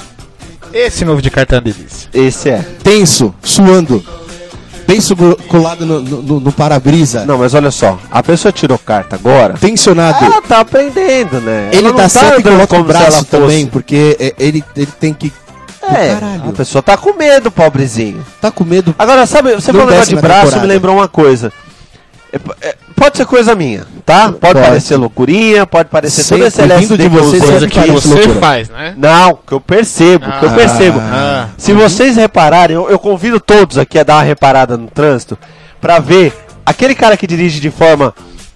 Speaker 2: Esse novo de cartão é uma delícia.
Speaker 3: esse é.
Speaker 4: Tenso, suando. Bem sugro- colado no, no- no- no para-brisa.
Speaker 3: Não, mas olha só, a pessoa tirou carta agora.
Speaker 4: Tensionado.
Speaker 3: Ela tá aprendendo, né? Ela
Speaker 4: Ah, ele
Speaker 3: não
Speaker 4: tá certo e
Speaker 3: andando
Speaker 4: coloca o
Speaker 3: como se ela
Speaker 4: braço
Speaker 3: fosse.
Speaker 4: também, porque é, ele, ele tem que.
Speaker 3: É,
Speaker 4: Caralho.
Speaker 3: a pessoa tá Ah, com medo, pobrezinho.
Speaker 4: Tá com medo.
Speaker 3: Agora, sabe, você
Speaker 4: Não
Speaker 3: falou um negócio
Speaker 4: desce
Speaker 3: de
Speaker 4: na
Speaker 3: braço, me
Speaker 4: temporada.
Speaker 3: lembrou uma coisa. É, p- é, pode ser coisa minha, tá? Pode,
Speaker 4: Pode.
Speaker 3: parecer loucurinha, pode parecer
Speaker 4: Sei,
Speaker 3: toda essa
Speaker 4: cuidando
Speaker 3: LSD
Speaker 4: de
Speaker 3: que eu
Speaker 4: você,
Speaker 3: uso.
Speaker 4: sempre parece loucura.
Speaker 2: faz, né?
Speaker 3: Não, que eu percebo, que
Speaker 4: Ah.
Speaker 3: eu percebo. Se vocês repararem, eu, eu convido todos aqui a dar uma reparada no trânsito pra ver aquele cara que dirige de forma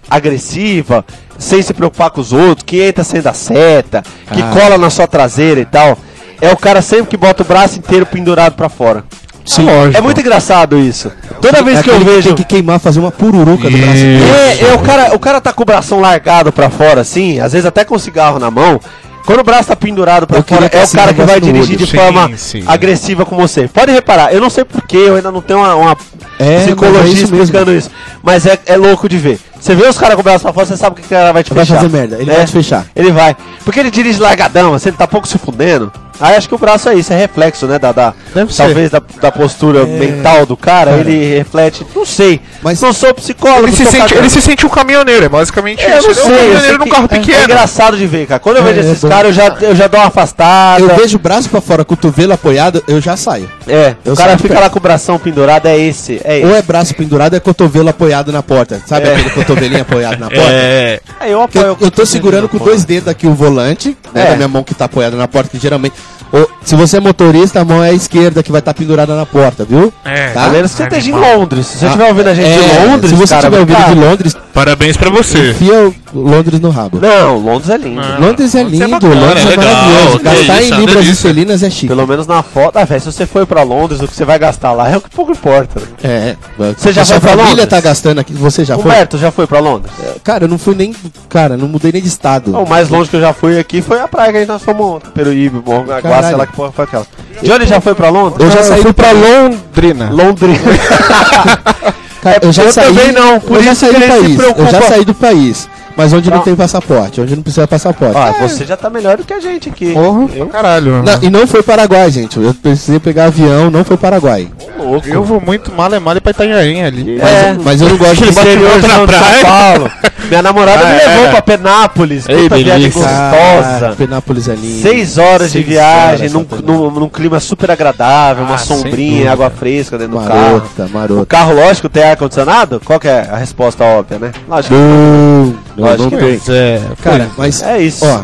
Speaker 3: agressiva, sem se preocupar com os outros, que entra sem dar seta, que
Speaker 4: Ah.
Speaker 3: cola na sua traseira e tal. É o cara sempre que bota o braço inteiro pendurado pra fora.
Speaker 2: Sim. Lógico.
Speaker 3: É muito engraçado isso. Toda vez
Speaker 4: Então. É
Speaker 3: que eu
Speaker 4: aquele
Speaker 3: vejo.
Speaker 4: Tem que queimar, fazer uma pururuca do
Speaker 2: Isso.
Speaker 4: braço.
Speaker 3: É, é, o, cara, o cara tá com o bração largado pra fora, assim, às vezes até com o cigarro na mão. Quando o braço tá pendurado pra
Speaker 4: Eu
Speaker 3: fora,
Speaker 4: queria que
Speaker 3: é o
Speaker 4: assim,
Speaker 3: cara que
Speaker 4: negócio
Speaker 3: vai
Speaker 4: no
Speaker 3: dirigir
Speaker 4: olho.
Speaker 3: de
Speaker 2: Sim,
Speaker 3: forma
Speaker 2: sim.
Speaker 3: agressiva com você. Pode reparar, eu não sei porquê, eu ainda não tenho uma, uma
Speaker 4: É, mas é
Speaker 3: psicologia
Speaker 4: isso mesmo.
Speaker 3: explicando isso. Mas é, é louco de ver. Você vê os caras com o braço pra fora, você sabe que o cara vai te
Speaker 4: Vai
Speaker 3: fechar.
Speaker 4: fazer merda, ele
Speaker 3: né?
Speaker 4: vai te fechar.
Speaker 3: Ele vai. Porque ele dirige largadão, assim, ele tá pouco se fudendo. Aí acho que o braço é isso, é reflexo, né, da, da-
Speaker 2: Deve ser.
Speaker 3: talvez da, da postura mental do cara, ele reflete, não sei.
Speaker 4: É. Mas-
Speaker 3: não sou psicólogo,
Speaker 2: Ele se,
Speaker 3: sou
Speaker 2: sente,
Speaker 3: cadeirante.
Speaker 2: ele se sente um caminhoneiro, é basicamente
Speaker 3: É, eu não
Speaker 2: Ele
Speaker 3: sei.
Speaker 2: é um
Speaker 3: eu sei
Speaker 2: caminhoneiro num
Speaker 3: que
Speaker 2: carro
Speaker 3: é- É
Speaker 2: pequeno.
Speaker 3: engraçado de ver, cara. Quando eu vejo
Speaker 4: É,
Speaker 3: esses
Speaker 4: é bom.
Speaker 3: caras, eu já, eu já dou uma afastada.
Speaker 4: Eu vejo o braço pra fora, cotovelo apoiado, eu já saio.
Speaker 3: É,
Speaker 4: eu
Speaker 3: o cara
Speaker 4: saio
Speaker 3: fica
Speaker 4: perto.
Speaker 3: lá com o bração pendurado, é esse. É
Speaker 4: Ou
Speaker 3: esse.
Speaker 4: é braço pendurado, é cotovelo apoiado na porta. Sabe aquele cotovelinho apoiado na porta?
Speaker 2: É.
Speaker 3: É, eu
Speaker 4: Que
Speaker 3: apoio.
Speaker 4: Eu, eu tô segurando com dois dedos aqui o volante, né?
Speaker 3: É.
Speaker 4: Da minha mão que tá apoiada na porta, que geralmente. Ô, se você é motorista, a mão é a esquerda que vai estar pendurada na porta, viu?
Speaker 5: É,
Speaker 4: Tá?
Speaker 3: A menos que você esteja em Londres. Se você
Speaker 4: Ah,
Speaker 3: estiver ouvindo a gente
Speaker 4: É,
Speaker 3: de Londres,
Speaker 4: se você
Speaker 3: cara, tá.
Speaker 4: estiver ouvindo
Speaker 3: cara,
Speaker 4: de Londres,
Speaker 5: Parabéns pra você.
Speaker 4: enfia o Londres no rabo.
Speaker 3: Não, Londres é lindo.
Speaker 5: Ah,
Speaker 4: Londres é
Speaker 5: Londres é
Speaker 4: lindo,
Speaker 5: bacana,
Speaker 4: Londres
Speaker 5: é
Speaker 4: é,
Speaker 5: legal,
Speaker 4: maravilhoso.
Speaker 5: que
Speaker 4: Gastar
Speaker 5: isso, é
Speaker 4: em
Speaker 5: uma
Speaker 4: libras e
Speaker 5: delícia.
Speaker 4: celinas é chique.
Speaker 3: Pelo menos na foto. Ah, velho, se você foi pra Londres, o que você vai gastar lá é o que pouco importa. né?
Speaker 4: É,
Speaker 3: Você já
Speaker 4: a sua
Speaker 3: foi pra
Speaker 4: família
Speaker 3: Londres?
Speaker 4: tá gastando aqui, você já foi?
Speaker 3: Humberto, já foi pra Londres?
Speaker 4: Cara, eu não fui nem. Cara, não mudei nem de estado.
Speaker 3: Não, o mais longe que eu já fui aqui foi a praia que a gente nós fomos ontem. Peruíbe, Morro Guaguá,
Speaker 4: Caralho.
Speaker 3: sei lá que porra foi aquela. Johnny já foi pra Londres?
Speaker 4: eu já saí
Speaker 2: fui pra Londrina.
Speaker 3: Londres. [laughs]
Speaker 4: Cara, Tá, eu já
Speaker 3: eu
Speaker 4: saí,
Speaker 3: também não, por
Speaker 4: eu já
Speaker 3: isso
Speaker 4: saí
Speaker 3: que
Speaker 4: do
Speaker 3: ele se
Speaker 4: país. Eu
Speaker 3: preocupa.
Speaker 4: já saí do país. Mas onde não
Speaker 3: Não.
Speaker 4: tem passaporte, onde não precisa passaporte.
Speaker 3: Ó, você já tá melhor do que a gente aqui.
Speaker 2: Porra,
Speaker 3: Eu?
Speaker 2: caralho.
Speaker 4: Não, e não foi Paraguai, gente. Eu precisei pegar avião, não foi Paraguai.
Speaker 3: louco.
Speaker 2: Eu vou muito mal é mal pra Itanhaém ali.
Speaker 4: Mas,
Speaker 3: É.
Speaker 4: mas eu não
Speaker 3: [laughs]
Speaker 4: gosto de
Speaker 3: Interior de São Paulo. Minha namorada me
Speaker 5: Ah,
Speaker 3: levou
Speaker 5: é.
Speaker 3: pra Penápolis.
Speaker 5: Ei,
Speaker 3: Puta viagem
Speaker 5: delícia.
Speaker 4: Ah,
Speaker 3: gostosa.
Speaker 4: Penápolis é lindo.
Speaker 3: Seis horas de
Speaker 4: Seis
Speaker 3: viagem,
Speaker 4: horas,
Speaker 3: num,
Speaker 4: São Paulo.
Speaker 3: num, num clima super agradável, uma
Speaker 5: Ah, sem
Speaker 3: sombrinha,
Speaker 5: dúvida.
Speaker 3: água fresca dentro do carro.
Speaker 4: Marota,
Speaker 3: O
Speaker 4: marota.
Speaker 3: carro, lógico, tem ar-condicionado? Qual que é a resposta óbvia, né? Lógico.
Speaker 4: Não, não,
Speaker 3: Lógico
Speaker 4: não
Speaker 3: que
Speaker 4: tem.
Speaker 5: É,
Speaker 4: Cara, mas.
Speaker 3: É isso.
Speaker 4: Ó,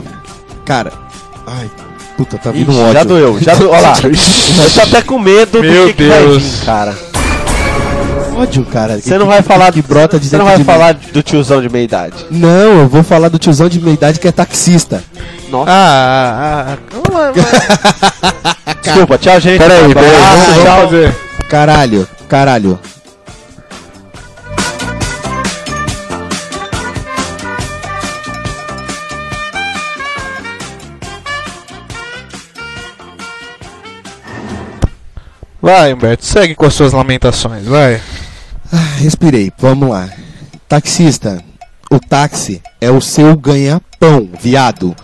Speaker 4: cara. Ai, puta, tá vindo
Speaker 3: Ixi,
Speaker 4: um ódio.
Speaker 3: já doeu, já doeu. Olha
Speaker 4: [laughs]
Speaker 3: lá. Eu tô até com medo
Speaker 5: Meu
Speaker 3: do que, que vai
Speaker 5: Deus.
Speaker 3: vir, cara.
Speaker 4: Ódio, cara.
Speaker 3: Você não vai falar
Speaker 4: que brota de
Speaker 3: Você não
Speaker 4: dentro
Speaker 3: vai
Speaker 4: de mim.
Speaker 3: falar do tiozão de meia idade.
Speaker 4: Não, eu vou falar do tiozão de meia idade que é taxista.
Speaker 2: Ah, ah, ah.
Speaker 3: Desculpa, tchau, gente.
Speaker 5: Peraí, peraí,
Speaker 3: Abraço,
Speaker 5: vamos,
Speaker 3: tchau.
Speaker 5: vamos fazer.
Speaker 4: ah. Caralho, caralho.
Speaker 2: Vai, Humberto, segue com as suas lamentações, vai.
Speaker 4: Ah, respirei, vamos lá. Taxista, o táxi é o seu ganha-pão, viado.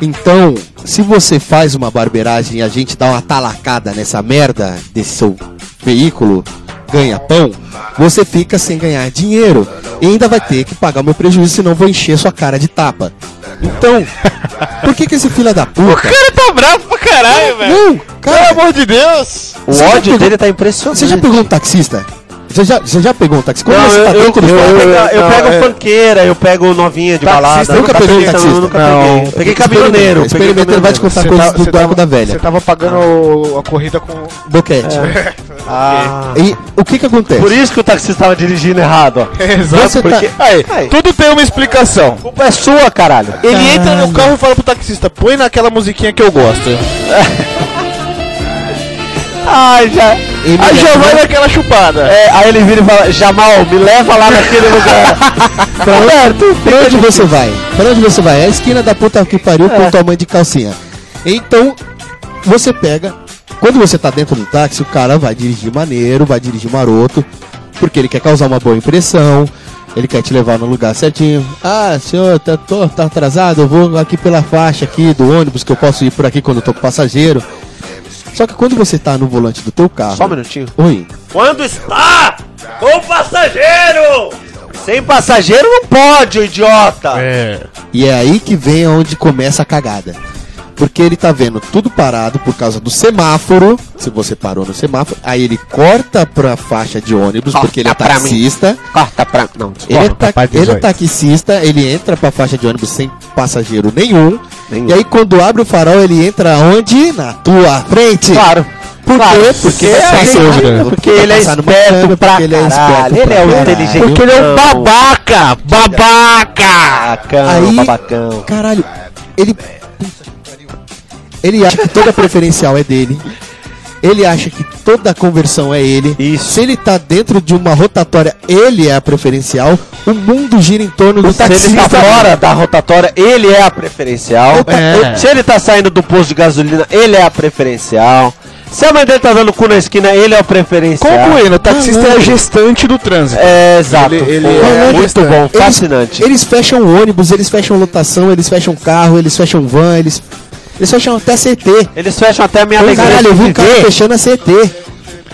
Speaker 4: Então, se você faz uma barbeiragem e a gente dá uma talacada nessa merda desse seu veículo, ganha-pão, você fica sem ganhar dinheiro. E ainda vai ter que pagar o meu prejuízo, senão eu vou encher sua cara de tapa. Então, por que que esse filho da puta...
Speaker 5: cara tá bravo pra caralho, velho.
Speaker 4: Não, cara,
Speaker 5: amor de Deus.
Speaker 3: O
Speaker 4: Você já
Speaker 3: ódio
Speaker 4: pegou-
Speaker 3: dele tá impressionante.
Speaker 4: você já pegou um taxista? Você já, você já pegou um taxista? Como
Speaker 3: Não,
Speaker 4: você
Speaker 3: eu,
Speaker 4: tá
Speaker 3: eu,
Speaker 4: dentro do
Speaker 3: eu-
Speaker 4: carro?
Speaker 3: eu- eu- eu
Speaker 5: Não,
Speaker 3: pego
Speaker 5: é-
Speaker 3: funkeira, eu pego novinha de
Speaker 4: Taxista,
Speaker 3: balada.
Speaker 4: nunca pegou
Speaker 3: peguei,
Speaker 4: taxista?
Speaker 3: não, Nunca
Speaker 5: Não.
Speaker 3: peguei. Peguei
Speaker 4: Tá
Speaker 3: caminhoneiro. peguei um, né?
Speaker 4: Experimenta, ele vai te
Speaker 3: caminhoneiro.
Speaker 4: contar coisas do
Speaker 3: tá
Speaker 4: barco da velha.
Speaker 1: Você tava pagando
Speaker 4: Ah.
Speaker 1: o- a corrida com.
Speaker 4: Boquete.
Speaker 3: Ah,
Speaker 4: E o que que acontece?
Speaker 3: Por isso que o taxista tava dirigindo errado, ó.
Speaker 5: [laughs] Exato,
Speaker 4: Você tá-
Speaker 5: porque... Aí, Ah.
Speaker 3: Aí.
Speaker 5: tudo tem uma explicação.
Speaker 3: culpa é sua, caralho.
Speaker 5: Ele entra no carro e fala pro taxista, põe naquela musiquinha que eu gosto.
Speaker 3: Ai, já.
Speaker 5: Aí já vai naquela chupada.
Speaker 3: É, aí ele vira e fala, Jamal, me leva lá naquele [laughs] lugar. Tá Roberto,
Speaker 4: Pra onde você vai? Pra onde você vai? É a esquina da puta que pariu com tua mãe de calcinha. Então, você pega. Quando você tá dentro do táxi, o cara vai dirigir maneiro, vai dirigir maroto, porque ele quer causar uma boa impressão, ele quer te levar no lugar certinho. Ah, senhor, tá, tô- tá atrasado, eu vou aqui pela faixa aqui do ônibus, que eu posso ir por aqui quando eu tô com passageiro. Só que quando você tá no volante do teu carro.
Speaker 3: Só um minutinho.
Speaker 4: Oi.
Speaker 3: Quando está com passageiro! Sem passageiro não pode, ô idiota!
Speaker 5: É.
Speaker 4: E é aí que vem onde começa a cagada. Porque ele tá vendo tudo parado por causa do semáforo. Se você parou no semáforo, aí ele corta pra faixa de ônibus, porque ele é
Speaker 3: pra mim.
Speaker 4: taxista.
Speaker 3: Corta pra.
Speaker 5: tá,
Speaker 3: Não,
Speaker 4: Ele é,
Speaker 3: desculpa.
Speaker 4: ta ele é taxista, ele entra pra faixa de ônibus sem passageiro nenhum.
Speaker 3: Nenhum.
Speaker 4: E aí quando abre o farol, ele entra onde? Na tua frente.
Speaker 3: Claro.
Speaker 4: Por
Speaker 3: claro.
Speaker 4: quê? Porque
Speaker 3: Porque,
Speaker 4: vai
Speaker 3: ele-
Speaker 4: passar
Speaker 5: dúvida.
Speaker 4: uma-
Speaker 3: porque ele é
Speaker 4: passar numa
Speaker 3: esperto
Speaker 4: câmera,
Speaker 3: pra
Speaker 4: porque ele é esperto
Speaker 3: caralho. Ele
Speaker 4: pra
Speaker 3: é um
Speaker 4: caralho.
Speaker 3: inteligente.
Speaker 4: Porque
Speaker 3: ele é um
Speaker 5: Babaca! Babaca!
Speaker 4: Aí-
Speaker 3: Babacão, um babacão.
Speaker 4: Caralho, ele. Ele acha que toda preferencial é dele. Ele acha que toda conversão é ele.
Speaker 3: Isso.
Speaker 4: Se ele tá dentro de uma rotatória, ele é a preferencial. O mundo gira em torno do
Speaker 3: Se ele
Speaker 4: taxista.
Speaker 3: tá fora da rotatória, ele é a preferencial.
Speaker 4: É.
Speaker 3: Se ele tá saindo do posto de gasolina, ele é a preferencial. Se a mãe dele tá dando cu na esquina, ele é o preferencial.
Speaker 5: Concluindo, o taxista é a
Speaker 4: Caralho.
Speaker 5: gestante do trânsito.
Speaker 3: É, exato.
Speaker 5: Ele- ele
Speaker 3: Pô,
Speaker 4: é
Speaker 3: muito
Speaker 5: bastante.
Speaker 3: bom,
Speaker 4: Eles-
Speaker 3: fascinante.
Speaker 4: Eles fecham ônibus, eles fecham lotação, eles fecham carro, eles fecham van, eles. Eles fecham até CT.
Speaker 3: Eles fecham até a minha alegria.
Speaker 4: Caralho, eu vi um
Speaker 3: de
Speaker 4: cara
Speaker 3: viver.
Speaker 4: fechando a CT.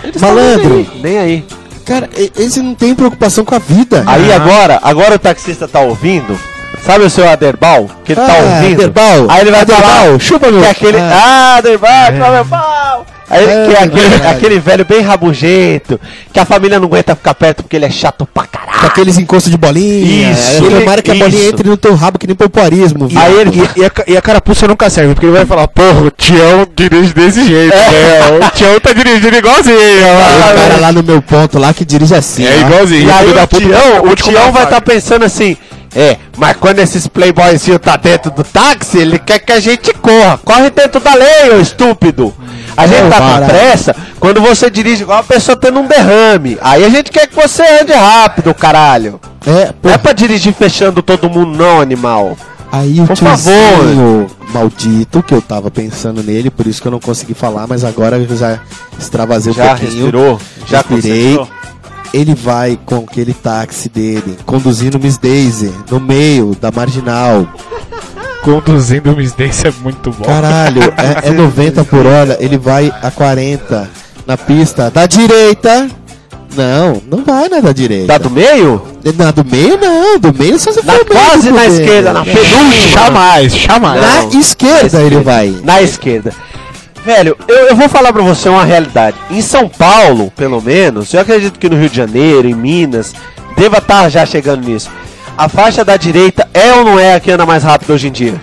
Speaker 3: Eles
Speaker 4: malandro.
Speaker 3: tão Nem aí.
Speaker 4: Cara, e- eles não têm preocupação com a vida.
Speaker 3: Aí agora, agora o taxista tá ouvindo. Sabe o seu Aderbal? Que ele tá
Speaker 4: Ah,
Speaker 3: ouvindo.
Speaker 4: Aderbal.
Speaker 3: Aí ele vai
Speaker 4: Aderbal,
Speaker 3: falar. "Ah,
Speaker 4: chupa meu-
Speaker 2: É.
Speaker 3: que é aquele. Ah, Aderbal, chupa meu pau. Aí,
Speaker 4: É,
Speaker 3: que é aquele,
Speaker 4: verdade.
Speaker 3: aquele velho bem rabugento, que a família não aguenta ficar perto porque ele é chato pra
Speaker 4: Com
Speaker 3: caralho.
Speaker 4: aqueles encostos de bolinha.
Speaker 3: Isso,
Speaker 4: Aí Tomara que a
Speaker 3: isso.
Speaker 4: bolinha entre no teu rabo que nem pompoarismo. viado.
Speaker 2: Aí ele, e, e a, ca- e a carapuça nunca serve, porque ele vai falar, porra, o Tião dirige desse jeito,
Speaker 3: É.
Speaker 2: né? O Tião tá dirigindo igualzinho,
Speaker 4: Tem um
Speaker 2: ó.
Speaker 3: né?
Speaker 4: cara lá no meu ponto lá que dirige assim.
Speaker 2: É
Speaker 4: ó.
Speaker 2: igualzinho.
Speaker 3: E aí
Speaker 2: filho
Speaker 3: o
Speaker 2: da puta
Speaker 3: Tião,
Speaker 2: acabou
Speaker 3: o
Speaker 2: de comer
Speaker 3: Tião
Speaker 2: a
Speaker 3: vai
Speaker 2: faca.
Speaker 3: estar pensando assim, é, mas quando esses playboyzinhos tá dentro do táxi, ele quer que a gente corra. Corre dentro da lei, ô estúpido. A gente tá
Speaker 4: para.
Speaker 3: com pressa quando você dirige igual a pessoa tendo um derrame. Aí a gente quer que você ande rápido, caralho.
Speaker 4: É, pô,
Speaker 3: Não é pra dirigir fechando todo mundo não, animal.
Speaker 4: aí o
Speaker 3: Por
Speaker 4: tiozinho maldito que eu tava pensando nele, por isso que eu não consegui falar, mas agora eu já extravasei um
Speaker 3: Já
Speaker 4: pouquinho.
Speaker 3: respirou? Já
Speaker 4: Respirei.
Speaker 3: concentrou?
Speaker 4: Ele vai com aquele táxi dele, conduzindo Miss Daisy, no meio da marginal.
Speaker 2: Conduzindo o Miss Dance é muito bom.
Speaker 4: Caralho, é,
Speaker 3: [laughs]
Speaker 4: é 90 por hora, ele vai a 40 na pista, da direita. Não, não vai na da
Speaker 3: Tá
Speaker 4: direita.
Speaker 3: do meio? Tá
Speaker 4: Na do meio não, do meio só se for
Speaker 3: Na
Speaker 4: mesmo,
Speaker 3: quase na
Speaker 4: fuder.
Speaker 3: esquerda, na penúltima.
Speaker 2: Jamais, jamais.
Speaker 4: Na
Speaker 3: Não.
Speaker 4: esquerda ele vai.
Speaker 3: Na esquerda. Velho, eu, eu vou falar pra você uma realidade. Em São Paulo, pelo menos, eu acredito que no Rio de Janeiro, em Minas, deva estar já chegando nisso. A faixa da direita é ou não é a que anda mais rápido hoje em dia?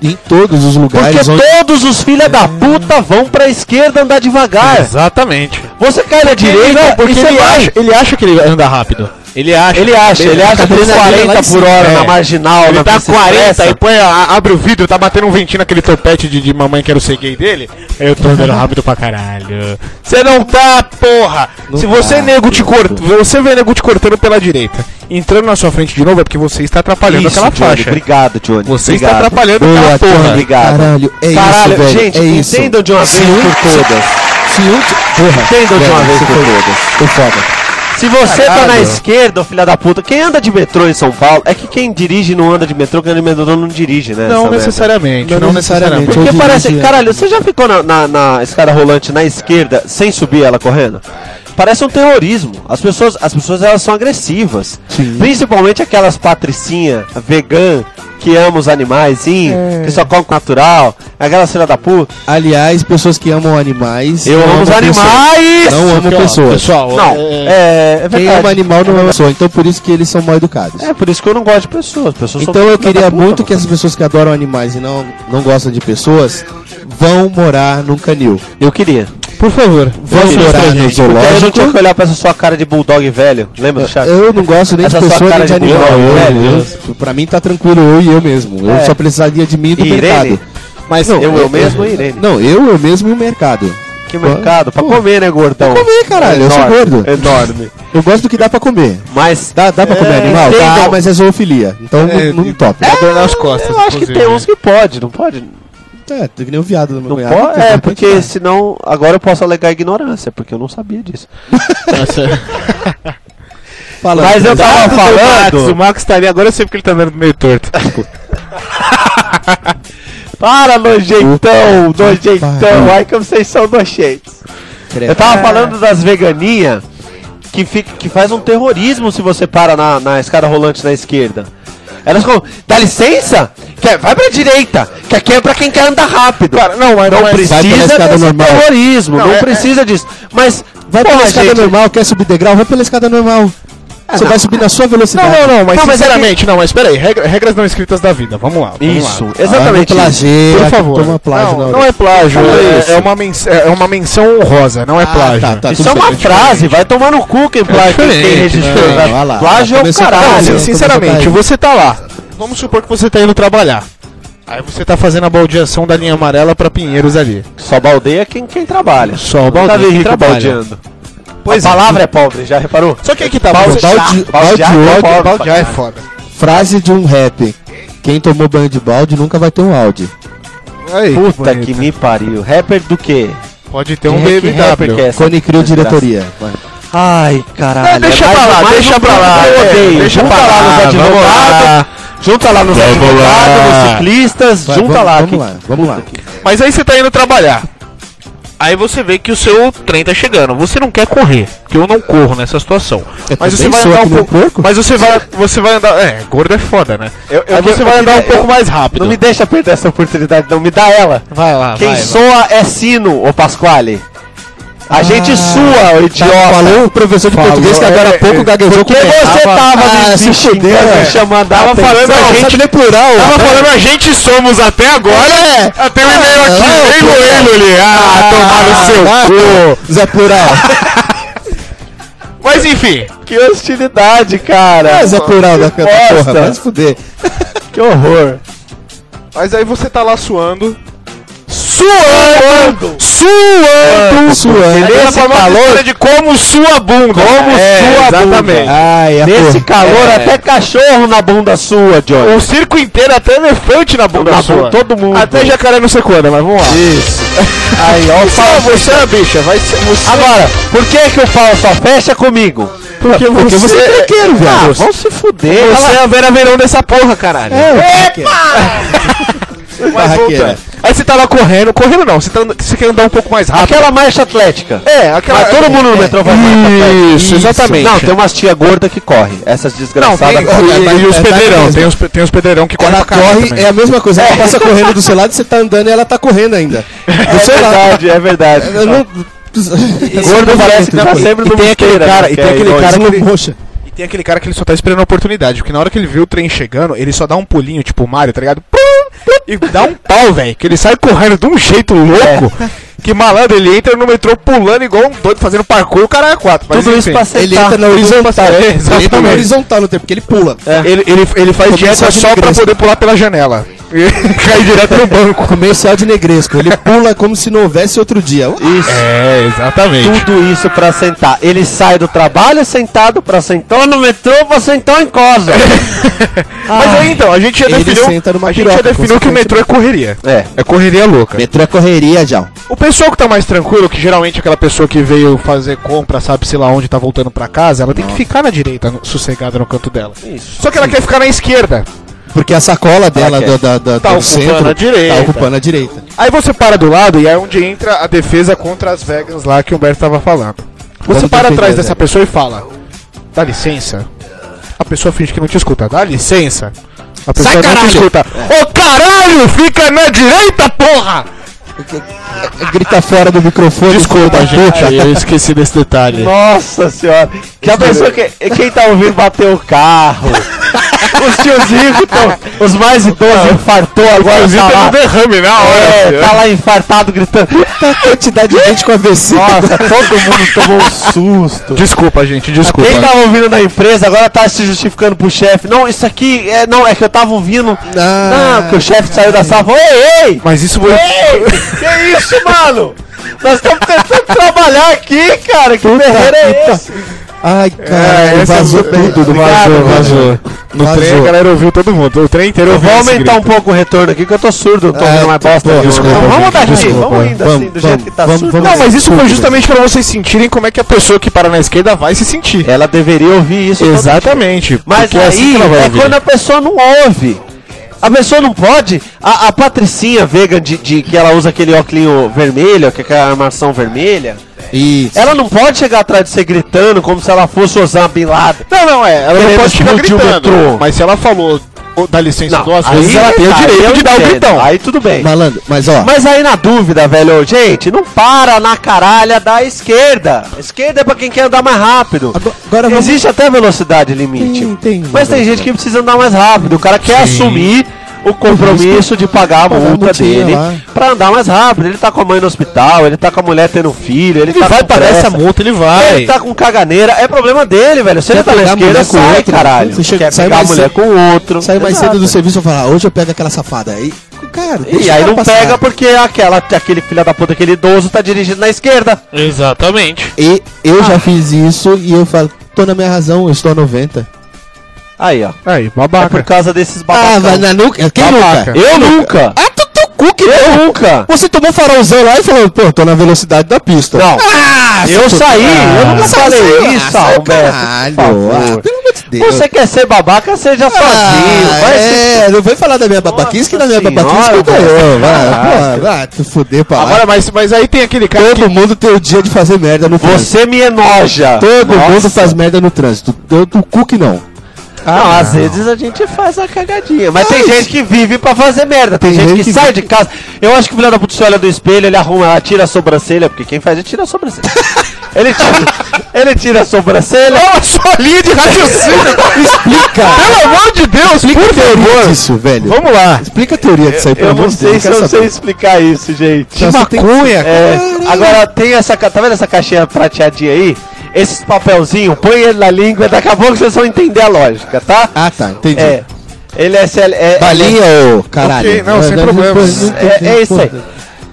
Speaker 4: Em todos os
Speaker 3: Porque
Speaker 4: lugares onde
Speaker 3: todos os filha da puta vão pra esquerda andar devagar.
Speaker 2: Exatamente.
Speaker 3: Você cai na direita
Speaker 2: Ele- porque
Speaker 3: e você
Speaker 2: ele
Speaker 3: É. vai.
Speaker 2: acha, ele acha que ele anda rápido. Ele acha.
Speaker 3: é Ele acha, ele acha que
Speaker 2: adrenalina lá em
Speaker 3: 40 por
Speaker 2: cima.
Speaker 3: hora
Speaker 2: É.
Speaker 3: na marginal,
Speaker 2: Ele
Speaker 3: na
Speaker 2: tá
Speaker 3: bicicleta.
Speaker 2: 40 e põe, a- abre o vidro, tá batendo um ventinho naquele topete de, de mamãe quero ser gay dele. Eu tô andando rápido pra caralho. Você não tá, porra! Se você, é
Speaker 4: tá,
Speaker 2: nego, te corta, você vê nego te cortando pela direita, entrando na sua frente de novo, é porque você está atrapalhando aquela
Speaker 3: Johnny,
Speaker 2: faixa.
Speaker 3: Obrigado, Johnny.
Speaker 2: Você está
Speaker 3: obrigado.
Speaker 2: atrapalhando
Speaker 4: Boa,
Speaker 2: aquela
Speaker 4: Johnny.
Speaker 2: porra.
Speaker 3: Obrigado.
Speaker 4: Caralho, é
Speaker 3: Caralho,
Speaker 4: isso, velho.
Speaker 3: gente,
Speaker 4: é isso.
Speaker 3: entendam de uma
Speaker 4: Se
Speaker 3: vez
Speaker 4: um-
Speaker 3: por todas.
Speaker 4: Se um... ti- Porra.
Speaker 3: Entendam de uma
Speaker 4: velho,
Speaker 3: vez
Speaker 4: você
Speaker 3: por
Speaker 4: foi-
Speaker 3: todas.
Speaker 4: Foi foda.
Speaker 3: Se você tá na esquerda, ô filha da puta, quem anda de metrô em São Paulo é que quem dirige não anda de metrô, quem anda de metrô não dirige, né?
Speaker 2: Não
Speaker 3: essa merda.
Speaker 2: necessariamente,
Speaker 4: Não necessariamente.
Speaker 2: não, necessariamente.
Speaker 3: Porque
Speaker 4: Hoje em
Speaker 3: parece.
Speaker 4: dia-
Speaker 3: Caralho, você já ficou na, na, na escada rolante na esquerda sem subir ela correndo? Parece um terrorismo. As pessoas, as pessoas elas são agressivas.
Speaker 4: Sim.
Speaker 3: Principalmente aquelas patricinha vegan que ama os animais,
Speaker 4: É.
Speaker 3: que só come natural, aquela filha da puta.
Speaker 4: Aliás, pessoas que amam animais...
Speaker 3: Eu
Speaker 4: não
Speaker 3: amo os
Speaker 4: amam pessoas.
Speaker 3: animais!
Speaker 4: Não amo
Speaker 2: Porque, ó,
Speaker 4: pessoas.
Speaker 2: Pessoal,
Speaker 3: Não, é, é
Speaker 4: Quem
Speaker 3: verdade.
Speaker 4: ama animal não ama pessoa. Então por isso que eles são mal educados.
Speaker 3: É por isso que eu não gosto de pessoas. pessoas são
Speaker 4: Então
Speaker 3: filha
Speaker 4: eu
Speaker 3: da
Speaker 4: queria
Speaker 3: puta,
Speaker 4: muito
Speaker 3: mano.
Speaker 4: que as pessoas que adoram animais e não, não gostam de pessoas vão morar num canil.
Speaker 3: Eu queria.
Speaker 2: por favor,
Speaker 4: Vão
Speaker 3: é
Speaker 2: mostra pra
Speaker 4: morar no
Speaker 2: gente.
Speaker 3: Porque aí eu não
Speaker 4: zoológico.
Speaker 3: tinha que olhar pra essa sua cara de bulldog velho. Lembra
Speaker 4: É,
Speaker 3: do chat?
Speaker 4: Eu não gosto nem
Speaker 3: Essa
Speaker 4: de
Speaker 3: sua
Speaker 4: pessoa
Speaker 3: cara
Speaker 4: nem de
Speaker 3: de
Speaker 4: animal.
Speaker 3: burro,
Speaker 4: Eu-
Speaker 3: velho.
Speaker 4: eu- pra mim tá tranquilo, eu e eu mesmo. Eu
Speaker 3: É.
Speaker 4: só precisaria de mim e do
Speaker 3: Irene.
Speaker 4: mercado.
Speaker 3: Mas eu, eu, mesmo e Irene.
Speaker 4: Não, eu, eu mesmo e o mercado.
Speaker 3: Que mercado? Pra comer, né, gordão?
Speaker 4: Pra comer, caralho, eu sou gordo.
Speaker 3: Enorme.
Speaker 4: Eu gosto do que dá pra comer.
Speaker 3: Mas.
Speaker 4: Dá, dá pra
Speaker 3: É,
Speaker 4: comer animal? Dá,
Speaker 3: entendam.
Speaker 4: mas é zoofilia. Então
Speaker 2: É,
Speaker 4: não, não topa.
Speaker 2: Tá dor nas costas,
Speaker 3: eu acho que
Speaker 2: inclusive.
Speaker 3: tem uns que pode, né? não pode?
Speaker 4: É, tem que nem o viado do meu
Speaker 3: Não
Speaker 4: cunhado.
Speaker 3: pode?
Speaker 4: Tem
Speaker 3: É,
Speaker 4: que
Speaker 3: porque senão agora eu posso alegar ignorância, porque eu não sabia disso.
Speaker 4: Fala,
Speaker 3: Mas eu tava
Speaker 2: Max, o
Speaker 3: falando.
Speaker 2: Max tá ali, agora eu sei porque ele tá andando meio torto.
Speaker 3: Para, nojeitão,
Speaker 4: Puta que
Speaker 3: nojeitão.
Speaker 4: pariu.
Speaker 3: Ai, que vocês são nojeitos. Eu tava falando das veganinhas que, fica, que faz um terrorismo se você para na, na escada rolante na esquerda. Elas ficam, dá licença? Quer, vai pra direita, que aqui é pra quem quer andar rápido. não, mas não,
Speaker 4: é-
Speaker 3: precisa
Speaker 4: Vai pela escada
Speaker 3: desse
Speaker 4: normal. é,
Speaker 3: terrorismo, não, precisa disso. Mas,
Speaker 4: Vai pela
Speaker 3: porra,
Speaker 4: escada
Speaker 3: gente, Ah,
Speaker 4: normal, quer subir degrau? Vai pela escada normal. Você vai subir na sua velocidade.
Speaker 2: não,
Speaker 3: Não, mas é
Speaker 2: sinceramente, não, mas peraí, regra- regras não escritas da vida, vamos lá. vamos lá.
Speaker 3: Isso,
Speaker 4: Exatamente.
Speaker 3: é exatamente.
Speaker 4: Ah,
Speaker 3: isso.
Speaker 4: plagiar,
Speaker 2: Por favor.
Speaker 4: Toma plágio na
Speaker 2: não,
Speaker 4: orelha.
Speaker 2: não é plágio,
Speaker 3: Fala
Speaker 2: é,
Speaker 3: isso.
Speaker 2: é uma men- é uma menção honrosa, não é
Speaker 4: Ah,
Speaker 2: plágio.
Speaker 4: tá, tá,
Speaker 3: Isso
Speaker 4: tudo
Speaker 3: é uma
Speaker 4: bem,
Speaker 3: frase, vai tomar no cu
Speaker 4: É
Speaker 3: quem plágio, quem
Speaker 2: diferente,
Speaker 3: registrou.
Speaker 4: não, olha né? lá,
Speaker 3: Plágio é o
Speaker 4: começou a
Speaker 2: Não,
Speaker 4: fazer
Speaker 3: caralho.
Speaker 2: assim,
Speaker 4: tô
Speaker 2: sinceramente,
Speaker 4: botando aí.
Speaker 2: você tá lá. Vamos supor que você tá indo trabalhar. Aí você tá fazendo a baldeação da linha amarela pra Pinheiros ali.
Speaker 3: Só baldeia quem, quem trabalha. Tá
Speaker 2: Só
Speaker 3: Nunca vi
Speaker 2: baldeia quem
Speaker 3: rico
Speaker 2: trabalha.
Speaker 3: baldeando. a palavra é pobre, já reparou?
Speaker 2: Só que aí que tá,
Speaker 3: Balde-
Speaker 2: você-
Speaker 4: Balde-
Speaker 3: baldear,
Speaker 4: baldeou-
Speaker 3: baldear,
Speaker 2: baldear é foda.
Speaker 4: Frase de um rap. Quem tomou banho de balde nunca vai ter um áudio.
Speaker 2: Aí,
Speaker 3: Puta
Speaker 2: bonito.
Speaker 3: que me pariu. Rapper do quê?
Speaker 2: Pode ter um
Speaker 3: Quem é que rapper que
Speaker 2: BMW.
Speaker 3: é essa?
Speaker 4: Cone Crew
Speaker 3: desgraça?
Speaker 4: diretoria. Vai.
Speaker 3: Ai, caralho.
Speaker 2: deixa
Speaker 3: é mais
Speaker 2: pra lá,
Speaker 3: um- mais
Speaker 2: deixa
Speaker 3: um
Speaker 2: pra
Speaker 3: grupo
Speaker 2: lá,
Speaker 3: que Eu
Speaker 2: é,
Speaker 3: odeio.
Speaker 2: deixa
Speaker 3: junta
Speaker 2: pra
Speaker 3: lá
Speaker 2: lá,
Speaker 3: nos
Speaker 2: vamos
Speaker 3: advogados, junta lá nos advogados, nos ciclistas,
Speaker 4: Vai,
Speaker 3: junta
Speaker 4: vamos,
Speaker 3: lá.
Speaker 4: Vamos
Speaker 3: que-
Speaker 4: lá, vamos lá.
Speaker 2: Mas aí você tá indo trabalhar. Aí você vê que o seu trem tá chegando. Você não quer correr, porque eu não corro nessa situação.
Speaker 4: Eu
Speaker 2: Mas você
Speaker 4: também
Speaker 2: vai
Speaker 4: sou
Speaker 2: andar um
Speaker 4: que nem um
Speaker 2: pouco.
Speaker 4: porco.
Speaker 2: Mas você vai, você vai andar. É, gordo é foda, né? aí você vai andar um pouco mais rápido.
Speaker 3: Não me deixa perder essa oportunidade, não me dá ela.
Speaker 2: Vai lá,
Speaker 3: Quem soa é sino, ô Pasquale. A
Speaker 2: Ah,
Speaker 3: gente sua, ô
Speaker 4: Tá,
Speaker 3: idiota.
Speaker 4: falou o professor de português que agora há pouco gaguejou com
Speaker 3: é, Porque você tava né?
Speaker 4: ah,
Speaker 3: me
Speaker 4: se
Speaker 3: xingando,
Speaker 4: fuder,
Speaker 3: me
Speaker 4: velho.
Speaker 3: chamando a
Speaker 2: Tava falando
Speaker 3: atenção.
Speaker 2: a gente-
Speaker 4: Sabe ler plural.
Speaker 2: Tava falando a gente somos até agora.
Speaker 4: É.
Speaker 2: Até o e-mail aqui. Vem Luê, Luli. Ah,
Speaker 3: tá.
Speaker 2: tomar no seu cu.
Speaker 4: Zé Plural.
Speaker 2: Mas enfim.
Speaker 3: Que hostilidade, cara.
Speaker 2: é
Speaker 4: Ah, Zé Plural da da
Speaker 3: bosta.
Speaker 4: porra, vai se [laughs] fuder.
Speaker 3: Que horror.
Speaker 6: Mas aí você tá lá suando.
Speaker 2: Suando! Suando!
Speaker 4: Suando.
Speaker 2: Ela
Speaker 3: Nesse
Speaker 2: falou a
Speaker 3: Ah, calor,
Speaker 2: história de como sua bunda. É, Como
Speaker 3: sua bunda.
Speaker 4: Ai, a
Speaker 3: nesse
Speaker 4: porra.
Speaker 3: calor,
Speaker 4: É.
Speaker 3: até cachorro na bunda sua, Johnny.
Speaker 2: O circo inteiro, até elefante na bunda
Speaker 3: Na
Speaker 2: sua.
Speaker 3: bunda, todo mundo.
Speaker 2: Até jacaré não sei quando, mas vamos lá. [laughs]
Speaker 3: Isso. Aí, ó, o pau.
Speaker 2: você é a bicha, vai ser você.
Speaker 3: Agora, por que que o pau só fecha comigo? Porque,
Speaker 4: Porque você é tranqueiro,
Speaker 3: Ah,
Speaker 4: velho.
Speaker 3: vão se fuder.
Speaker 2: Você é a Vera Verão dessa porra, caralho.
Speaker 4: É, Barraqueira.
Speaker 2: Aí você tá lá correndo, correndo não, você, tá, andando- você quer andar um pouco mais rápido.
Speaker 3: Aquela marcha atlética.
Speaker 2: É, aquela.
Speaker 3: Mas todo mundo no metrô vai marcha atlética.
Speaker 2: Isso, exatamente.
Speaker 3: Não, tem umas tia gorda que corre. Essas
Speaker 2: um- Não, tem,
Speaker 3: desgraçadas. correm.
Speaker 2: e, e os
Speaker 4: é, tá
Speaker 2: pedreirão,
Speaker 4: mesmo.
Speaker 2: tem os, pe- tem os pedreirão que correm
Speaker 4: Ela
Speaker 2: pra caralho
Speaker 4: corre,
Speaker 2: também.
Speaker 4: é a mesma coisa. Ela passa correndo do seu lado, você tá andando e ela tá correndo ainda.
Speaker 3: [laughs]
Speaker 4: Do
Speaker 3: É
Speaker 4: seu lado.
Speaker 3: verdade, é verdade.
Speaker 4: Eu
Speaker 3: [laughs]
Speaker 4: não... é
Speaker 3: Gordo parece que tá sempre é
Speaker 2: E
Speaker 3: no
Speaker 2: tem aquele cara, e tem aquele cara que ele,
Speaker 4: Roxa.
Speaker 2: e tem aquele cara que ele só tá esperando a oportunidade, porque na hora que ele vê o trem chegando, ele só dá um pulinho, tipo o Mario, tá ligado? Pum, pum, E dá um pau, velho, que ele sai correndo de um jeito louco,
Speaker 4: É.
Speaker 2: que malandro, ele entra no metrô pulando igual um doido, fazendo parkour, e o cara é quatro. mas
Speaker 3: Tudo isso
Speaker 2: enfim.
Speaker 3: pra ser
Speaker 4: Ele entra na horizontal.
Speaker 2: É,
Speaker 4: Ele entra na
Speaker 2: exatamente.
Speaker 4: horizontal no tempo, porque ele pula.
Speaker 3: É.
Speaker 2: Ele, ele, ele faz
Speaker 4: Começou
Speaker 2: dieta
Speaker 4: de
Speaker 2: só pra
Speaker 4: ingresso.
Speaker 2: poder pular pela janela. E [laughs] cair direto no banco.
Speaker 4: Comercial de é negresco. Ele pula como se não houvesse outro dia.
Speaker 3: Isso.
Speaker 2: É, exatamente.
Speaker 3: Tudo isso pra sentar. Ele sai do trabalho sentado pra sentar no metrô pra sentar em casa.
Speaker 2: Mas aí então, a gente já
Speaker 4: Ele
Speaker 2: definiu,
Speaker 4: senta numa
Speaker 2: a gente já
Speaker 4: piroca,
Speaker 2: definiu que o metrô é correria.
Speaker 3: [laughs] é.
Speaker 2: É correria louca.
Speaker 4: Metrô é correria, Jal.
Speaker 2: O pessoal que tá mais tranquilo, que geralmente é aquela pessoa que veio fazer compra, sabe, sei lá onde tá voltando pra casa, ela tem que ficar na direita, no- sossegada no canto dela.
Speaker 3: Isso.
Speaker 2: Só que ela quer ficar na esquerda.
Speaker 4: Porque a sacola dela
Speaker 3: quer.
Speaker 4: do, da- da-
Speaker 2: Tá
Speaker 4: do
Speaker 2: ocupando
Speaker 4: centro
Speaker 2: a direita.
Speaker 4: tá ocupando a direita.
Speaker 2: Aí você para do lado e é onde entra a defesa contra as vegas lá que o Humberto tava falando. Você
Speaker 4: Vamos
Speaker 2: para
Speaker 4: defender
Speaker 2: atrás
Speaker 4: as
Speaker 2: dessa pessoa e fala: Dá licença. A pessoa finge que não te escuta. Dá licença. A pessoa não
Speaker 4: caralho!
Speaker 2: te escuta. Ô caralho, fica na direita, porra!
Speaker 3: [laughs]
Speaker 4: Grita fora do microfone.
Speaker 2: Desculpa,
Speaker 4: filho da puta.
Speaker 2: gente, eu esqueci desse detalhe.
Speaker 3: Nossa senhora. Já pensou que quem tá ouvindo bateu o [laughs] carro? os tiozinhos que tão, Os mais idosos infartou agora.
Speaker 2: Inclusive,
Speaker 3: Tá
Speaker 2: teve um
Speaker 3: lá,
Speaker 2: derrame na hora.
Speaker 3: é, tá lá infartado gritando.
Speaker 4: Quantidade de gente com AVC. [laughs]
Speaker 3: Nossa, todo mundo tomou um susto.
Speaker 2: Desculpa, gente, desculpa.
Speaker 3: Quem tava ouvindo na empresa agora tá se justificando pro chefe. Não, isso aqui é. Não, é que eu tava ouvindo.
Speaker 4: Ah.
Speaker 3: não, que o chefe saiu da sala e falou, ei, ei!
Speaker 2: Mas isso foi.
Speaker 3: Ei! [laughs] Que isso, mano? Nós estamos tentando trabalhar aqui, cara. Que merda é esse?
Speaker 4: Ai,
Speaker 2: É,
Speaker 4: cara,
Speaker 2: essa
Speaker 4: vazou
Speaker 2: é-
Speaker 4: tudo.
Speaker 2: vazou,
Speaker 3: né?
Speaker 4: Obrigado,
Speaker 2: vazou. No
Speaker 4: Vazou.
Speaker 2: trem a galera ouviu todo mundo. O trem inteiro
Speaker 3: Eu
Speaker 2: ouviu
Speaker 3: vou
Speaker 2: esse
Speaker 3: aumentar um
Speaker 2: grito.
Speaker 3: pouco o retorno aqui que eu tô surdo, eu tô
Speaker 4: Ah,
Speaker 3: ouvindo uma
Speaker 4: tá,
Speaker 3: bosta
Speaker 4: pô,
Speaker 3: aqui.
Speaker 4: desculpa,
Speaker 3: Então É, vamos
Speaker 4: gente,
Speaker 3: daqui,
Speaker 4: desculpa.
Speaker 3: vamos indo assim,
Speaker 4: Vamos,
Speaker 3: do jeito que tá
Speaker 4: vamos,
Speaker 3: surdo.
Speaker 4: vamos.
Speaker 2: Não,
Speaker 3: Não,
Speaker 2: mas isso foi justamente pra vocês sentirem como é que a pessoa que para na esquerda vai se sentir.
Speaker 3: ela deveria ouvir isso.
Speaker 2: É, Exatamente.
Speaker 3: Mas
Speaker 2: porque
Speaker 3: aí
Speaker 2: é assim que ela vai
Speaker 3: é
Speaker 2: ouvir.
Speaker 3: quando a pessoa não ouve. A pessoa não pode. A, a Patricinha vegan de, de- que ela usa aquele óculinho vermelho, que é aquela armação vermelha.
Speaker 4: Isso.
Speaker 3: Ela não pode chegar atrás de você gritando como se ela fosse Osama Bin Laden.
Speaker 2: Não, não, é. Ela não
Speaker 3: Querendo
Speaker 2: pode ficar
Speaker 3: explodir o metrô.
Speaker 2: gritando. Mas se ela falou ô, dá licença do
Speaker 3: aí
Speaker 2: assunto, ela tem o
Speaker 3: tá, eu
Speaker 2: direito de dar o
Speaker 3: entendo.
Speaker 2: gritão.
Speaker 3: Aí tudo bem.
Speaker 4: Malandro, mas ó.
Speaker 3: Mas aí na dúvida, velho, gente, não para na caralha da esquerda. Esquerda é pra quem quer andar mais rápido.
Speaker 4: Agora- agora vamos-
Speaker 3: Existe até velocidade limite.
Speaker 4: Tem- tem.
Speaker 3: Mas tem gente que precisa andar mais rápido. O cara quer assumir o compromisso de pagar a
Speaker 4: Pagar a
Speaker 3: multa
Speaker 4: multinha
Speaker 3: dele
Speaker 4: lá.
Speaker 3: pra andar mais rápido. Ele tá com a mãe no hospital, ele tá com a mulher tendo filho, ele, tá com pressa,
Speaker 2: multa, ele
Speaker 3: Ele tá com caganeira, é problema dele, velho. Se ele tá na
Speaker 4: pegar a
Speaker 3: esquerda,
Speaker 4: mulher com
Speaker 3: sai,
Speaker 4: outro,
Speaker 3: caralho.
Speaker 4: você chega-
Speaker 3: Quer
Speaker 4: sai
Speaker 3: pegar a
Speaker 4: mais
Speaker 3: mulher
Speaker 4: cedo.
Speaker 3: com outro.
Speaker 4: Sai mais
Speaker 3: Exato.
Speaker 4: cedo do serviço e fala, hoje eu pego aquela safada. Aí, cara,
Speaker 3: E
Speaker 4: deixa
Speaker 3: aí
Speaker 4: ela
Speaker 3: não
Speaker 4: passar.
Speaker 3: pega porque aquela, aquele filho da puta, aquele idoso tá dirigindo na esquerda.
Speaker 2: Exatamente.
Speaker 4: E eu
Speaker 3: Ah.
Speaker 4: já fiz isso e eu falo, tô na minha razão, eu estou a 90.
Speaker 3: Aí, ó.
Speaker 2: Aí,
Speaker 3: É por
Speaker 2: babaca.
Speaker 3: causa desses
Speaker 4: Ah, vai
Speaker 3: babacão.
Speaker 4: na nuca? Quem
Speaker 2: Babaca.
Speaker 4: nunca?
Speaker 3: eu nunca.
Speaker 4: Ah, tu tu cu que
Speaker 3: Eu nunca.
Speaker 4: Você tomou farolzão lá e falou, pô, tô na velocidade da pista.
Speaker 3: Não.
Speaker 4: Ah,
Speaker 3: eu
Speaker 4: seu-
Speaker 3: saí. eu nunca
Speaker 4: Saiu,
Speaker 3: falei
Speaker 4: saiu,
Speaker 3: isso,
Speaker 4: saiu,
Speaker 3: Alberto.
Speaker 4: Caralho.
Speaker 3: por favor.
Speaker 4: Ah, pelo amor de Deus.
Speaker 3: Você quer ser babaca, seja sozinho.
Speaker 4: Ah,
Speaker 3: Vai se-
Speaker 4: é, não vem falar da minha babaquice, que na minha
Speaker 3: Nossa
Speaker 4: babaquice
Speaker 3: senhora,
Speaker 4: escuta eu. Vai,
Speaker 3: Caralho.
Speaker 4: pô, vai, tu fuder pra lá.
Speaker 2: Agora, mas, mas aí tem aquele cara que [laughs]
Speaker 4: Todo mundo tem o dia de fazer merda no trânsito.
Speaker 3: Você me enoja.
Speaker 4: Todo
Speaker 3: Nossa.
Speaker 4: mundo faz merda no trânsito. Todo cu que não.
Speaker 3: não, às vezes a gente faz a cagadinha. Mas tem gente que vive pra fazer merda. Tem,
Speaker 4: Tem
Speaker 3: gente
Speaker 4: gente
Speaker 3: que,
Speaker 4: que
Speaker 3: sai de casa. Eu acho que o filho da puta se olha do espelho, ele arruma, ela tira a sobrancelha, porque quem faz é tira a sobrancelha. ele, tira, ele tira a sobrancelha.
Speaker 2: É
Speaker 5: Olha sua linha de raciocínio.
Speaker 3: [laughs]
Speaker 4: Explica!
Speaker 5: Pelo amor de Deus, por
Speaker 4: Teoria
Speaker 5: favor.
Speaker 4: disso, velho.
Speaker 5: Vamos lá.
Speaker 4: Explica a teoria disso aí, pelo
Speaker 3: Eu
Speaker 4: amor
Speaker 3: não
Speaker 4: de
Speaker 3: sei
Speaker 4: Deus.
Speaker 3: se eu
Speaker 4: quero
Speaker 3: sei
Speaker 4: saber.
Speaker 3: explicar isso, gente.
Speaker 4: Então, você tem que-
Speaker 3: É, agora tem essa. ca- Tá vendo essa caixinha prateadinha aí? Esses papelzinhos, põe ele na língua, daqui a pouco vocês vão entender a lógica, tá?
Speaker 4: Ah, tá, entendi.
Speaker 3: É. Ele é. CL, é
Speaker 4: Balinha ô caralho?
Speaker 1: Ok, não, sem
Speaker 4: Eu- eu-
Speaker 1: problemas.
Speaker 4: eu- eu- eu-
Speaker 3: É, é isso aí.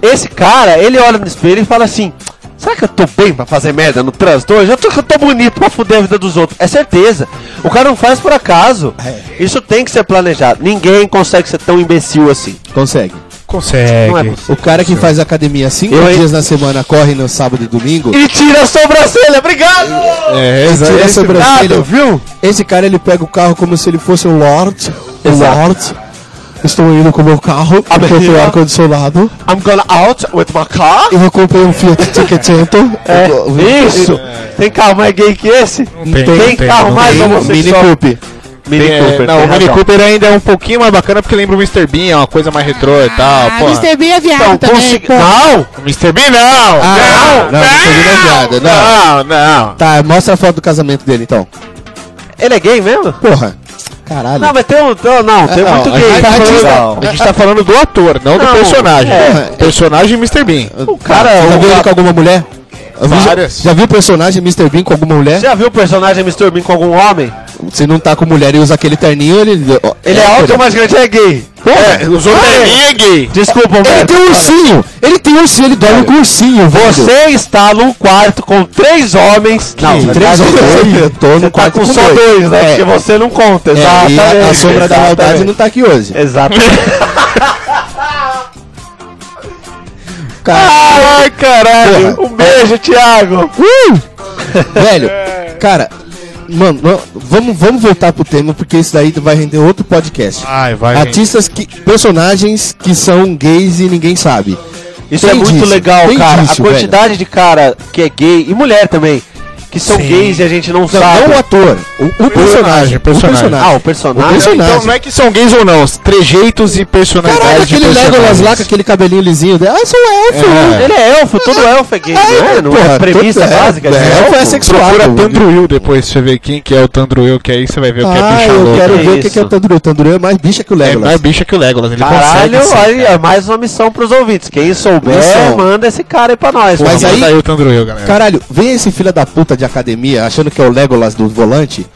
Speaker 3: Esse cara, ele olha no espelho e fala assim: será que eu tô bem pra fazer merda no trânsito hoje? Eu tô, eu tô bonito pra fuder a vida dos outros. É certeza. O cara não faz por acaso.
Speaker 5: É.
Speaker 3: Isso tem que ser planejado. Ninguém consegue ser tão imbecil assim.
Speaker 4: Consegue.
Speaker 3: Não é
Speaker 5: Consegue.
Speaker 4: O cara que faz academia cinco
Speaker 3: Eu-
Speaker 4: dias na semana, corre no sábado e domingo,
Speaker 3: E tira a sobrancelha, obrigado!
Speaker 5: É,
Speaker 4: tira a sobrancelha.
Speaker 3: Obrigado, viu?
Speaker 4: Esse cara ele pega o carro como se ele fosse um Lord. Um
Speaker 3: Exato.
Speaker 4: Lord. Estou indo com o meu carro, porque eu tenho ar-condicionado.
Speaker 3: I'm gonna out with my car.
Speaker 4: Eu comprei um Fiat Cinquecento.
Speaker 3: É,
Speaker 4: Eu- eu-
Speaker 3: isso! Tem carro mais gay que esse?
Speaker 5: tem, É. não tem,
Speaker 3: carro
Speaker 5: não
Speaker 3: mais
Speaker 4: tem. Mini
Speaker 3: homossexual?
Speaker 4: Coupe.
Speaker 3: Mini
Speaker 5: É, não,
Speaker 3: tem
Speaker 5: o Mini
Speaker 3: razão.
Speaker 5: Cooper ainda é um pouquinho mais bacana porque lembra o Mr. Bean, é uma coisa mais retrô e tal.
Speaker 7: Ah,
Speaker 5: pô.
Speaker 7: Mr. Bean é viado
Speaker 3: Então,
Speaker 7: também.
Speaker 3: consegui-
Speaker 7: pô.
Speaker 3: Não!
Speaker 5: O Mr. Bean não!
Speaker 4: Ah, não, não, não, não, é piada, não.
Speaker 5: não, não.
Speaker 4: Tá, mostra a foto do casamento dele então.
Speaker 3: Ele é gay mesmo?
Speaker 4: Porra. Caralho.
Speaker 3: Não, mas tem um. Não, não tem
Speaker 4: não,
Speaker 3: muito
Speaker 4: a
Speaker 3: gay.
Speaker 4: gente tá
Speaker 3: Tá
Speaker 4: falando-
Speaker 3: legal.
Speaker 5: A gente tá falando do ator, não,
Speaker 3: Não,
Speaker 5: do personagem.
Speaker 3: é.
Speaker 5: Personagem Mr. Bean.
Speaker 3: O cara.
Speaker 4: Você já
Speaker 3: o-
Speaker 4: viu ele tá com alguma mulher? Eu vi-
Speaker 5: Várias.
Speaker 4: Já, já viu o personagem Mr. Bean com alguma mulher?
Speaker 3: já viu o personagem Mr. Bean com algum homem?
Speaker 4: Se não tá com mulher e usa aquele terninho, ele. ó,
Speaker 3: Ele é alto,
Speaker 4: hétero.
Speaker 3: mas grande é gay.
Speaker 5: É, os outros
Speaker 3: é.
Speaker 5: é gay.
Speaker 3: Desculpa,
Speaker 4: Ele
Speaker 3: mano.
Speaker 4: tem um ursinho! Ele tem um ursinho, ele dorme com um ursinho, velho.
Speaker 3: Você está num quarto com três homens. Não,
Speaker 4: Sim,
Speaker 3: você
Speaker 4: três
Speaker 3: tá com
Speaker 4: horas.
Speaker 3: dois.
Speaker 4: Eu tô
Speaker 3: Você
Speaker 4: no
Speaker 3: tá
Speaker 4: um quarto
Speaker 3: com só dois, né?
Speaker 4: É,
Speaker 3: Porque você tá não conta,
Speaker 4: é, e a, a sombra da maldade não tá aqui hoje.
Speaker 3: Exato. [laughs]
Speaker 4: Cara,
Speaker 3: Ai, caralho.
Speaker 4: Porra.
Speaker 3: Um beijo, Thiago.
Speaker 4: Uh, velho,
Speaker 3: É.
Speaker 4: cara, mano, não- vamos, vamos voltar pro tema, porque isso daí vai render outro podcast.
Speaker 5: Ai, vai.
Speaker 4: Artistas que. personagens que são gays e ninguém sabe.
Speaker 3: Isso
Speaker 4: Tem
Speaker 3: é muito
Speaker 4: disso,
Speaker 3: legal,
Speaker 4: tem
Speaker 3: cara.
Speaker 4: disso,
Speaker 3: a quantidade de cara que é gay e mulher também, que são
Speaker 5: Sim.
Speaker 3: gays e a gente não
Speaker 4: Não,
Speaker 3: sabe.
Speaker 4: Então, não o ator, o, o personagem,
Speaker 5: personagem,
Speaker 4: o personagem.
Speaker 3: Ah, o
Speaker 4: O
Speaker 3: personagem.
Speaker 5: Não,
Speaker 4: personagem.
Speaker 5: então não é que são gays ou não, os trejeitos e personalidade.
Speaker 4: Caralho, Ah, aquele
Speaker 5: de
Speaker 4: Legolas lá com
Speaker 5: personagens.
Speaker 4: aquele cabelinho lisinho dele. Ah, eu sou elfo!
Speaker 5: É.
Speaker 3: Ele é elfo, todo elfo é gay, não é? Não é
Speaker 4: porra,
Speaker 3: a premissa
Speaker 4: todo- é,
Speaker 3: básica de
Speaker 4: é, elfo é sexual.
Speaker 5: Procura
Speaker 4: Claro.
Speaker 5: Tandruil depois, pra você ver quem que é o Tandruil, que aí você vai ver o que é
Speaker 4: Ah,
Speaker 5: bicha
Speaker 4: eu
Speaker 5: louca.
Speaker 4: quero
Speaker 3: louca.
Speaker 4: ver o que
Speaker 3: Isso.
Speaker 4: que é o Tanduru. O Tanduru é mais bicha que o
Speaker 5: É mais
Speaker 4: Legolas.
Speaker 5: bicha que o Legolas, ele
Speaker 3: Caralho,
Speaker 5: consegue sim.
Speaker 3: olha, é mais uma missão pros ouvintes. Quem souber,
Speaker 4: Missão.
Speaker 3: manda esse cara aí pra nós.
Speaker 4: Mas
Speaker 3: mano.
Speaker 4: aí-
Speaker 5: Manda o Tandruil, galera.
Speaker 4: É. Caralho, vem esse filho da puta de academia achando que é o Legolas do volante. [laughs]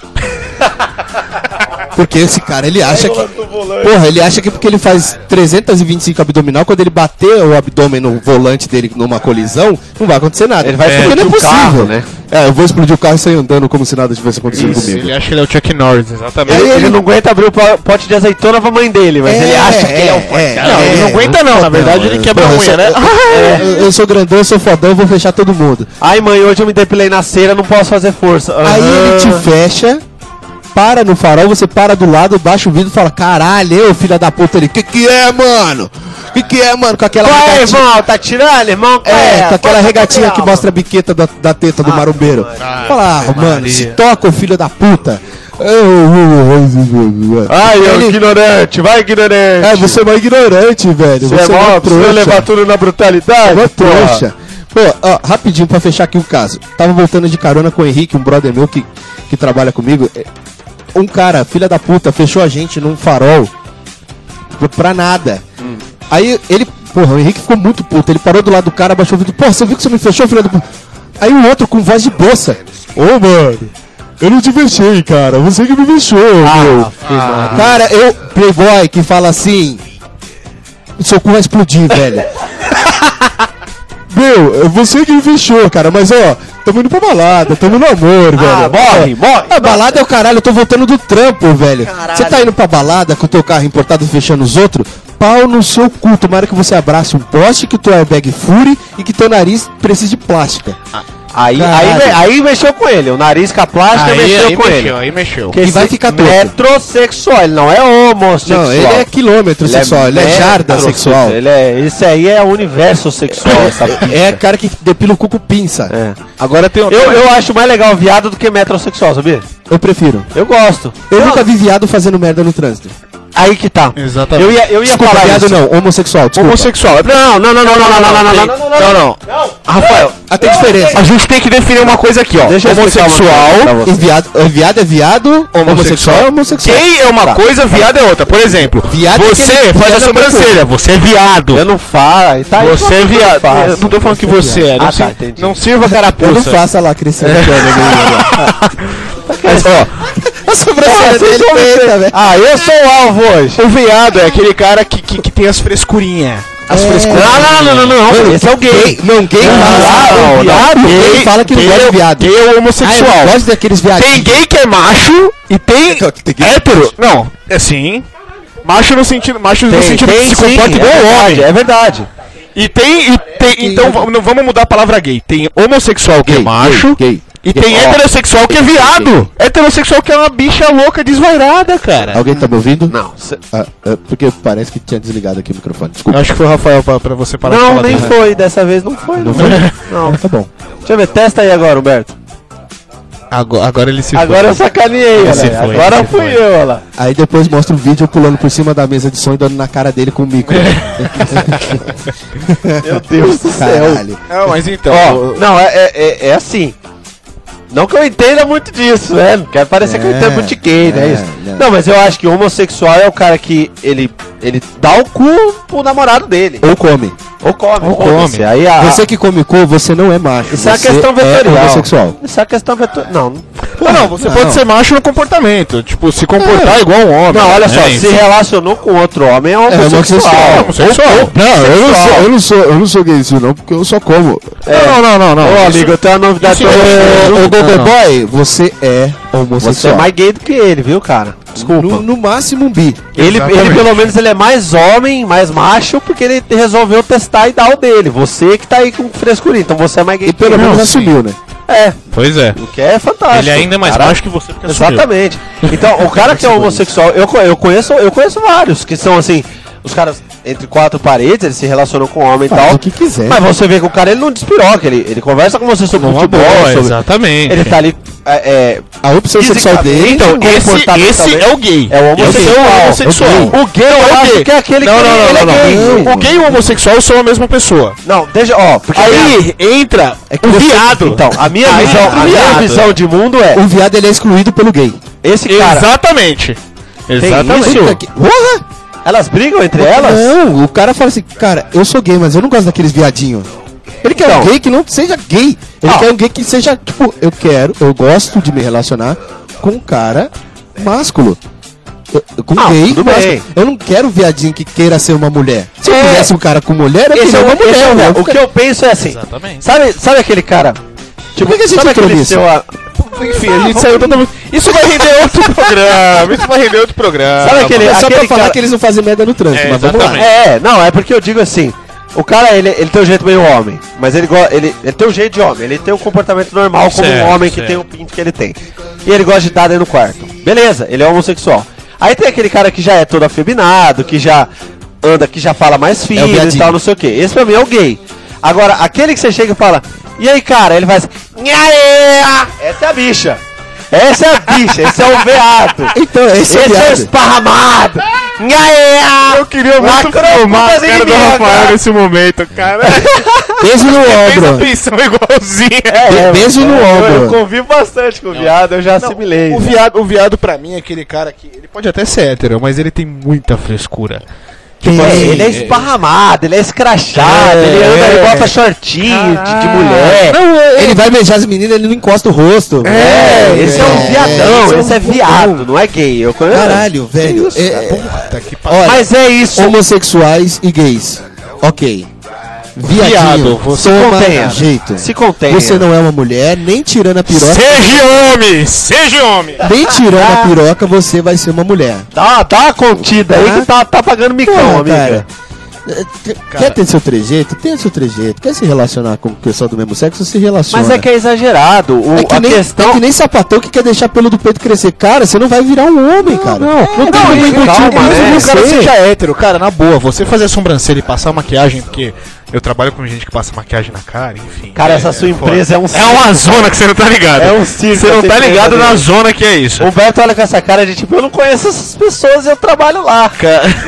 Speaker 4: Porque esse cara, ele acha que. Porra, ele acha que porque ele faz 325 abdominal, quando ele bater o abdômen no volante dele numa colisão, não vai acontecer nada.
Speaker 3: Ele vai
Speaker 4: porque não é
Speaker 3: explodir o
Speaker 4: possível.
Speaker 3: carro, né?
Speaker 4: É, eu vou explodir o carro e sair andando como se nada tivesse acontecido
Speaker 5: Isso,
Speaker 4: comigo.
Speaker 5: ele acha que ele é o Chuck Norris, exatamente.
Speaker 3: Ele,
Speaker 4: Aí
Speaker 3: ele
Speaker 4: ele-
Speaker 3: não aguenta abrir o po- pote de azeitona pra mãe dele, mas ele acha que ele é um
Speaker 4: é,
Speaker 5: Não, ele não
Speaker 4: é.
Speaker 5: aguenta não, na verdade ele quebra a
Speaker 4: Porra, eu
Speaker 5: unha,
Speaker 4: sou-
Speaker 5: né?
Speaker 4: Eu, eu sou grandão, eu sou fodão, eu vou fechar todo mundo.
Speaker 3: Ai, mãe, hoje eu me depilei na cera, não posso fazer força.
Speaker 4: Aí ele te
Speaker 3: Aham.
Speaker 4: fecha, para no farol, você para do lado, baixa o vidro e fala: Caralho, ô filha da puta, ele, que que é, mano? Que que é, mano? Com aquela
Speaker 3: Qual é,
Speaker 4: regatinha,
Speaker 3: irmão? Tá tirando, irmão? Qual
Speaker 4: é, com aquela
Speaker 3: Bota
Speaker 4: regatinha que
Speaker 3: calma.
Speaker 4: mostra a biqueta da, da teta do marombeiro. Fala, ah, mano, se toca, ô filho da puta.
Speaker 3: Ai, eu
Speaker 4: Ele-
Speaker 3: ignorante, vai ignorante.
Speaker 4: É, você é uma ignorante, velho.
Speaker 3: Você é
Speaker 4: uma
Speaker 3: mó, precisa
Speaker 4: trouxa.
Speaker 3: levar tudo na
Speaker 2: é
Speaker 3: brutalidade.
Speaker 4: Uma
Speaker 3: porra.
Speaker 4: trouxa. Pô, ó, rapidinho pra fechar aqui o caso. Tava voltando de carona com o Henrique, um brother meu que, que trabalha comigo. É, Um cara, filha da puta, fechou a gente num farol pra- pra nada. Aí ele, porra, o Henrique ficou muito puto. Ele parou do lado do cara, abaixou o vidro. Porra, você viu que você me fechou, filha da puta? Aí o outro com voz de bolsa. Ô, mano, eu não te fechei, cara. Você que me fechou, meu. Cara, eu, playboy, que fala assim... Seu cu vai explodir, velho. Meu, é você que me fechou, cara, mas ó, tamo indo pra balada, tamo no amor,
Speaker 3: Ah,
Speaker 4: velho.
Speaker 3: morre, morre.
Speaker 4: A balada é o caralho, eu tô voltando do trampo, velho. Você tá indo pra balada com o teu carro importado fechando os outros? Pau no seu cu, tomara que você abrace um poste, que teu airbag fure e que teu nariz precise de plástica.
Speaker 3: Aí, aí,
Speaker 4: Caralho.
Speaker 3: me- aí mexeu com ele, o nariz com a plástica mexeu com ele.
Speaker 5: aí mexeu.
Speaker 3: Que
Speaker 4: E
Speaker 3: esse
Speaker 4: vai ficar torto.
Speaker 3: Metrosexual, ele não é homossexual.
Speaker 4: Não, ele é quilômetro sexual, ele é jarda
Speaker 3: metrosexual,
Speaker 4: sexual.
Speaker 3: Ele é, isso aí é universo sexual, essa pica.
Speaker 4: [laughs] É cara que depila o cu com pinça.
Speaker 3: É.
Speaker 5: Agora tem um...
Speaker 3: Eu, eu acho mais legal viado do que metrosexual, sabia?
Speaker 4: Eu prefiro.
Speaker 3: Eu gosto.
Speaker 4: Eu nunca vi viado fazendo merda no trânsito.
Speaker 3: Aí que tá.
Speaker 8: Exatamente.
Speaker 3: Eu ia, eu ia
Speaker 4: Desculpa,
Speaker 3: falar
Speaker 4: viado
Speaker 3: É isso.
Speaker 4: não, homossexual, desculpa.
Speaker 2: Homossexual. Não, não, não, não, não, não, não, não, não, não, não, não.
Speaker 3: Rafael,
Speaker 4: Ah, tem diferença.
Speaker 2: A gente tem que definir uma coisa aqui, ó.
Speaker 3: Deixa eu explicar uma coisa pra
Speaker 2: Homossexual.
Speaker 4: E
Speaker 3: você.
Speaker 4: viado, é viado é viado, homossexual é homossexual.
Speaker 2: Gay é uma coisa, viado é outra. Por exemplo,
Speaker 4: Viado é
Speaker 2: você
Speaker 4: aquele-
Speaker 2: faz a
Speaker 4: viado é uma
Speaker 2: sobrancelha, você é viado.
Speaker 3: Eu não falo. Tá aí,
Speaker 2: Você é
Speaker 3: eu
Speaker 2: viado.
Speaker 3: faço.
Speaker 2: Eu não tô falando que você é. Não,
Speaker 3: Ah,
Speaker 2: se-
Speaker 3: tá, entendi.
Speaker 2: não sirva
Speaker 4: Eu não
Speaker 2: carapuça.
Speaker 4: faço a lá crescendo.
Speaker 2: Mas, ó,
Speaker 4: A sobrancelha dele feita, velho.
Speaker 3: Ah, eu sou o alvo hoje.
Speaker 2: O viado é aquele cara que, que, que tem as frescurinhas. As
Speaker 4: É.
Speaker 2: frescurinhas. Não, não, não, não, não.
Speaker 3: Esse é o gay.
Speaker 4: Não, gay
Speaker 2: Não,
Speaker 4: fala.
Speaker 2: não, não.
Speaker 4: Gay fala que não
Speaker 2: Gay
Speaker 4: gosta de
Speaker 2: é-
Speaker 4: viado.
Speaker 2: Gay é
Speaker 4: Ah, eu não
Speaker 2: homossexual.
Speaker 4: gosto daqueles viadinhos.
Speaker 2: Tem gay que é macho e tem
Speaker 4: Então, tem gay que é
Speaker 2: hétero.
Speaker 4: macho.
Speaker 2: Não, é sim. Macho no sentido, macho no sentido que
Speaker 3: sim,
Speaker 2: se comporta igual
Speaker 3: é
Speaker 2: homem.
Speaker 3: verdade, É verdade.
Speaker 2: E tem, e tem então va- não, vamos mudar a palavra gay. Tem homossexual que é
Speaker 4: é. Gay,
Speaker 2: macho
Speaker 4: gay,
Speaker 2: e
Speaker 4: gay.
Speaker 2: tem
Speaker 4: Ó,
Speaker 2: heterossexual que é
Speaker 4: gay, gay,
Speaker 2: viado. Heterossexual que é uma bicha louca desvairada, cara.
Speaker 4: Alguém tá me ouvindo?
Speaker 3: Não. cê-
Speaker 4: Ah, ah, porque parece que tinha desligado aqui o microfone. Desculpa.
Speaker 8: Eu acho que foi o Rafael pra, pra você parar de
Speaker 3: Não,
Speaker 8: falar
Speaker 3: nem
Speaker 8: dele.
Speaker 3: foi. Dessa vez não foi. Não. não.
Speaker 4: Tá bom.
Speaker 3: Deixa eu ver. Testa aí agora, Humberto.
Speaker 8: Agora, agora ele se
Speaker 4: Tipo,
Speaker 3: Agora eu sacaneei,
Speaker 8: Esse
Speaker 3: galera.
Speaker 8: foi,
Speaker 3: Agora
Speaker 8: esse
Speaker 3: fui
Speaker 8: foi.
Speaker 3: eu, olha lá.
Speaker 4: Aí depois mostra um vídeo eu pulando por cima da mesa de som e dando na cara dele com o micro.
Speaker 3: Meu Deus do
Speaker 4: Caralho.
Speaker 2: Não, mas então.
Speaker 3: Ó, não, é, é, é- é assim. Não que eu entenda muito disso, né? Não quero parecer que eu
Speaker 4: É,
Speaker 3: entendo muito de gay, né?
Speaker 4: é,
Speaker 3: isso.
Speaker 4: não.
Speaker 3: Não. mas eu acho que o homossexual é o cara que ele, ele dá o cu pro namorado dele.
Speaker 4: Ou come.
Speaker 3: Ou come. Ou
Speaker 2: come.
Speaker 3: Aí a,
Speaker 4: Você que come cu, você não é macho.
Speaker 3: Ah. isso é uma
Speaker 4: você
Speaker 3: questão vetorial.
Speaker 4: É homossexual.
Speaker 3: Isso é uma questão vetorial. Não,
Speaker 2: não, não, você
Speaker 4: não.
Speaker 2: pode ser macho no comportamento. Tipo, se comportar igual um homem.
Speaker 3: não, olha só.
Speaker 2: É
Speaker 3: se
Speaker 2: isso.
Speaker 3: relacionou com outro homem é
Speaker 4: É
Speaker 3: homossexual.
Speaker 4: homossexual.
Speaker 2: homossexual.
Speaker 4: Não, eu não sou, eu não sou, eu não sou gayzinho não, porque eu só como.
Speaker 2: Não, não, não, não.
Speaker 3: Ô, amigo, eu tenho uma novidade
Speaker 2: é
Speaker 3: pra você.
Speaker 4: É. Ô, ô Gogo Boy, você é homossexual.
Speaker 3: Você é mais gay do que ele, viu, cara? Desculpa.
Speaker 4: no, no máximo um bi.
Speaker 3: Ele, ele, pelo menos, ele é mais homem, mais macho, porque ele resolveu testar e dar o dele. Você que tá aí com frescurinha, então você é mais gay.
Speaker 4: E
Speaker 3: que
Speaker 4: pelo
Speaker 3: ele.
Speaker 4: menos
Speaker 2: sim.
Speaker 4: assumiu, né?
Speaker 3: É,
Speaker 2: Pois é.
Speaker 3: o que é fantástico.
Speaker 2: Ele é ainda mais
Speaker 3: Cara,
Speaker 2: macho que você porque assumiu.
Speaker 3: Exatamente. Então, o cara que é homossexual, eu, co- eu, conheço, eu conheço vários que são assim, os caras entre quatro paredes, eles se relacionam com homem e
Speaker 4: Faz
Speaker 3: tal.
Speaker 4: o que quiser.
Speaker 3: Mas você vê que o cara ele não despiroca, ele, ele conversa com você sobre futebol, sobre-
Speaker 2: exatamente.
Speaker 3: Ele tá ali. É, é,
Speaker 4: A opção sexual dele.
Speaker 2: Então, esse,
Speaker 3: comportamentalmente-
Speaker 2: esse é o gay.
Speaker 3: É o homossexual.
Speaker 2: Esse é o homossexual.
Speaker 4: É o
Speaker 2: O gay é
Speaker 3: eu
Speaker 2: o
Speaker 3: acho
Speaker 2: gay.
Speaker 3: que é aquele
Speaker 2: não,
Speaker 3: que
Speaker 2: não,
Speaker 3: ele-
Speaker 2: não,
Speaker 3: ele
Speaker 2: não,
Speaker 3: é
Speaker 2: não.
Speaker 4: gay.
Speaker 2: O gay e o homossexual são a mesma pessoa.
Speaker 3: Não, deixa, ó, porque
Speaker 2: Aí entra é o viado.
Speaker 3: Então, a minha
Speaker 2: Aí
Speaker 3: visão,
Speaker 2: entra o
Speaker 3: a minha
Speaker 2: viado.
Speaker 3: visão de mundo é
Speaker 4: O viado ele é excluído pelo gay.
Speaker 3: esse cara.
Speaker 2: Exatamente.
Speaker 3: isso?
Speaker 4: Puta que- Porra!
Speaker 3: Elas brigam entre elas?
Speaker 4: Não, o cara fala assim, cara, eu sou gay, mas eu não gosto daqueles viadinhos. Ele quer um
Speaker 3: Então.
Speaker 4: gay que não seja gay. Ele
Speaker 3: Ah.
Speaker 4: quer um gay que seja, tipo, eu quero, eu gosto de me relacionar com um cara másculo. Eu- eu- Com
Speaker 3: Ah,
Speaker 4: gay,
Speaker 3: tudo
Speaker 4: másculo.
Speaker 3: bem.
Speaker 4: Eu não quero viadinho que queira ser uma mulher. Se eu
Speaker 3: É.
Speaker 4: quisesse um cara com mulher, eu
Speaker 3: Esse
Speaker 4: queria
Speaker 3: é o,
Speaker 4: uma
Speaker 3: esse é
Speaker 4: mulher.
Speaker 3: o,
Speaker 4: né?
Speaker 3: o que eu penso é assim.
Speaker 2: Exatamente.
Speaker 3: Sabe, sabe aquele cara?
Speaker 4: Por que que a gente
Speaker 3: sabe
Speaker 4: entrou
Speaker 3: aquele
Speaker 4: nisso?
Speaker 3: seu a- Ah,
Speaker 2: Enfim, a gente saiu totalmente. Isso vai render outro programa. Isso vai render outro programa.
Speaker 3: Sabe aquele,
Speaker 4: É Ah, só pra
Speaker 3: aquele
Speaker 4: falar
Speaker 3: cara...
Speaker 4: que eles não fazem merda no trânsito,
Speaker 2: É,
Speaker 4: mas vamos lá.
Speaker 2: exatamente.
Speaker 3: É, não, é porque eu digo assim. O cara, ele, ele tem um jeito meio homem, mas ele, go- ele, ele tem um jeito de homem, ele tem um comportamento normal como
Speaker 2: Certo,
Speaker 3: um homem que
Speaker 2: certo.
Speaker 3: tem o pinto que ele tem. E ele gosta de dar dentro no quarto. Beleza, ele é homossexual. Aí tem aquele cara que já é todo afeminado, que já anda, que já fala mais fino e
Speaker 4: É viadinho.
Speaker 3: tal, não sei o que. Esse pra mim é o gay. Agora, aquele que você chega e fala, e aí cara, ele faz, "Nhaê!" essa é a bicha. Essa é a bicha, esse é o veado.
Speaker 4: Então, esse,
Speaker 3: Esse
Speaker 4: é o
Speaker 3: é o
Speaker 4: viado.
Speaker 3: esparramado! Nhaê!
Speaker 2: Eu queria muito
Speaker 3: Lacrou
Speaker 2: filmar a
Speaker 3: culpas
Speaker 2: cara
Speaker 3: em
Speaker 2: do
Speaker 3: mim,
Speaker 2: Rafael
Speaker 3: cara.
Speaker 2: nesse momento, cara.
Speaker 5: [laughs]
Speaker 4: Peso no
Speaker 5: É,
Speaker 2: Fez a
Speaker 4: ombro.
Speaker 2: pensão igualzinha.
Speaker 3: é
Speaker 4: Be- Beijo no
Speaker 3: Eu, eu
Speaker 4: ombro.
Speaker 3: convivo bastante com o viado, eu já assimilei. né?
Speaker 2: O viado, o viado pra mim é aquele cara que. Ele pode até ser hétero, mas ele tem muita frescura.
Speaker 4: Tem-
Speaker 3: É, ele é esparramado, ele é escrachado, ele anda, ele bota shortinho de, de mulher.
Speaker 4: Ele vai beijar as meninas, ele não encosta o rosto.
Speaker 3: É, esse é, um
Speaker 4: é,
Speaker 3: viadão,
Speaker 4: esse é um
Speaker 3: esse é viado, não é gay. Eu,
Speaker 4: Caralho, velho.
Speaker 3: isso,
Speaker 4: é-
Speaker 3: cara?
Speaker 4: é-
Speaker 2: Puta que pariu.
Speaker 4: olha,
Speaker 3: Mas é isso.
Speaker 4: homossexuais e gays. Ok. Viadinho,
Speaker 2: Viado, você
Speaker 4: toma
Speaker 3: contenha.
Speaker 4: jeito.
Speaker 3: Se contenha.
Speaker 4: Você não é uma mulher, nem tirando a piroca.
Speaker 2: Seja homem! Seja homem!
Speaker 4: Nem tirando a piroca, você vai ser uma mulher.
Speaker 3: Dá, dá uma contida aí que tá, tá pagando micão,
Speaker 4: Não,
Speaker 3: amiga.
Speaker 4: cara. É, que- Quer ter seu trejeito? Tenha seu trejeito. Quer se relacionar com o pessoal do mesmo sexo? Se relaciona.
Speaker 3: Mas é que é exagerado. O,
Speaker 4: É que
Speaker 3: a
Speaker 4: nem,
Speaker 3: questão.
Speaker 4: é que nem sapatão que quer deixar pelo do peito crescer. Cara, você não vai virar um homem, cara. Não, não, tem
Speaker 3: não,
Speaker 4: como
Speaker 3: e-
Speaker 4: embutir
Speaker 3: é calma,
Speaker 4: isso
Speaker 3: né?
Speaker 4: em
Speaker 2: Mesmo que o cara
Speaker 4: você.
Speaker 2: seja hétero, cara, na boa, você fazer a sobrancelha e passar a maquiagem, porque
Speaker 5: Eu trabalho com gente que passa maquiagem na cara, enfim.
Speaker 3: Cara,
Speaker 5: é-
Speaker 3: essa sua
Speaker 5: é foda.
Speaker 3: empresa é um
Speaker 5: É uma zona que você não tá ligado.
Speaker 3: É um circo,
Speaker 5: Você não
Speaker 3: essa
Speaker 5: tá
Speaker 3: empresa
Speaker 5: ligado na
Speaker 3: dele.
Speaker 5: zona que é
Speaker 2: um-
Speaker 5: isso.
Speaker 3: O Humberto olha com essa cara de tipo, eu não conheço essas pessoas e eu trabalho lá.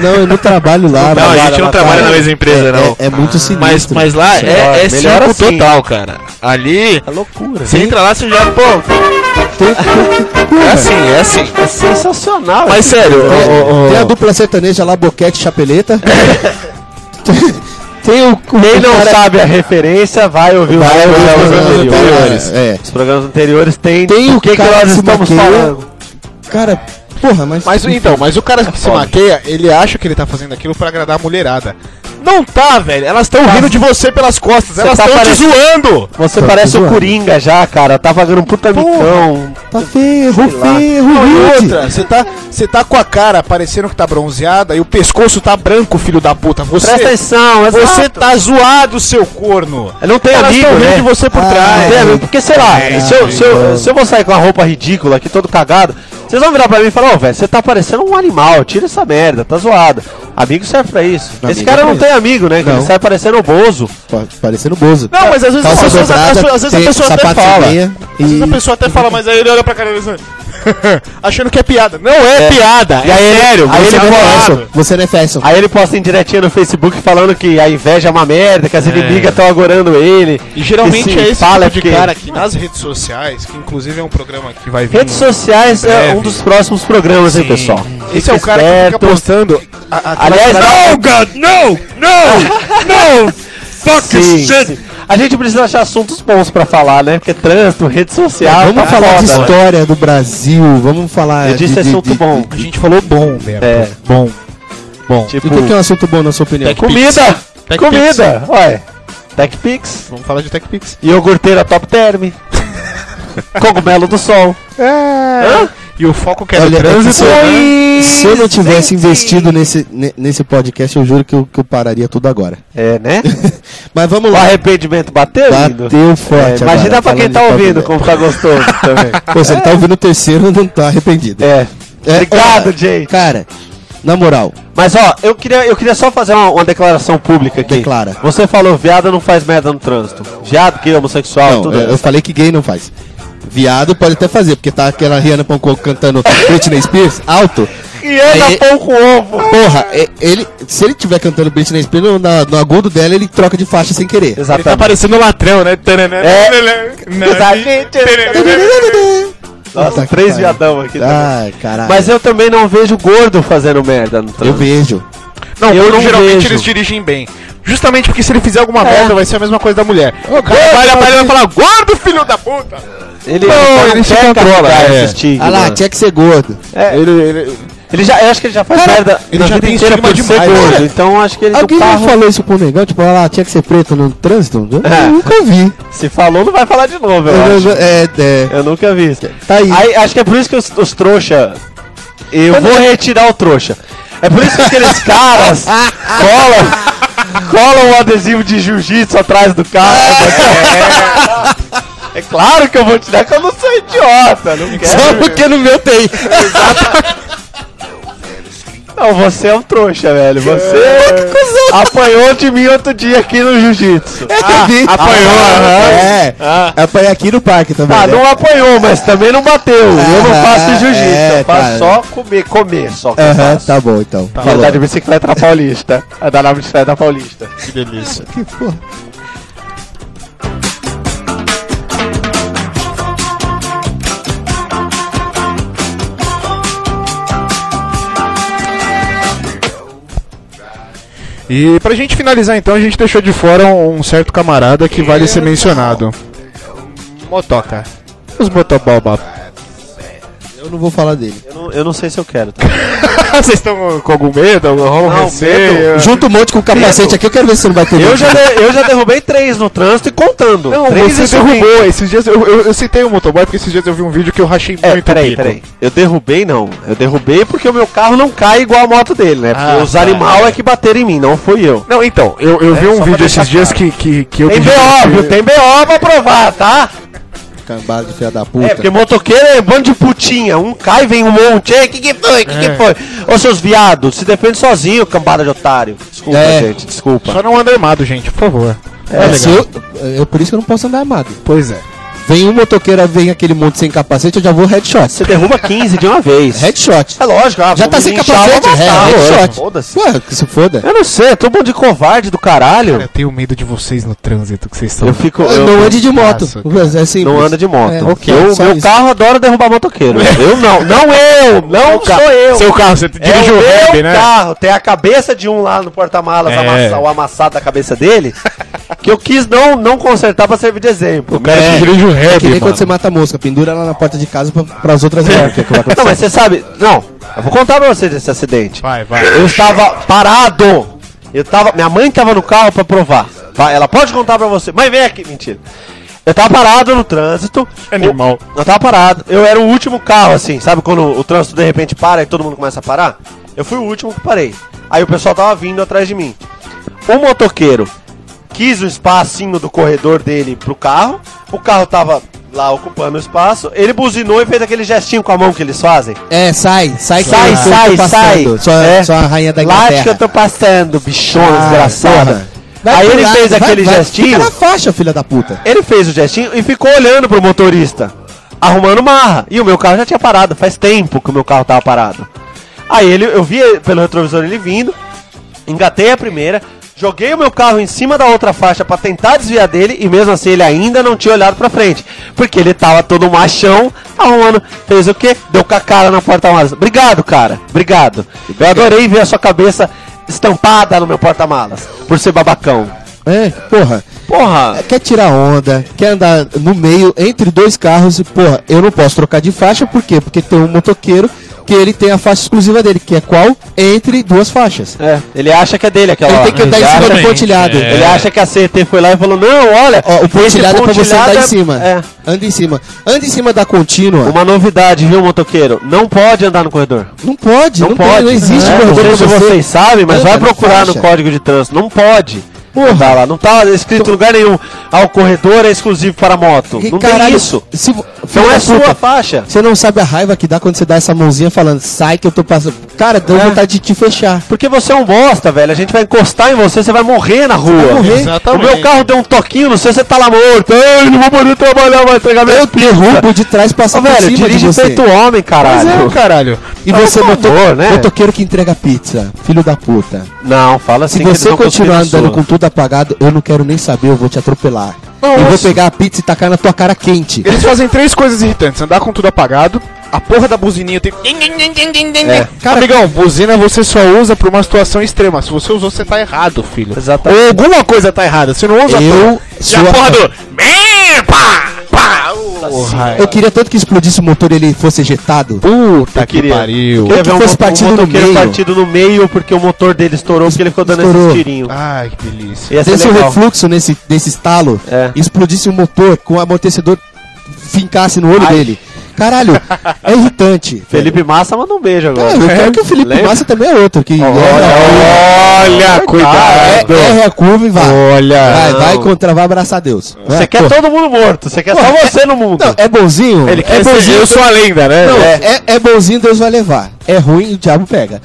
Speaker 4: Não, eu não trabalho lá.
Speaker 5: Não, a
Speaker 4: mas-
Speaker 5: gente não trabalha na mesma empresa,
Speaker 4: é,
Speaker 5: não.
Speaker 4: É, é muito sinistro.
Speaker 5: Mas, mas lá
Speaker 3: Melhor-
Speaker 5: é, é
Speaker 3: melhor
Speaker 5: circo
Speaker 3: assim.
Speaker 5: total, cara. Ali,
Speaker 3: É loucura.
Speaker 5: você entra lá, você já, pô,
Speaker 4: Tem, tem-
Speaker 5: é assim, é assim.
Speaker 3: É sensacional.
Speaker 5: Mas sério, ô, ô, ô,
Speaker 4: tem a dupla sertaneja lá, Boquete e Chapeleta. tem o.
Speaker 3: Quem não sabe a referência, vai ouvir os
Speaker 4: Vai ouvir os
Speaker 3: programas
Speaker 4: programas
Speaker 3: anteriores.
Speaker 4: anteriores, é.
Speaker 3: Os programas anteriores tem,
Speaker 4: Tem o
Speaker 3: que, que
Speaker 4: cara
Speaker 3: nós
Speaker 4: que se
Speaker 3: estamos
Speaker 4: maquia.
Speaker 3: falando.
Speaker 4: Cara, porra, mas.
Speaker 2: Mas então, mas o cara que se maqueia, ele acha que ele tá fazendo aquilo pra agradar a mulherada. Não tá, velho. Elas estão rindo de você pelas costas.
Speaker 5: Você
Speaker 2: elas
Speaker 3: tá
Speaker 2: estão te
Speaker 3: parecendo-
Speaker 2: zoando.
Speaker 3: Você
Speaker 4: Tá
Speaker 3: parece o
Speaker 4: zoando.
Speaker 3: Coringa já, cara. Tá vagando um puta micão.
Speaker 4: Tá ferro,
Speaker 3: lá.
Speaker 4: ferro,
Speaker 2: E
Speaker 4: rude.
Speaker 2: outra, você tá, você tá com a cara parecendo que tá bronzeada e o pescoço tá branco, filho da puta.
Speaker 3: Presta
Speaker 2: Você,
Speaker 3: atenção, exato.
Speaker 2: você tá zoado, seu corno.
Speaker 3: Não tem
Speaker 2: Elas
Speaker 3: amigo,
Speaker 2: tão rindo
Speaker 3: né?
Speaker 2: de você por
Speaker 4: Ah,
Speaker 2: trás.
Speaker 4: é.
Speaker 3: Entendeu? Porque, sei lá, se, eu, se, eu, se eu vou sair com a roupa ridícula aqui, todo cagado, vocês vão virar pra mim e falar, ô, velho, você tá parecendo um animal, tira essa merda, tá zoado. Amigo serve pra isso. Esse
Speaker 4: Amigo
Speaker 3: cara
Speaker 4: é
Speaker 3: não
Speaker 4: pra
Speaker 3: tem amigo, né? cara?
Speaker 4: Não.
Speaker 3: Ele sai parecendo o Bozo.
Speaker 4: Pa- Parecendo Bozo.
Speaker 2: Não, mas às vezes as
Speaker 4: Calça
Speaker 2: pessoas- as
Speaker 4: dobrada,
Speaker 2: pessoas- às vezes a
Speaker 4: tem-
Speaker 2: pessoa até
Speaker 4: sapato
Speaker 2: fala.
Speaker 4: de meia
Speaker 2: Às vezes a
Speaker 4: E
Speaker 2: pessoa até fala, mas aí ele olha pra cara e diz, [laughs] achando que é piada. Não é, piada, é sério.
Speaker 3: aí
Speaker 2: você
Speaker 4: você
Speaker 2: é
Speaker 4: não é
Speaker 2: zoado.
Speaker 4: Fashion, você não é fashion.
Speaker 3: Aí ele posta indiretinha no Facebook falando que a inveja é uma merda, que as
Speaker 5: É.
Speaker 3: inimigas estão agorando ele.
Speaker 2: E geralmente
Speaker 3: que se
Speaker 2: é esse
Speaker 3: fala
Speaker 2: tipo de
Speaker 3: que-
Speaker 2: cara que nas redes sociais, que inclusive é um programa que vai vir.
Speaker 3: Redes sociais é
Speaker 5: Breve.
Speaker 3: um dos próximos programas, hein,
Speaker 5: Sim.
Speaker 3: pessoal.
Speaker 2: Esse é o
Speaker 3: Fica
Speaker 2: cara que fica
Speaker 3: esperto.
Speaker 2: postando. a- Ah, a-
Speaker 3: Aliás,
Speaker 5: No, God, no, no,
Speaker 2: [laughs]
Speaker 5: no, fuck
Speaker 3: Sim,
Speaker 5: shit.
Speaker 3: sim. A gente precisa achar assuntos bons pra falar, né? Porque trânsito, rede social.
Speaker 4: Vamos
Speaker 3: tá
Speaker 4: falar
Speaker 3: foda,
Speaker 4: de
Speaker 3: né?
Speaker 4: história do Brasil, vamos falar
Speaker 3: Eu disse
Speaker 4: de, de,
Speaker 3: assunto
Speaker 4: de-
Speaker 3: bom.
Speaker 2: a gente falou bom, velho.
Speaker 3: É.
Speaker 2: Bom. Bom.
Speaker 4: E
Speaker 3: Tipo,
Speaker 4: o que que é um assunto bom na sua opinião?
Speaker 3: comida!
Speaker 2: Tech
Speaker 3: comida! Ué. TechPix,
Speaker 2: Vamos falar de TechPix.
Speaker 3: iogurteira top
Speaker 2: [laughs]
Speaker 3: term, cogumelo do sol.
Speaker 2: É.
Speaker 3: Hã?
Speaker 2: E o foco que é
Speaker 4: Olha,
Speaker 2: do trânsito.
Speaker 4: é que
Speaker 2: né?
Speaker 4: Se eu não tivesse investido nesse, ne- nesse podcast, eu juro que eu, que eu pararia tudo agora.
Speaker 3: É,
Speaker 4: [laughs]
Speaker 3: né?
Speaker 4: Mas vamos
Speaker 3: O
Speaker 4: lá.
Speaker 3: arrependimento bateu, lindo?
Speaker 4: Bateu
Speaker 3: É,
Speaker 4: forte.
Speaker 3: imagina
Speaker 4: agora,
Speaker 3: pra quem
Speaker 4: falando
Speaker 3: tá
Speaker 4: de
Speaker 3: ouvindo
Speaker 4: Papo
Speaker 3: como tá gostoso
Speaker 4: [laughs]
Speaker 3: também.
Speaker 4: Reto. Pô, se ele tá ouvindo o terceiro, não tá arrependido.
Speaker 3: É.
Speaker 4: É,
Speaker 3: Obrigado,
Speaker 4: olha,
Speaker 3: Jay.
Speaker 4: Cara, na moral,
Speaker 3: Mas ó, eu queria, eu queria só fazer uma, uma declaração pública aqui.
Speaker 4: Declara.
Speaker 3: Você falou viado não faz merda no trânsito. Viado que é homossexual,
Speaker 4: não,
Speaker 3: tudo.
Speaker 4: eu, eu falei que gay não faz. Viado pode até fazer, porque tá aquela Rihanna Pancô cantando Britney Spears alto.
Speaker 3: E anda
Speaker 4: Aí-
Speaker 3: pouco ovo.
Speaker 4: Porra, e- ele, se ele tiver cantando Britney Spears no, na- no agudo dela, ele troca de faixa sem querer.
Speaker 5: Ele tá
Speaker 3: Exatamente.
Speaker 5: parecendo um latrão, né?
Speaker 3: Nossa,
Speaker 4: Puta que
Speaker 3: três
Speaker 4: pariu.
Speaker 3: viadão aqui. também.
Speaker 4: Ai, caralho.
Speaker 3: Mas é eu também não vejo gordo fazendo merda no
Speaker 4: eu
Speaker 3: trânsito.
Speaker 4: vejo.
Speaker 5: Não,
Speaker 3: Eu
Speaker 5: eu
Speaker 3: não
Speaker 5: geralmente
Speaker 3: vejo.
Speaker 5: eles dirigem bem. Justamente porque se ele fizer alguma
Speaker 2: É.
Speaker 5: merda,
Speaker 2: Vai ser a mesma coisa da mulher.
Speaker 4: Ô,
Speaker 5: vai, vai, vai, vai falar, guarda, filho da puta!
Speaker 3: Ele,
Speaker 5: Não,
Speaker 3: ele,
Speaker 5: ele se
Speaker 3: quer
Speaker 5: controla,
Speaker 3: carregar
Speaker 5: é.
Speaker 3: esse estigma.
Speaker 4: Ah lá, tinha que ser gordo.
Speaker 3: É, ele, já, eu acho que ele já faz merda
Speaker 2: ele
Speaker 3: na
Speaker 2: já
Speaker 3: vida
Speaker 2: tem
Speaker 3: inteira por
Speaker 2: estigma
Speaker 3: ser
Speaker 2: demais,
Speaker 3: gordo.
Speaker 2: né?
Speaker 3: Então acho que ele
Speaker 4: Alguém
Speaker 3: do
Speaker 4: já
Speaker 3: carro,
Speaker 4: falou isso pro negão? Tipo, ah lá, tinha que ser preto no trânsito? Eu
Speaker 3: É.
Speaker 4: nunca vi.
Speaker 3: se falou, não vai falar de novo, eu,
Speaker 4: Eu-
Speaker 3: acho.
Speaker 4: eu- é, é,
Speaker 3: Eu nunca vi isso.
Speaker 4: Tá aí.
Speaker 3: Aí, acho que é por isso que os, os trouxa. Eu vou retirar o trouxa. É por isso que aqueles caras colam, colam o adesivo de jiu-jitsu atrás do carro. É, claro que eu vou tirar, que eu não sou idiota. Não
Speaker 4: Só
Speaker 3: quero.
Speaker 4: porque no meu tem.
Speaker 3: Não, você é um trouxa, velho. Você é um apanhou de mim outro dia aqui no jiu-jitsu.
Speaker 4: apanhou,
Speaker 3: Ah, aham.
Speaker 4: É,
Speaker 3: Ah.
Speaker 4: apanhei aqui no parque também.
Speaker 3: Tá,
Speaker 4: né?
Speaker 3: não apanhou, mas também não bateu. Eu não
Speaker 4: Aham,
Speaker 3: faço jiu-jitsu,
Speaker 4: é,
Speaker 3: eu faço
Speaker 4: tá.
Speaker 3: só comer, comer só. que eu
Speaker 4: Aham,
Speaker 3: faço.
Speaker 4: tá bom então. Falou.
Speaker 3: Andar de bicicleta na Paulista. Andar na bicicleta na Paulista.
Speaker 5: Que delícia.
Speaker 4: Que porra.
Speaker 2: E pra gente finalizar então, a gente deixou de fora um, um certo camarada que vale ser mencionado. Motoca. Os motoboba. [laughs]
Speaker 4: Eu não vou falar dele.
Speaker 3: Eu não, eu não sei se eu quero. Tá?
Speaker 2: Vocês estão com algum medo? Rola um
Speaker 3: Não,
Speaker 2: receio?
Speaker 4: Junta um monte com o capacete aqui, eu quero ver se você não vai
Speaker 3: [laughs]
Speaker 4: ter.
Speaker 3: Eu,
Speaker 4: medo.
Speaker 3: já de- eu já derrubei três no trânsito e contando.
Speaker 2: Não,
Speaker 3: três
Speaker 2: você
Speaker 3: isso
Speaker 2: derrubou.
Speaker 3: tem-
Speaker 2: Esses dias eu, eu, eu citei o motoboy porque esses dias eu vi um vídeo que eu rachei
Speaker 3: É,
Speaker 2: muito o
Speaker 3: peraí,
Speaker 2: bico.
Speaker 3: peraí. Eu derrubei não. Eu derrubei porque o meu carro não cai igual a moto dele, né? Porque
Speaker 2: Ah,
Speaker 3: os animal é que bateram em mim, não fui eu.
Speaker 2: Não, então, eu, eu vi
Speaker 3: só
Speaker 2: um
Speaker 3: pra
Speaker 2: vídeo
Speaker 3: deixar
Speaker 2: esses dias que, que, que eu
Speaker 3: Tem BO, viu? Tem BO pra provar, tá?
Speaker 4: Cambada de filha da
Speaker 3: É,
Speaker 4: puta.
Speaker 3: porque motoqueiro é bando de putinha. Um cai, vem um monte. Ei, que que foi? Que que foi? Ô, seus viados, se defende sozinho, cambada de otário. Desculpa,
Speaker 4: É.
Speaker 3: gente, desculpa.
Speaker 2: Só não anda armado, gente, por favor.
Speaker 4: É, se eu, eu- por isso que eu não posso andar armado.
Speaker 2: Pois é.
Speaker 4: Vem um motoqueiro, vem aquele monte sem capacete, eu já vou headshot.
Speaker 3: Você derruba 15 de uma vez.
Speaker 4: Headshot.
Speaker 3: É lógico, ah,
Speaker 4: Já
Speaker 3: vou
Speaker 4: tá
Speaker 3: me
Speaker 4: sem
Speaker 3: linchar, vou
Speaker 4: capacete,
Speaker 3: matar,
Speaker 4: é,
Speaker 3: lógico,
Speaker 4: headshot.
Speaker 3: Foda-se.
Speaker 4: Ué, que se foda.
Speaker 3: Eu não sei, eu tô um bando de covarde do caralho.
Speaker 2: Cara, eu tenho medo de vocês no trânsito que vocês estão.
Speaker 3: Eu fico.
Speaker 4: Eu
Speaker 3: Eu
Speaker 4: não ande de moto.
Speaker 2: Nossa,
Speaker 4: É simples.
Speaker 3: não ando de moto.
Speaker 4: É, ok,
Speaker 3: eu,
Speaker 4: só
Speaker 3: meu
Speaker 4: isso.
Speaker 3: carro adora derrubar motoqueiro. eu não, não eu, não sou eu.
Speaker 2: Seu carro, você
Speaker 3: É
Speaker 4: um
Speaker 2: dirige
Speaker 3: o
Speaker 2: o
Speaker 3: meu
Speaker 2: rap, né?
Speaker 3: carro, tem a cabeça de um lá no porta-malas,
Speaker 2: É.
Speaker 3: amassa- o amassado da cabeça
Speaker 4: [laughs]
Speaker 3: dele, que eu quis não, não consertar pra servir de exemplo.
Speaker 2: O cara que dirige o
Speaker 4: É
Speaker 2: rap,
Speaker 4: que nem
Speaker 2: mano.
Speaker 4: quando você mata a mosca, pendura ela na porta de casa pra, pras
Speaker 3: [laughs]
Speaker 4: outras mulheres. que é o que vai
Speaker 3: Não,
Speaker 4: acontecer.
Speaker 3: mas você sabe. Não, eu vou contar pra vocês esse acidente.
Speaker 2: Vai, vai.
Speaker 3: Eu estava parado. Eu tava, minha mãe tava no carro pra provar. Vai, ela pode contar pra você. Mãe, vem aqui. Mentira. Eu tava parado no trânsito.
Speaker 2: Animal.
Speaker 3: Eu, eu tava parado. Eu era o último carro, assim. Sabe quando o trânsito de repente para e todo mundo começa a parar? Eu fui o último que parei. Aí o pessoal tava vindo atrás de mim. O motoqueiro quis o espacinho do corredor dele pro carro. O carro tava lá ocupando o espaço. Ele buzinou e fez aquele gestinho com a mão que eles fazem.
Speaker 4: É, sai, sai, que
Speaker 3: Sai,
Speaker 4: eu tô
Speaker 3: sai, sai.
Speaker 4: passando. Sou,
Speaker 3: É.
Speaker 4: sou a rainha da
Speaker 3: Lá
Speaker 4: Inglaterra.
Speaker 3: que eu tô passando, bichona
Speaker 4: Ah,
Speaker 3: desgraçada.
Speaker 4: porra. Vai
Speaker 3: Aí
Speaker 4: pro
Speaker 3: ele
Speaker 4: lado,
Speaker 3: fez
Speaker 4: vai-
Speaker 3: aquele
Speaker 4: vai-
Speaker 3: gestinho.
Speaker 4: Fica na faixa, filha da puta.
Speaker 3: Ele fez o gestinho e ficou olhando pro motorista, arrumando marra. E o meu carro já tinha parado, faz tempo que o meu carro tava parado. Aí ele, eu vi ele- pelo retrovisor ele vindo, engatei a primeira, joguei o meu carro em cima da outra faixa pra tentar desviar dele e mesmo assim ele ainda não tinha olhado pra frente, porque ele tava todo machão, arrumando, fez o quê? Deu com a cara na porta-malas. Obrigado, cara. Obrigado. Eu adorei ver a sua cabeça estampada no meu porta-malas, por ser babacão.
Speaker 4: É, porra.
Speaker 3: Porra.
Speaker 4: Quer tirar onda, quer andar no meio entre dois carros e, porra, eu não posso trocar de faixa, por quê? Porque tem um motoqueiro que ele tem a faixa exclusiva dele, que é qual? Entre duas faixas.
Speaker 3: É, ele acha que é dele aquela
Speaker 4: Ele
Speaker 3: lá.
Speaker 4: tem que andar em
Speaker 3: Ele
Speaker 4: cima
Speaker 3: acha-
Speaker 4: do pontilhado.
Speaker 2: é.
Speaker 3: Ele acha que a CT foi lá e falou: Não, olha,
Speaker 4: Ó, o
Speaker 3: esse
Speaker 4: pontilhado é pra você andar
Speaker 3: pontilhado
Speaker 4: em
Speaker 3: é-
Speaker 4: cima.
Speaker 3: É.
Speaker 4: Anda em cima. Anda em cima da contínua.
Speaker 3: Uma novidade, viu, motoqueiro? Não pode andar no corredor.
Speaker 4: Não pode, não,
Speaker 3: Não,
Speaker 4: tem-
Speaker 3: pode.
Speaker 4: não existe
Speaker 3: É,
Speaker 4: corredor
Speaker 3: Não sei se
Speaker 4: pra você.
Speaker 3: vocês sabem, mas
Speaker 4: Anda
Speaker 3: vai
Speaker 4: na
Speaker 3: procurar no
Speaker 4: faixa.
Speaker 3: código de trânsito. Não pode.
Speaker 4: Porra.
Speaker 3: Não tá lá, não tá escrito em lugar nenhum. Ah, o corredor é exclusivo para moto.
Speaker 4: Que
Speaker 3: não tem
Speaker 4: caralho,
Speaker 3: isso.
Speaker 4: Se, vo- filho
Speaker 3: Não
Speaker 4: da
Speaker 3: é
Speaker 4: puta,
Speaker 3: sua faixa.
Speaker 4: Você não sabe a raiva que dá quando você dá essa mãozinha falando, sai que eu tô passando. Cara, deu
Speaker 3: É.
Speaker 4: vontade de te fechar.
Speaker 3: Porque você é um bosta, velho. A gente vai encostar em você, você vai morrer na rua.
Speaker 4: morrer.
Speaker 3: O meu carro deu um toquinho no seu, você tá lá morto. Ei, não vou poder trabalhar, vai entregar meu
Speaker 4: Eu derrubo Tipo, de trás passa
Speaker 3: Ô,
Speaker 4: por
Speaker 3: velho,
Speaker 4: cima de
Speaker 3: dirige
Speaker 4: você.
Speaker 3: feito homem, caralho.
Speaker 2: Pois é, caralho.
Speaker 4: E você
Speaker 3: Por
Speaker 4: motor,
Speaker 3: favor, né?
Speaker 4: motoqueiro que entrega pizza, filho da puta.
Speaker 3: Não, fala assim.
Speaker 4: Se
Speaker 3: que eles
Speaker 4: você
Speaker 3: não
Speaker 4: continuar
Speaker 3: conseguiram
Speaker 4: andando
Speaker 3: sua.
Speaker 4: com tudo apagado, eu não quero nem saber, eu vou te atropelar. Eu vou pegar a pizza e tacar na tua cara
Speaker 3: [laughs]
Speaker 4: quente.
Speaker 2: Eles fazem três coisas irritantes: andar com tudo apagado, a porra da buzininha tem. É. Cara, amigão, buzina você só usa pra uma situação extrema. Se você usou, você tá errado, filho.
Speaker 3: Exatamente.
Speaker 2: Ou alguma coisa tá errada. Você não usa
Speaker 4: Eu sou a-
Speaker 2: porra.
Speaker 4: Eu queria tanto que explodisse o motor e ele fosse ejetado.
Speaker 2: Puta que
Speaker 3: queria.
Speaker 2: pariu.
Speaker 4: Eu que
Speaker 3: um
Speaker 4: fosse
Speaker 3: moto-
Speaker 4: partido
Speaker 3: um
Speaker 4: no
Speaker 3: motoqueiro
Speaker 4: meio.
Speaker 3: partido no meio porque o motor dele estourou porque ele ficou dando
Speaker 4: Estourou. Ah, é
Speaker 3: esses tirinhos.
Speaker 2: Ai, que delícia.
Speaker 3: Ia ser
Speaker 4: desse
Speaker 3: legal.
Speaker 4: refluxo nesse, nesse estalo,
Speaker 3: É.
Speaker 4: explodisse o motor com o amortecedor fincasse no olho
Speaker 3: Ai.
Speaker 4: dele. Caralho, é
Speaker 3: [laughs]
Speaker 4: irritante.
Speaker 3: Felipe Massa manda um beijo agora.
Speaker 4: É, eu quero que o Felipe
Speaker 3: Lembra?
Speaker 4: Massa também é outro, que erra,
Speaker 2: Olha,
Speaker 4: a
Speaker 2: cuidado.
Speaker 4: curva, erra a curva e vai.
Speaker 2: Olha.
Speaker 4: Vai,
Speaker 3: Não.
Speaker 4: vai contra, vai abraçar Deus.
Speaker 3: Você quer todo mundo morto, você quer só
Speaker 4: Porra,
Speaker 3: você no mundo.
Speaker 4: Não, Ah, é bonzinho?
Speaker 2: Ele
Speaker 4: é
Speaker 2: quer ser, eu sou a lenda, né?
Speaker 4: Não, é, é bonzinho, Deus vai levar. É ruim, o diabo pega.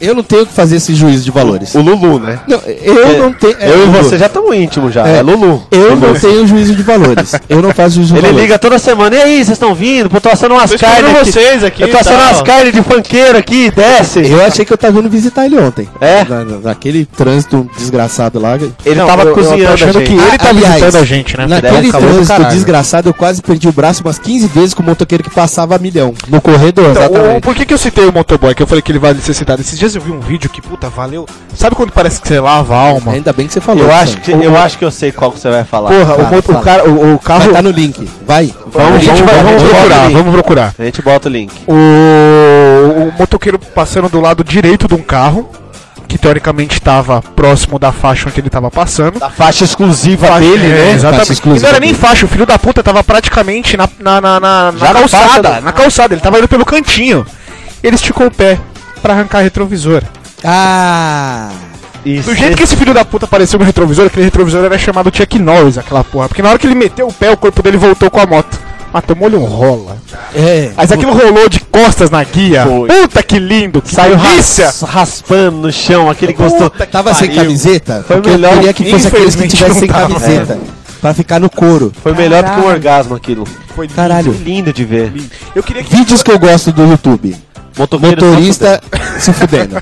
Speaker 4: Eu não tenho que fazer esse juízo de valores.
Speaker 3: O Lulu, né?
Speaker 4: Não, eu
Speaker 3: É,
Speaker 4: não tenho. é,
Speaker 3: eu e
Speaker 4: Lulu.
Speaker 3: você já estamos íntimos já.
Speaker 4: É.
Speaker 3: É, Lulu.
Speaker 4: Eu não tenho juízo de valores. Eu não faço juízo de
Speaker 3: Ele
Speaker 4: valores.
Speaker 3: liga toda semana. E aí, vocês estão vindo? Pô, tô assando umas
Speaker 2: Tô
Speaker 3: carnes
Speaker 2: esperando
Speaker 3: aqui.
Speaker 2: vocês aqui tá?
Speaker 3: Eu tô
Speaker 2: e
Speaker 3: assando
Speaker 2: tal.
Speaker 3: umas carnes de funkeiro aqui, desce.
Speaker 4: Eu achei que eu tava indo visitar ele ontem.
Speaker 3: É?
Speaker 4: Na, na- naquele trânsito desgraçado lá. Ah,
Speaker 3: Ele tava cozinhando
Speaker 2: Eu tô achando
Speaker 3: a
Speaker 2: que
Speaker 3: gente.
Speaker 2: ele tá
Speaker 4: aliás,
Speaker 2: visitando a gente, né?
Speaker 4: Naquele
Speaker 3: Deve ser um calor do
Speaker 4: trânsito
Speaker 3: caralho.
Speaker 4: desgraçado, eu quase perdi o braço umas 15 vezes com o motoqueiro que passava a milhão. No corredor.
Speaker 2: Então,
Speaker 4: exatamente.
Speaker 2: o- por que, que eu citei o motoboy? Que eu falei que ele vale ser citado. Esses dias eu vi um vídeo que, puta, valeu. Sabe quando parece que você lava a alma?
Speaker 4: Ainda bem que você falou.
Speaker 3: Eu
Speaker 4: Sam.
Speaker 3: acho que, eu acho que eu sei qual que você vai falar.
Speaker 2: Porra, o,
Speaker 4: Fala,
Speaker 2: moto-
Speaker 4: fala.
Speaker 2: o cara, o, o
Speaker 4: Vai
Speaker 2: carro.
Speaker 4: tá no link. Vai.
Speaker 3: Vamos,
Speaker 2: Vamos,
Speaker 3: gente,
Speaker 2: vamos-
Speaker 3: vai-
Speaker 2: vamos
Speaker 3: vamos
Speaker 2: procurar,
Speaker 3: procurar.
Speaker 2: vamos procurar.
Speaker 3: A gente bota o link.
Speaker 2: O, o motoqueiro passando do lado direito de um carro, que teoricamente estava próximo da faixa onde ele estava passando.
Speaker 3: Da faixa exclusiva dele,
Speaker 2: É,
Speaker 3: né?
Speaker 4: Faixa
Speaker 2: exatamente. E
Speaker 4: exclusiva
Speaker 2: não era nem
Speaker 4: dele.
Speaker 2: faixa, o filho da puta tava praticamente na, na, na, na- na
Speaker 3: Já na faixa
Speaker 2: calçada.
Speaker 3: do-
Speaker 2: Na calçada, ele tava indo pelo cantinho. Ele esticou o pé pra arrancar retrovisor.
Speaker 4: Ah.
Speaker 3: Isso.
Speaker 2: Do jeito que esse filho da puta apareceu no retrovisor, aquele retrovisor era chamado Chuck Norris, aquela porra. Porque na hora que ele meteu o pé, o corpo dele voltou com a moto. Mas tomou-lhe um rola.
Speaker 4: É.
Speaker 2: Mas aquilo rolou de costas na guia.
Speaker 3: Foi.
Speaker 2: Puta que lindo! Que
Speaker 3: Saiu
Speaker 2: delícia!
Speaker 3: ras- raspando no chão, aquele gostou.
Speaker 4: Tava sem
Speaker 3: pariu.
Speaker 4: camiseta?
Speaker 3: Foi
Speaker 4: porque
Speaker 3: melhor,
Speaker 4: eu queria que fosse aqueles que
Speaker 2: infelizmente,
Speaker 4: tivesse sem
Speaker 2: não tava.
Speaker 4: camiseta. Pra ficar no couro.
Speaker 3: Foi melhor do que um orgasmo aquilo.
Speaker 2: Foi lindo.
Speaker 4: Caralho.
Speaker 3: Foi lindo de ver.
Speaker 2: Eu queria que.
Speaker 4: Vídeos que eu gosto do YouTube.
Speaker 3: Motoqueiro
Speaker 4: Motorista se fudendo.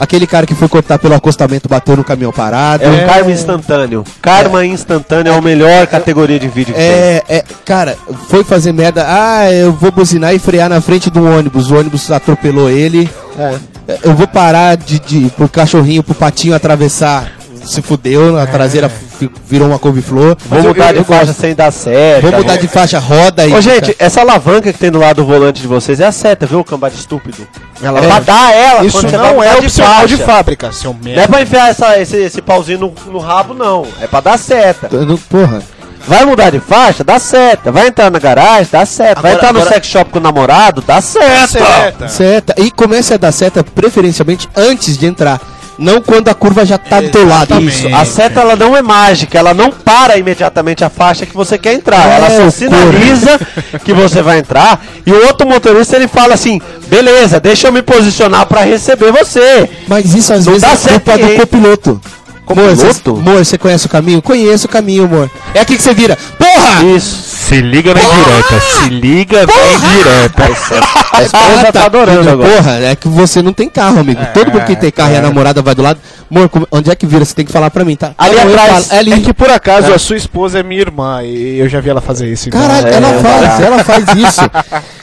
Speaker 4: Aquele cara que foi cortar pelo acostamento, bateu no caminhão parado.
Speaker 3: É um karma instantâneo. Karma instantâneo é a melhor categoria de vídeo que tem.
Speaker 4: É, é, cara, foi fazer merda. Ah, eu vou buzinar e frear na frente do ônibus. O ônibus atropelou ele. É, Eu vou parar de, de pro cachorrinho, pro patinho atravessar. Se fudeu, a traseira fi- virou uma couve-flor.
Speaker 3: Vou mudar de faixa sem dar né? seta.
Speaker 4: Vou mudar de faixa, roda aí.
Speaker 3: Ô, gente, essa alavanca que tem do lado do volante de vocês é a seta, viu, cambada de estúpido?
Speaker 2: Ela
Speaker 3: é pra dar ela
Speaker 2: Isso
Speaker 3: quando você
Speaker 2: não
Speaker 3: vai
Speaker 2: é
Speaker 3: mudar
Speaker 2: opcional de,
Speaker 3: faixa.
Speaker 2: fábrica, seu
Speaker 3: Não é
Speaker 2: merda.
Speaker 3: pra enfiar essa- esse, esse pauzinho no, no rabo, não. É pra dar seta.
Speaker 4: Eu não- Porra.
Speaker 3: Vai mudar de faixa? Dá seta. Vai entrar na garagem? Dá seta. Vai
Speaker 4: Agora-
Speaker 3: entrar no
Speaker 4: agora-
Speaker 3: sex shop com o namorado? Dá seta. Tá.
Speaker 2: Certa.
Speaker 4: Seta. E comece a dar seta preferencialmente antes de entrar. Não quando a curva já tá do teu lado.
Speaker 3: Isso, a seta ela não é mágica, ela não para imediatamente a faixa que você quer entrar.
Speaker 4: É,
Speaker 3: Ela só
Speaker 4: o
Speaker 3: sinaliza [laughs] que você vai entrar e o outro motorista ele fala assim: "Beleza, deixa eu me posicionar pra receber você".
Speaker 4: Mas isso às
Speaker 3: Não
Speaker 4: vezes
Speaker 3: dá
Speaker 4: é
Speaker 3: certo
Speaker 4: culpa do
Speaker 3: ninguém.
Speaker 4: copiloto.
Speaker 3: é
Speaker 4: Amor, você-
Speaker 3: Copiloto?
Speaker 4: Amor, você conhece o caminho? Conheço o caminho, amor. É aqui que você vira. Porra!
Speaker 3: Isso.
Speaker 9: Se liga na direta, se liga na direta.
Speaker 4: É
Speaker 3: A esposa tá, adorando
Speaker 4: filho,
Speaker 3: agora. É,
Speaker 4: Porra, é que você não tem carro, amigo. Todo mundo que tem carro e a namorada vai do lado. Amor, como- onde é que vira? Você tem que falar pra mim, tá?
Speaker 3: Ali
Speaker 4: Tá bom, eu
Speaker 3: atrás.
Speaker 4: falo. É ali.
Speaker 2: É que por acaso a sua esposa é minha irmã e eu já vi ela fazer isso. então-
Speaker 4: Caralho,
Speaker 3: É,
Speaker 4: ela
Speaker 3: é,
Speaker 4: faz,
Speaker 3: tá.
Speaker 4: ela faz
Speaker 3: [laughs]
Speaker 4: isso.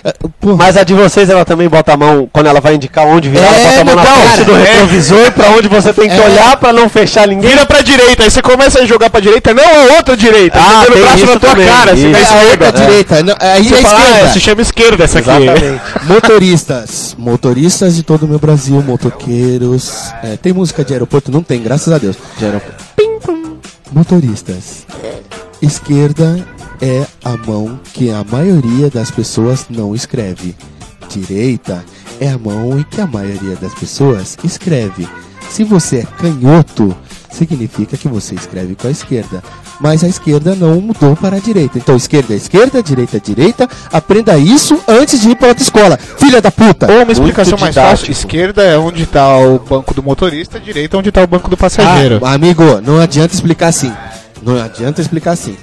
Speaker 4: É, Porra.
Speaker 3: Mas a de vocês ela também bota a mão quando ela vai indicar onde virar, ela
Speaker 4: É,
Speaker 3: bota a mão na
Speaker 4: meu
Speaker 3: frente
Speaker 4: cara,
Speaker 3: do
Speaker 4: é.
Speaker 3: retrovisor pra onde você tem que
Speaker 4: É.
Speaker 3: olhar pra não fechar ninguém.
Speaker 2: Vira pra direita, aí você começa a jogar pra direita, não a outra direita.
Speaker 3: Ah,
Speaker 2: você
Speaker 3: tem
Speaker 2: braço
Speaker 3: isso
Speaker 2: na tua
Speaker 3: também,
Speaker 2: cara,
Speaker 3: isso.
Speaker 2: você dá
Speaker 4: É a outra
Speaker 2: esquerda.
Speaker 4: direita. não, Aí é a
Speaker 2: Fala, ah,
Speaker 4: esquerda.
Speaker 2: se chama esquerda essa aqui.
Speaker 4: Motoristas, motoristas de todo o meu Brasil, motoqueiros. É, tem música de aeroporto? Não tem, graças a Deus. De aeroporto. Motoristas, esquerda é a mão que a maioria das pessoas não escreve. Direita é a mão em que a maioria das pessoas escreve. Se você é canhoto, significa que você escreve com a esquerda. Mas a esquerda não mudou para a direita. Então, esquerda é esquerda, direita é direita. Aprenda isso antes de ir para outra escola. Filha da puta!
Speaker 2: Ou uma explicação
Speaker 3: explicação
Speaker 2: mais
Speaker 3: mais
Speaker 2: fácil: esquerda é onde tá o banco do motorista, direita é onde tá o banco do passageiro.
Speaker 4: Ah, amigo, não adianta explicar assim. Não adianta explicar assim.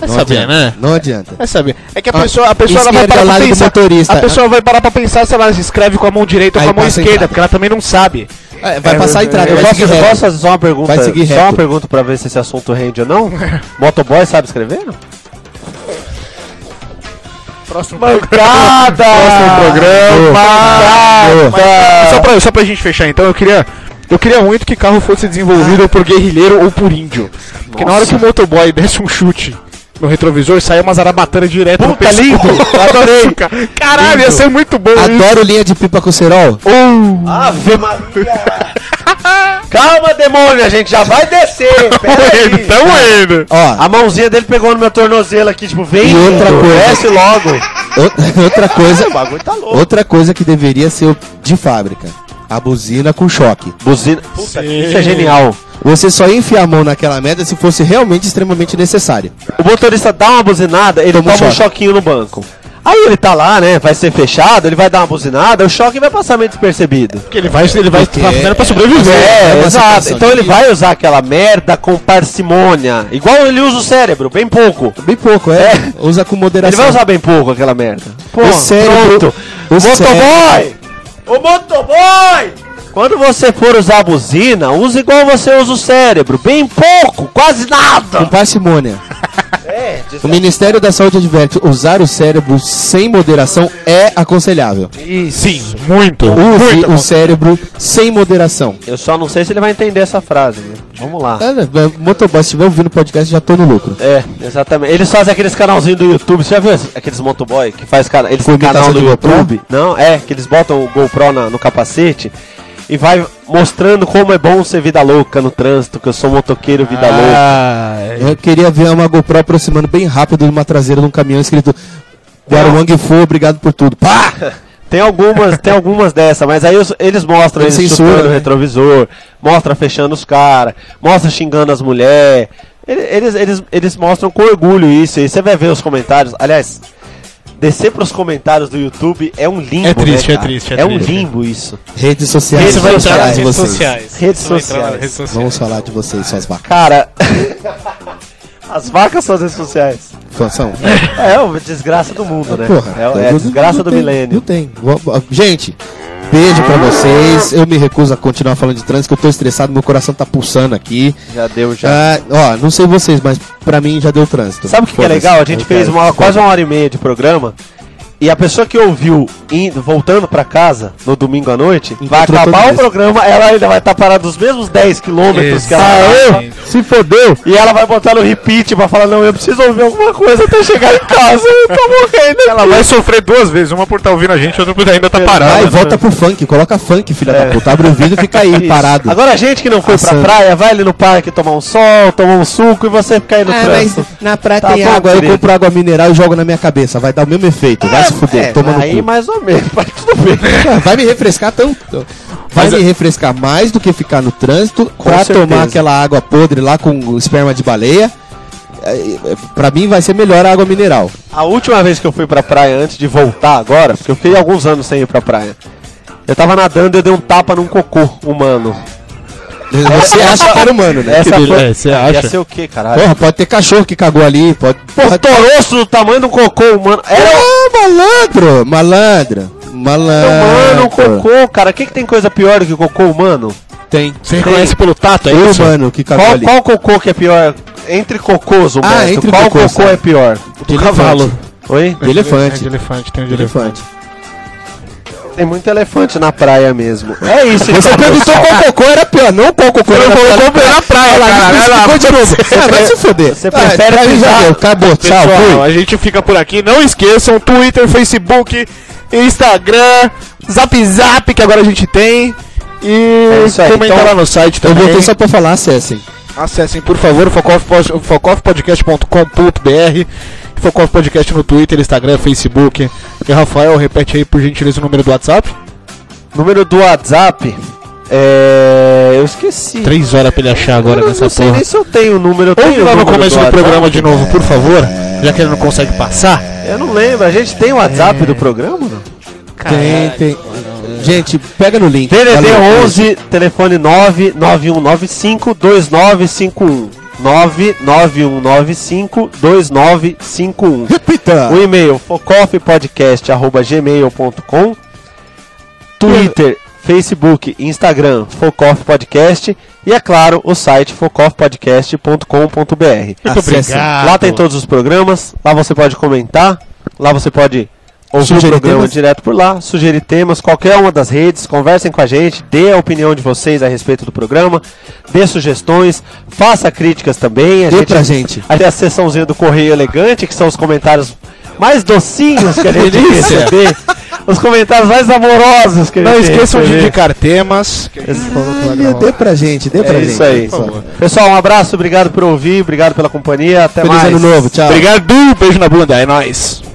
Speaker 4: Não
Speaker 2: saber,
Speaker 4: adianta.
Speaker 2: né?
Speaker 4: Não adianta.
Speaker 2: É saber. É que a
Speaker 4: Ah,
Speaker 2: pessoa, a pessoa ela vai
Speaker 4: esquerda é
Speaker 2: parar
Speaker 4: o
Speaker 2: pra
Speaker 4: lado do
Speaker 2: pensar.
Speaker 4: motorista.
Speaker 2: A pessoa vai parar pra pensar se ela escreve com a mão direita ou
Speaker 4: Aí
Speaker 2: com a mão
Speaker 4: passa em
Speaker 2: esquerda,
Speaker 4: casa.
Speaker 2: porque ela também não sabe.
Speaker 4: É, vai passar a entrada,
Speaker 3: Eu
Speaker 4: vai
Speaker 3: posso, eu
Speaker 4: seguir reto.
Speaker 3: posso fazer só uma pergunta?
Speaker 4: Vai seguir
Speaker 3: só
Speaker 4: reto.
Speaker 3: uma pergunta pra ver se esse assunto rende ou não? Motoboy sabe escrever?
Speaker 2: Próximo
Speaker 3: Bancada!
Speaker 2: Só pra, só pra gente fechar então, eu queria. Eu queria muito que carro fosse desenvolvido por guerrilheiro ou por índio. Porque na hora que o motoboy desse um chute no retrovisor, saia uma zarabatana direto no
Speaker 3: Puta, lindo!
Speaker 2: Adorei! [laughs] Caralho, ia ser muito bom isso.
Speaker 4: Adoro linha de pipa com cerol.
Speaker 3: Ave Maria! [laughs] Calma, demônio, a gente já vai descer!
Speaker 4: [laughs]
Speaker 3: Pera
Speaker 2: É
Speaker 3: aí.
Speaker 4: tá-
Speaker 2: Tamo indo!
Speaker 4: Ó,
Speaker 3: A mãozinha dele pegou no meu tornozelo aqui, tipo, vem,
Speaker 4: E outra
Speaker 3: Dudu,
Speaker 4: coisa.
Speaker 3: desce logo.
Speaker 4: Ou- [laughs] Outra coisa,
Speaker 3: O bagulho tá louco.
Speaker 4: outra coisa que deveria ser de fábrica. A buzina com choque.
Speaker 3: Buzina. Puta, isso é genial.
Speaker 4: Você só ia enfiar a mão naquela merda se fosse realmente extremamente necessário.
Speaker 3: O motorista dá uma buzinada, ele
Speaker 4: Toma um
Speaker 3: toma um
Speaker 4: choque.
Speaker 3: choquinho no banco. Aí ele tá lá, né? Vai ser fechado, ele vai dar uma buzinada, o choque vai passar meio despercebido.
Speaker 2: Porque ele vai, ele vai tá fazendo pra sobreviver.
Speaker 4: é
Speaker 3: É,
Speaker 4: uma
Speaker 3: exato.
Speaker 4: situação
Speaker 3: Então ele
Speaker 4: difícil.
Speaker 3: vai usar aquela merda com parcimônia. Igual ele usa o cérebro, bem pouco.
Speaker 4: Bem pouco, é. Usa com
Speaker 3: Ele
Speaker 4: moderação.
Speaker 3: vai usar bem pouco aquela merda. Pô,
Speaker 4: O cérebro-
Speaker 3: pronto.
Speaker 4: o
Speaker 3: motoboy! O motoboy! Quando você for usar a buzina, use igual você usa o cérebro. Bem pouco, quase
Speaker 4: Com
Speaker 3: nada.
Speaker 4: parcimônia. O Ministério da Saúde adverte: usar o cérebro sem moderação é aconselhável.
Speaker 2: Sim, muito.
Speaker 4: Use o cérebro sem moderação.
Speaker 3: Eu só não sei se ele vai entender essa frase. né? Vamos lá.
Speaker 4: Ah, né, Motoboy, se estiver ouvindo o podcast, já tô no lucro.
Speaker 3: É, exatamente. Eles fazem aqueles canalzinhos do YouTube. Você já viu esse- aqueles motoboy que faz cara, eles
Speaker 4: Com
Speaker 3: têm canal
Speaker 4: imitação
Speaker 3: no
Speaker 4: de GoPro?
Speaker 3: YouTube? Não, é, que eles botam o GoPro na- no capacete e vai mostrando como é bom ser vida louca no trânsito, que eu sou motoqueiro vida
Speaker 4: Ah,
Speaker 3: louca.
Speaker 4: Eu queria ver uma GoPro aproximando bem rápido de uma traseira de um caminhão escrito Guaruang Fu, obrigado por tudo. Pá!
Speaker 3: Tem algumas, tem algumas dessas, mas aí os- eles mostram
Speaker 4: Eles
Speaker 3: eles
Speaker 4: censuram,
Speaker 3: chutando o
Speaker 4: né?
Speaker 3: retrovisor, mostra fechando os caras, mostra xingando as mulheres. Eles, eles, eles mostram com orgulho isso. E você vai ver os comentários. Aliás, Descer pros comentários do YouTube é um limbo.
Speaker 2: É triste,
Speaker 3: né,
Speaker 2: é
Speaker 3: cara?
Speaker 2: triste, é
Speaker 3: É um
Speaker 2: triste.
Speaker 3: limbo isso.
Speaker 4: Redes sociais.
Speaker 3: Você vai
Speaker 4: vamos
Speaker 3: entrar
Speaker 4: falar
Speaker 3: nas
Speaker 4: de
Speaker 3: redes
Speaker 4: vocês.
Speaker 2: É,
Speaker 3: Redes
Speaker 10: Você vai entrar nas
Speaker 3: sociais.
Speaker 10: redes sociais.
Speaker 4: Vamos falar de vocês, suas vacas.
Speaker 3: Cara, [laughs] as vacas são as redes sociais.
Speaker 4: São.
Speaker 3: É uma desgraça do mundo, né?
Speaker 4: Porra,
Speaker 3: É- é, a
Speaker 4: não-
Speaker 3: desgraça
Speaker 4: não
Speaker 3: do
Speaker 4: tem-
Speaker 3: milênio.
Speaker 4: Não tem. Vo- vo- Gente, beijo pra vocês. Eu me recuso a continuar falando de trânsito, que eu tô estressado, meu coração tá pulsando aqui.
Speaker 3: Já deu, já.
Speaker 4: Ah, ó, não sei vocês, mas pra mim já deu trânsito.
Speaker 3: Sabe o que, que é
Speaker 4: Foda-se.
Speaker 3: legal? A gente
Speaker 4: Eu
Speaker 3: fez
Speaker 4: quero-
Speaker 3: uma, quase uma hora e meia de programa. E a pessoa que ouviu indo, voltando pra casa no domingo à noite, vai
Speaker 4: Encontrou tudo
Speaker 3: acabar o
Speaker 4: isso.
Speaker 3: programa, ela ainda vai estar parada os mesmos 10 quilômetros que ela tava,
Speaker 4: Se fodeu!
Speaker 3: E ela vai botar no repeat pra falar, não, eu preciso ouvir alguma coisa até chegar em casa, eu tô morrendo.
Speaker 2: Ela vai sofrer duas vezes, uma por estar ouvindo a gente, outra por ainda tá parada.
Speaker 4: Vai, volta pro funk, coloca funk, filha
Speaker 3: É.
Speaker 4: da puta. Abre o vidro e fica aí,
Speaker 3: Isso.
Speaker 4: parado.
Speaker 3: Agora a gente que não foi pra
Speaker 4: Assando.
Speaker 3: praia, vai ali no parque tomar um sol, tomar um suco e você fica aí no trânsito.
Speaker 4: na praia
Speaker 3: Tá
Speaker 4: tem
Speaker 3: bom,
Speaker 4: água, eu
Speaker 3: querido.
Speaker 4: compro água mineral e jogo na minha cabeça. Vai dar o mesmo efeito, vai se fuder,
Speaker 3: É,
Speaker 4: toma no
Speaker 3: aí
Speaker 4: cu.
Speaker 3: mais ou menos, [laughs] mas tudo bem.
Speaker 4: Vai me refrescar tanto. Vai me refrescar mais do que ficar no trânsito pra
Speaker 3: é- certeza.
Speaker 4: tomar aquela água podre lá com esperma de baleia. É, é, Pra mim vai ser melhor a água mineral.
Speaker 3: A última vez que eu fui pra praia antes de voltar agora, porque eu fiquei alguns anos sem ir pra praia. Eu tava nadando e eu dei um tapa num cocô humano. [laughs]
Speaker 4: Você acha que era humano, né?
Speaker 3: Essa foi...
Speaker 2: é, você
Speaker 3: Ia
Speaker 2: acha?
Speaker 3: ser o que, caralho?
Speaker 4: Porra, pode ter cachorro que cagou ali, pode.
Speaker 3: Porra, toroço do tamanho de um cocô humano. Era um
Speaker 4: Ah, malandro! Malandro! Malandro!
Speaker 3: humano, um cocô, cara. O que, que tem coisa pior do que cocô humano?
Speaker 4: Tem.
Speaker 2: Você reconhece pelo tato, é
Speaker 4: Foi
Speaker 2: isso?
Speaker 4: humano que cagou
Speaker 3: Qual,
Speaker 4: ali.
Speaker 3: qual cocô que é pior? Entre cocôs, Humberto,
Speaker 4: Ah, entre
Speaker 3: qual
Speaker 4: cocôs,
Speaker 3: cocô
Speaker 4: sabe?
Speaker 3: é pior?
Speaker 4: De
Speaker 2: cavalo.
Speaker 3: Oi?
Speaker 4: De elefante.
Speaker 2: É de elefante, tem um de
Speaker 4: De
Speaker 2: elefante.
Speaker 4: elefante.
Speaker 3: Tem muito elefante na praia mesmo. É isso,
Speaker 4: Você
Speaker 3: então,
Speaker 4: perguntou
Speaker 3: pessoal.
Speaker 4: qual cocô era pior, não qual cocô era Tá
Speaker 2: na praia,
Speaker 4: Ficou de novo. Ah, vai se foder.
Speaker 3: Você prefere
Speaker 4: pra mim já
Speaker 3: pisar-
Speaker 4: deu. Acabou, tchau,
Speaker 2: Pessoal,
Speaker 4: fui.
Speaker 2: a gente fica por aqui. Não esqueçam, Twitter, Facebook, Instagram, Zap Zap, que agora a gente tem.
Speaker 3: É
Speaker 2: E
Speaker 3: isso aí,
Speaker 2: comenta
Speaker 3: então-
Speaker 2: lá no site
Speaker 4: Eu
Speaker 2: também.
Speaker 4: voltei só pra falar, acessem.
Speaker 2: Acessem, por favor, o focoffpod- o focoffpodcast.com.br Focoff Podcast no Twitter, Instagram, Facebook. E Rafael, repete aí, por gentileza, o número do WhatsApp.
Speaker 3: Número do WhatsApp. É. Eu esqueci.
Speaker 2: Três horas pra ele achar agora
Speaker 3: Eu
Speaker 2: nessa
Speaker 3: não sei
Speaker 2: porra.
Speaker 3: nem se eu tenho o número. Eu tenho
Speaker 2: Ouve
Speaker 3: o
Speaker 2: lá no
Speaker 3: número
Speaker 2: começo do
Speaker 3: WhatsApp. é-
Speaker 2: programa de novo, por favor. Já que ele não consegue passar.
Speaker 3: Eu não lembro. A gente tem o
Speaker 2: É.
Speaker 3: WhatsApp do programa?
Speaker 4: Tem, tem. Gente, pega no link.
Speaker 3: DDD
Speaker 2: então,
Speaker 4: Valeu.
Speaker 3: 11, telefone 99195 2951. 99195 2951.
Speaker 4: Repita.
Speaker 3: O e-mail focoffpodcast@gmail.com. Twitter, Facebook, Instagram, Focoff Podcast e é claro, o site focoffpodcast.com.br.
Speaker 4: Acessem.
Speaker 3: Lá tem todos os programas, lá você pode comentar, lá você pode ouvir
Speaker 4: Sugerir
Speaker 3: o programa
Speaker 4: temas.
Speaker 3: direto por lá, sugerir temas, qualquer uma das redes, conversem com a gente, dê a opinião de vocês a respeito do programa, dê sugestões, faça críticas também. A
Speaker 4: Dê pra gente.
Speaker 3: Aí tem a sessãozinha do Correio Elegante, que são os comentários mais docinhos que a gente
Speaker 2: [laughs] Delícia.
Speaker 3: recebe. Os comentários mais amorosos que a gente
Speaker 2: Não esqueçam de
Speaker 3: receber.
Speaker 2: indicar temas. que a gente falou que vai
Speaker 4: Olha,
Speaker 2: gravar.
Speaker 4: Dê pra gente, dê pra
Speaker 3: É
Speaker 4: gente.
Speaker 3: isso aí.
Speaker 4: pessoal.
Speaker 3: Pessoal, um abraço, obrigado por ouvir, obrigado pela companhia, até
Speaker 4: Feliz
Speaker 3: mais.
Speaker 4: ano novo, tchau.
Speaker 2: Obrigado, beijo na bunda, é nóis.